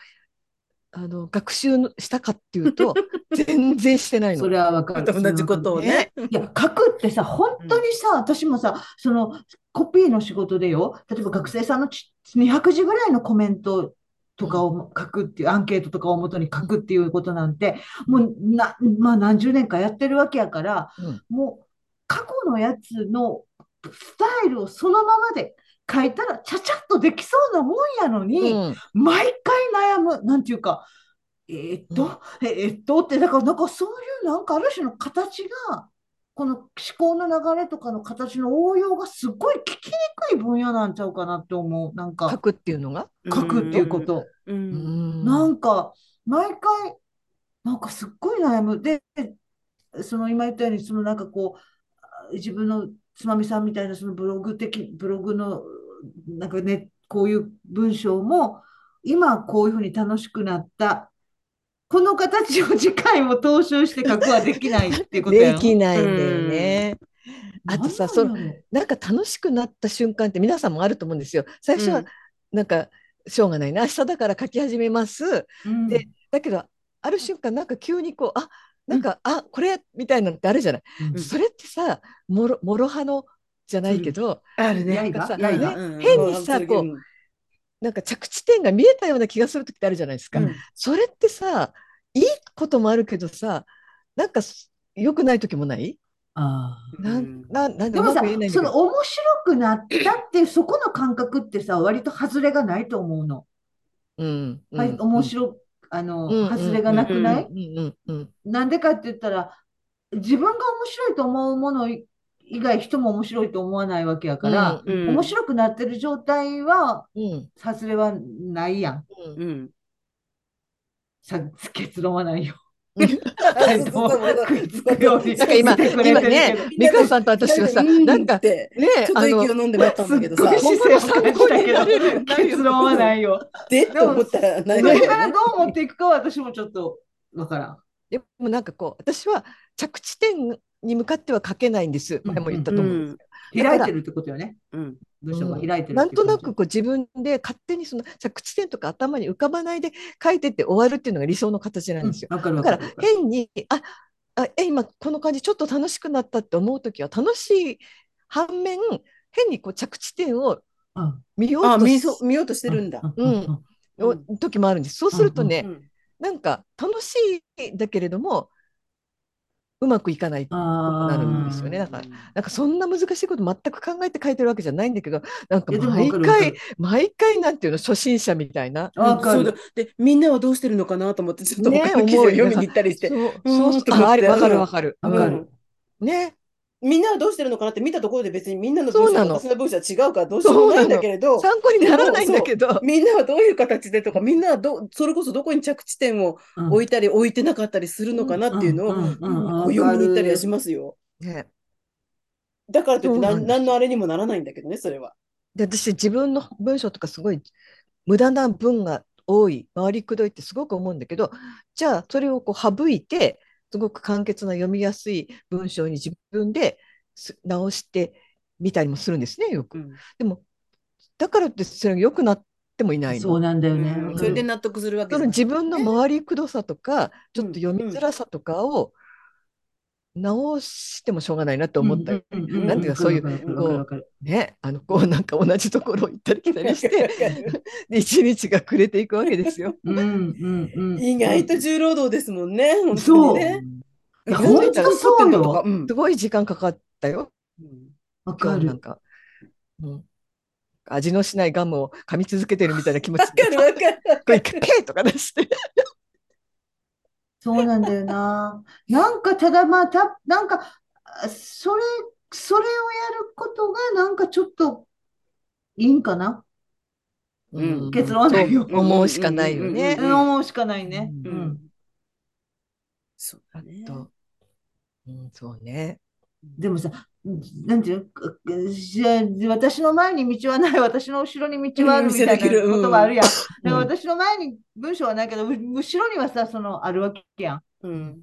B: あの学習のしたかっていう と全然してない
C: そ
B: の。
C: れはわかる。
A: 同じことをね。
C: いや、書くってさ、本当にさ、私もさ、そのコピーの仕事でよ、例えば学生さんのち200字ぐらいのコメントとかを書くっていう、アンケートとかをもとに書くっていうことなんて、もうな、まあ何十年かやってるわけやから、
B: うん
C: もう過去のやつのスタイルをそのままで書いたら、ちゃちゃっとできそうなもんやのに、
B: うん
C: 毎回悩む、なんていうか、えーっ
B: う
C: と、えーっとって、だからなんかそういうなんかある種の形が、この思考の流れとかの形の応用がすごい聞きにくい分野なんちゃうかなって思う。なん
B: 書
C: か
B: くっていうのが、
C: 書くっていうこと。
A: う。
B: うんん
C: なんか毎回、なんかすっごい悩む。で、その今言ったように、そのなんかこう、自分のつまみさんみたいなそのブログ的、ブログのなんかね、こういう文章も、今こういうふうに楽しくなった。この形を次回も踏襲して書くはできないっていうことや
B: で
C: ろ。
B: きないんだよね。あとさ
C: なんなんやろ
B: なんか楽しくなった瞬間って皆さんもあると思うんですよ。最初はなんかしょうがないな、明日だから書き始めます。
C: うん
B: でだけどある瞬間なんか急にこうあなんか、あこれみたいなのってあるじゃない。
C: うん
B: それってさもろもろ刃のじゃないけど、
A: ある
C: 刃
A: ね。
B: なんかさ
C: 刃
B: ね
A: うん
B: 変にさこう
A: うん
B: なんか着地点が見えたような気がする時ってあるじゃないですか。
A: うん
B: それってさいいこともあるけどさなんかす良くない時もない
C: あー
B: なん、なん、なん
C: でも
B: うま
C: さ
B: く言えないんだ
C: そ
B: けど
C: の面白くなったっていうそこの感覚ってさ割と外れがないと思うの。
B: うん、うん
C: はい、面白くあの、
B: うん
C: 外れがなくない、
B: うん、うん、うん、
C: なんでかって言ったら、自分が面白いと思うもの以外、人も面白いと思わないわけやから、
B: うん
A: うん
C: 面白くなってる状態は、
B: うん、
C: 外れはないやん。
B: うん
A: うん。
C: さ、結論はないよ。
A: あそうそう
C: 食いつくように
A: なん
B: か今
C: してくれてるけど
A: 今
B: 美香さんと私はさ、
A: うん
B: なんか、ね
A: って、ちょっと息を飲んでもらったんだけどさ、
C: すっごい姿勢を感じたけ
B: ないよ
C: ど、結論はないよ。
A: でって思ったらない
C: そ
A: の
C: こ
A: よね
C: からどう持っていくかは私もちょっとわからん。
B: でもなんかこう、私は着地点に向かっては書けないんです。前も言ったと思うんですけ
C: 開いてるってことよね。
A: うん。
C: 文章が
B: うん
C: 開いて
B: ど、
C: る
B: な
C: っ
B: ん
C: てい
B: と
C: う感
B: な
C: じ
B: くこう自分で勝手にその着地点とか頭に浮かばないで書いてって終わるっていうのが理想の形なんですよ。
C: うんわかる
B: だか
C: わからるわかる。
B: 変にああえ今この感じちょっと楽しくなったって思う時は楽しい反面変にこう着地点を
C: うん
B: 見よう
A: あ、
B: と
A: 見
B: し
A: そ見ようとしてるんだ。
C: うんうんうん
B: お時もあるんです。そうすると
C: うんうん
B: ね、なんか楽しいんだけれどもうまくいかない。
C: あー
B: なるんですよねだからなんかそんな難しいこと全く考えて書いてるわけじゃないんだけどなんか
C: いやでも
B: 毎
C: わかるわか
B: 回
C: る
B: 毎回なんていうの初心者みたいな。
A: うん
C: わか
A: そうだ
C: る。
A: で、みんなはどうしてるのかなと思って、ちょっと
B: ね
A: 他の記事を
B: 思うよ
A: 読みに行ったりして、
B: そう
A: うん
B: そう
A: と
B: あ
A: 思
B: あ
A: って
B: れわかるわかる。
C: わかる。
B: うんね
A: みんなはどうしてるのかなって見たところで別にみんなの
B: そ
A: 文
B: うな
A: 章
B: の
A: と私の文章は違うからどうしようもないんだけれど、
B: 参考にならないんだけど。
A: みんなはどういう形でとか、みんなはどうそれこそどこに着地点を
C: うん
A: 置いたり置いてなかったりするのかなっていうのを、
C: んんうん
A: こう読みに行ったりはしますよ。
B: ね
A: だからといって
B: そうなん
A: 何
B: です
A: 何のあれにもならないんだけどね、それは。
B: で私自分の文章とかすごい無駄な文が多い回りくどいってすごく思うんだけどじゃあそれをこう省いてすごく簡潔な読みやすい文章に自分です直してみたりもするんですねよく。でもだからってそれが良くなってもいないの。
C: そうなんだよ
A: う
C: ね。
A: ん
C: わか
A: それで
C: る
A: 納得するわけ
B: そ
A: じゃな
B: の
A: い
B: 自分の回りくどさとかちょっと読
A: うん
B: みづらさとかを直してもしょうがないなと思ったり、
C: うんうんうん
A: なんていう
B: かそういう
C: わかるわかるわかる
B: ねあのこうなんか同じところを行ったり来たりして。 で一日が暮れていくわけですよ。
C: うんうんうん
A: 意外と重労働ですもんね、本当
C: そ
A: に
C: う。
A: ね。
C: いや本当そうよ
A: 撮ってん
B: す
A: だとか
B: ごい時間かかったよ。
A: うん
C: わか
B: 今日なん
C: る。
B: か、うん、味のしないガムを噛み続けてるみたいな気持ち
A: わかるわかる。
B: で、ペーとか出して。
C: そうなんだよな。なんかただまあたなんかあそれそれをやることがなんかちょっといいんかな。
A: うん
C: 結論はないよ
B: そう思うしかないよね。
A: うん
C: 思うしかないね。
B: う
C: うんん。
A: そう
B: あ
A: だね。
B: と、うん、そうね。
C: でもさ、なんていうのじゃあ私の前に道はない、私の後ろに道はあるみたいな言葉ある やん。だから私の前に文章はないけど、う後ろにはさ、そのあるわけやん。
A: うん。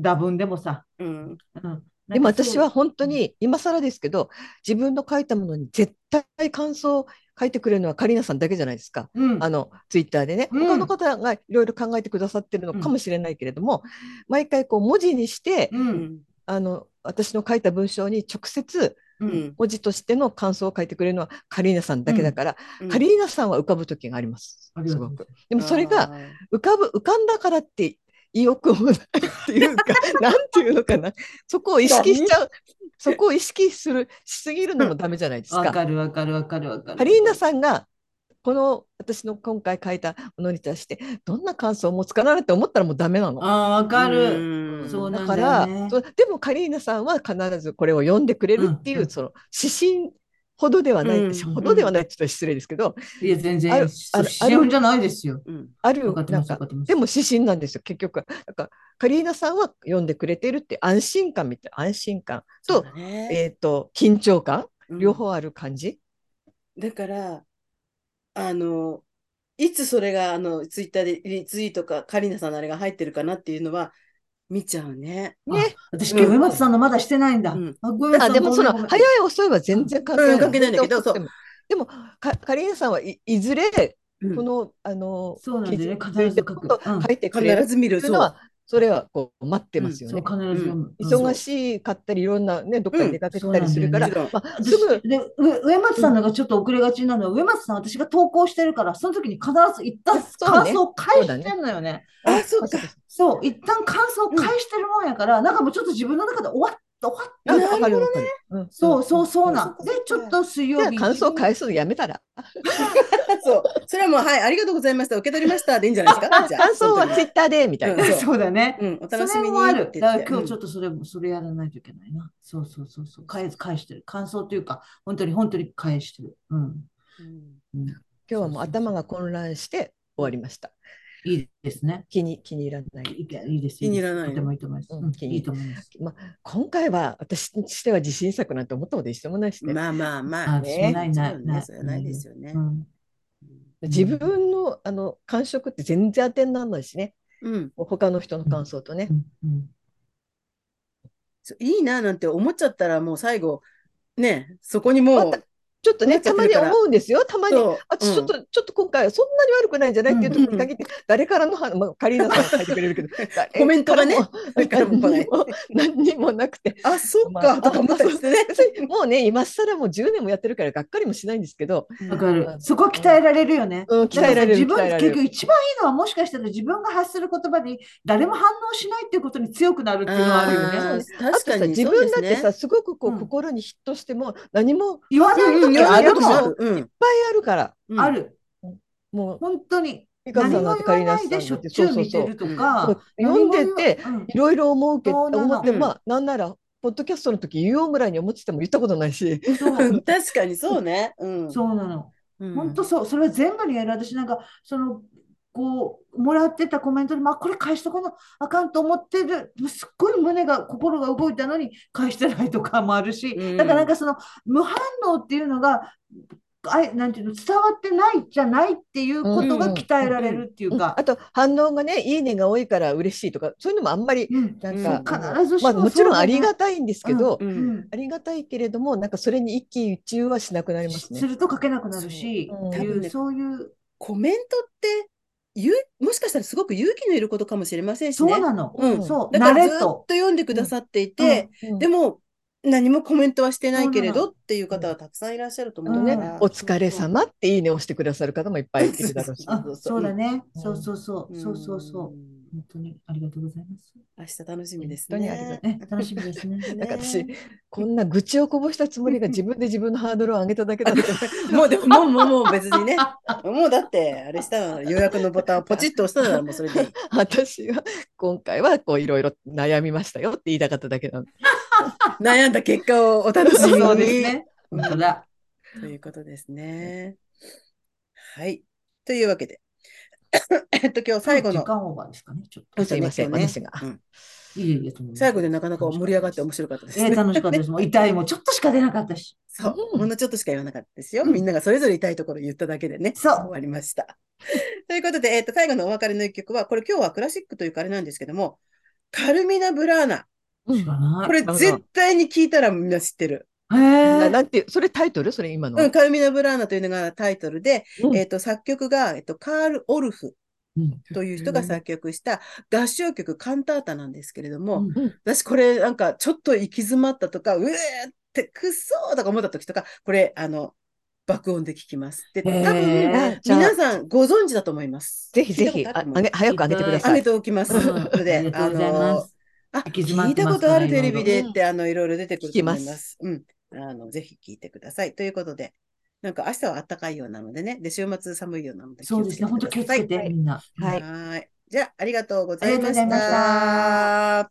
C: 打分でもさ。
A: うん。
C: うん、
B: でも私は、本当に今更ですけど、自分の書いたものに絶対感想を書いてくれるのはカリナさんだけじゃないですか。
C: うん、
B: あのツイッターでね、
C: うん
B: 他の方がいろいろ考えてくださってるのかもしれないけれども、毎回こう文字にして、
C: うん、
A: う
C: うん、
A: ん。
B: あの私の書いた文章に直接
C: う、
A: うんん。
B: 文字としての感想を書いてくれるのはカリーナさんだけだから、カリーナさんは浮かぶ時があります
C: あ。り
B: す
C: がとう
B: ご
C: ございます
B: く。でもそれが
A: あー、
B: 浮かぶ浮かんだからって意欲もないっていう かなんていうのかなそこを意識しちゃうそこを意識するしすぎるのもダメじゃないです
C: わ
B: か。
C: かるわかるわかるわかる。
B: カリーナさんがこの私の今回書いたものに対してどんな感想を持つかなって思ったらもうダメなの。
C: ああ、わかる。
A: うん
C: そう
B: だ
C: なん
B: か
C: だよ
B: ら
C: ね。
B: そうでもカリーナさんは必ずこれを読んでくれるっていう、
C: うん
B: その指針ほどではない、
A: うん
B: ほどではないって言ったら失礼ですけど
C: いや、全
B: あ
C: 然、
B: るあ
C: そう
B: る
C: しおんじゃないですよ。
A: うん。
B: あ
C: わ
B: る
C: かって
B: な
C: ま
B: ん
C: す、わ
B: か
C: かってます。
B: でも指針なんですよ結局はなんかカリーナさんは読んでくれてるって安心感みたい安心感
A: そう
B: と,、
A: だね。
B: えー、と緊張感
A: うん
B: 両方ある感じ、
A: だから、あの、いつそれが、あの、ツイッターでリツイートか、カリナさんのあれが入ってるかなっていうのは、見ちゃうね。
B: ね
C: あ私、今日、上松さんのまだしてないんだ。
A: うん
C: あごめんなさ
B: あ
C: い
B: でもその
C: ごめんごめん
B: 早い遅いは全然関係ない,、
A: うん関係ないんだけどそう
B: でもでもかカリーナさんはいいずれ
A: うん
B: この、あの
C: そうなんだよね
B: 記事について
C: 必ず書く
B: こと
C: うん
B: 書いてくれる
A: 必ず見る。そ
B: とい
A: う
B: の
A: う
B: は。それはこう待ってますよ
C: そ
B: ね。
C: う、必ず読む。
A: うん
B: 忙しいかったりいろんなねどっかに出かけてたりするから、
A: うんそうなんだ
B: まあ、すぐ
C: で、う上松さんのがちょっと遅れがちなのは、上松さん、私が投稿してるから、その時に必ず一旦
B: そう
C: 感
B: ね
C: 想を返してるのよね。
A: あ、そうか。
C: そう、一旦感想を返してるもんやから、なんかもうちょっと自分の中で終わっとわっ
A: なるほどね
B: わかるわかるうん
C: そうそうそうな
A: そっ
C: ん
A: かそっ
C: で
A: か
C: ちょっと水
B: じゃ
C: 曜
B: あ
C: 日
B: 感想返すのやめたら。
A: そう。それはもう、はい、ありがとうございました。受け取りました。でいいんじゃないですか。じゃあ、
B: 感想はツイッターでみたいな。
A: そう
C: そうだね
A: うん、お
C: そ
A: 楽し
C: れ
A: みに
C: もある
A: って。言
C: だ
A: っ
C: か
A: て
C: ら今日ちょ
A: っ
C: っとそれも、それやらないといけないな。そうそうそうそう。返す返してる。感想というか、本当に本当に返してる。うん。
A: と、うん
C: うん、
B: 今日はもう頭が混乱して終わりました。
C: いいですね。
B: 気に気に入らない。
C: いいいいです。
A: 気に入らない
C: とてもいいと思います。
B: うん
C: うん
B: 気に
C: いいと思います。
B: 今回は私にしては自信作なんて思ったこと一度もないしね。
A: まあまあまあ、
C: あそう
A: ね。
C: ないない
A: そう
C: ない
A: それはないですよね
C: う。ん。
B: 自分のあの感触って全然当てにならないしね。
A: うん、
B: 他の人の感想とね
C: う。んうん
A: そういいななんて思っちゃったら、もう最後、ね、そこにも
B: ま
A: う
B: た、ちょっとね、
A: なっちゃ
B: た
A: ってる
B: まに
A: から
B: 思うんですよ。たまに。
A: そう
B: 私ちょっ
A: うん
B: と、ちょっと今回はそんなに悪くないんじゃないっていうとこ
A: う
B: ろ
A: ん、
B: に限って、誰からの話、まあ、カリーナさんは書いてくれるけど
A: コメントがね
B: 誰から
A: 誰
B: も、誰
A: か
B: からも来ない何にもなくて、
A: あ、そっ
B: ま
A: か、
B: あ
A: とか思ったりしてね。
B: 別にもうね、今更もう10年もやってるから、がっかりもしないんですけど、
C: わかる。そこは鍛えられるよね。
B: うん、鍛えられる、
C: だから
B: 鍛え
C: さ
B: られ
C: 自分結
B: る。
C: 局一番いいのはもしかしたら自分が発する言葉に誰も反応しないっていうことに強くなるっていうのはあるよ
A: あ
C: ね。
A: ー確
B: あと
A: か
B: さ、
A: に
B: 自
A: そうで
B: 分だ
A: す
B: って
A: ね
B: さ、すごくこ
C: うん
B: う心にヒットしても、何もいっ
C: 言わな
A: うんう
C: い
A: ん、
C: 時
A: 言
C: は
A: わ
C: あ
A: ない
C: る
A: 時もあ
C: も
A: る。うん
B: ぱいあるから、
A: うん
C: んある。
B: もう、
C: 本当に。
B: 美香
C: 何
B: さん
C: も
B: なんてカリ
C: 言
B: ー
C: わ
B: ナ
C: な
B: さ
C: い
B: んな
C: で
B: ん、
C: しょってちゅ
B: そう
C: う
B: そう
C: 見
B: そ
C: てる
B: う。
C: と
B: そ
C: か
B: う、読んで
C: 何も
B: て、
C: 言わうん
B: いろいろ思うけど、
C: そうなの
B: 思って、
A: うん
B: まあ、なんなら、ポッドキャストの時、言おうぐらいに思ってても言ったことないし、
C: そう
A: 確かにそうね。うん。
C: そうなの。
A: うん
C: 本当そう、それは全部にやる。私なんか、その、こう、もらってたコメントで、まあ、これ返しとかなあかんと思ってる、すっごい胸が、心が動いたのに返してないとかもあるし、
A: うん
C: だからなんかその、無反応っていうのが、あいなんていうの、伝わってないじゃないっていうことが鍛えられるっていう
B: うん
C: か
B: あ、と反応がね、いいねが多いから嬉しいとか、そういうのもあんまり、
C: うん、
B: なんか、
C: そう
B: あの
C: 必ずし
B: ま
C: も
B: あ、もちろんありが
C: た
B: たいんですけど、
A: うん
B: ありがたいけれども、なんかそれに一喜一憂はしなくなります
C: す
B: ね。
C: ると書けなくなるし、
B: そううん
C: ってい
A: 多分ね
C: う、そういう、
A: コメントって、ゆうもしかしたらすごく勇気のいることかもしれませんし
C: そう
A: ね。
C: なの。
A: うん
C: そう、
A: だか
C: 慣
A: ら
C: れ
A: ずっと
C: と。
A: 読んでくださっていて、で
B: も、
A: も何もコメントはしてないけれ
C: そうな
A: どっていう方はたくさんいらっしゃると思
C: う
A: うんか
B: ね
A: ら。、
B: お疲れ様っていいねをしてくださる方もいっぱいいるだろうし。
A: そう
C: あ
A: そうそう
C: そうだね。
B: うん
C: そうそうそう。そうそうそう。
A: ん
C: 本当にありがとうございます。
A: 明日楽しみです
B: 本当にあり
A: ね。
C: ね、楽しみですね。
B: なんか私、こんな愚痴をこぼしたつもりが自分で自分のハードルを上げただけ だった。
A: もうでも、もうもうもう別にね。もうだって、あれしたら予約のボタンをポチッと押したならもうそれでいい。
B: 私は今回はこういろいろ悩みましたよって言いたかっただけなの。
A: 悩んだ結果をお楽しみに。
C: そうですね。本当だ。
A: ということですね。はい。というわけで。えっと、今日最後の
C: 時。間オーバーですかね。ちょっ
A: そう
B: すいません、
A: そうね
B: 私が。
A: うん
C: と。いえいえとんでもない
A: 最後でなかなか盛り上がって面白かったです
C: ええ
A: ね。
C: 楽しかったです。もう痛いもちょっとしか出なかったし。
A: そうう。
B: ん
A: ほんのちょっとしか言わなかったですよ。
C: うん
A: みんながそれぞれ痛いところを言っただけでね。
C: そう
A: 終わりました。ということで、えっと、最後のお別れの一曲は、これ今日はクラシックというかあれなんですけども、カルミナ・ブラーナ。
C: 知らない。
A: これ
B: なるほど
A: 絶対に聞いたらみんな知ってる。
C: へえ
B: ななんて、それタイトルそれ今の。
A: うん、カルミナ・ブラーナというのがタイトルで、
B: うん
A: えっと、作曲が、えっと、カール・オルフ
C: うん
A: という人が作曲した合唱曲カンタータなんですけれども、
C: うん
A: 私これなんかちょっと行き詰まったとか、うえーってくそーとか思った時とか、これあの、爆音で聞きます。で、多
C: へー
A: 分、
B: あじゃあ
A: 皆さんご存知だと思います。
B: ぜひぜ
A: 聞い
B: ひ、
A: た
B: あ
A: こと
B: あ
A: ある
B: げ早く上げ
A: と
B: てくだ
A: 思う
B: さ
A: 上
B: い
A: げ。ておきます。
C: うん
A: それ
C: あ
A: で、
C: りが
A: あ
C: とうございま
A: の、
C: す。
A: あ、
C: 行き詰ま
A: 聞
C: っ
A: い
C: て
A: た
C: ま
A: こ
C: すから
A: とあるテレビで
B: 今
A: っ
B: の
A: て、あの、いろいろ出てくると思いま。
B: 聞きます
A: うん。あの、ぜひ聞いてください。ということで、なんか明日は暖かいようなのでね、で、週末寒いようなので気
C: そ
A: を
C: うで
A: つ
C: す
A: け
C: ね。
A: て
C: 本当
A: く
C: 気
A: だ
C: をつ
A: さい。
C: けてみんな。
B: はい
A: はーい。じゃあ、ありがとうございま。
C: ありがとうございました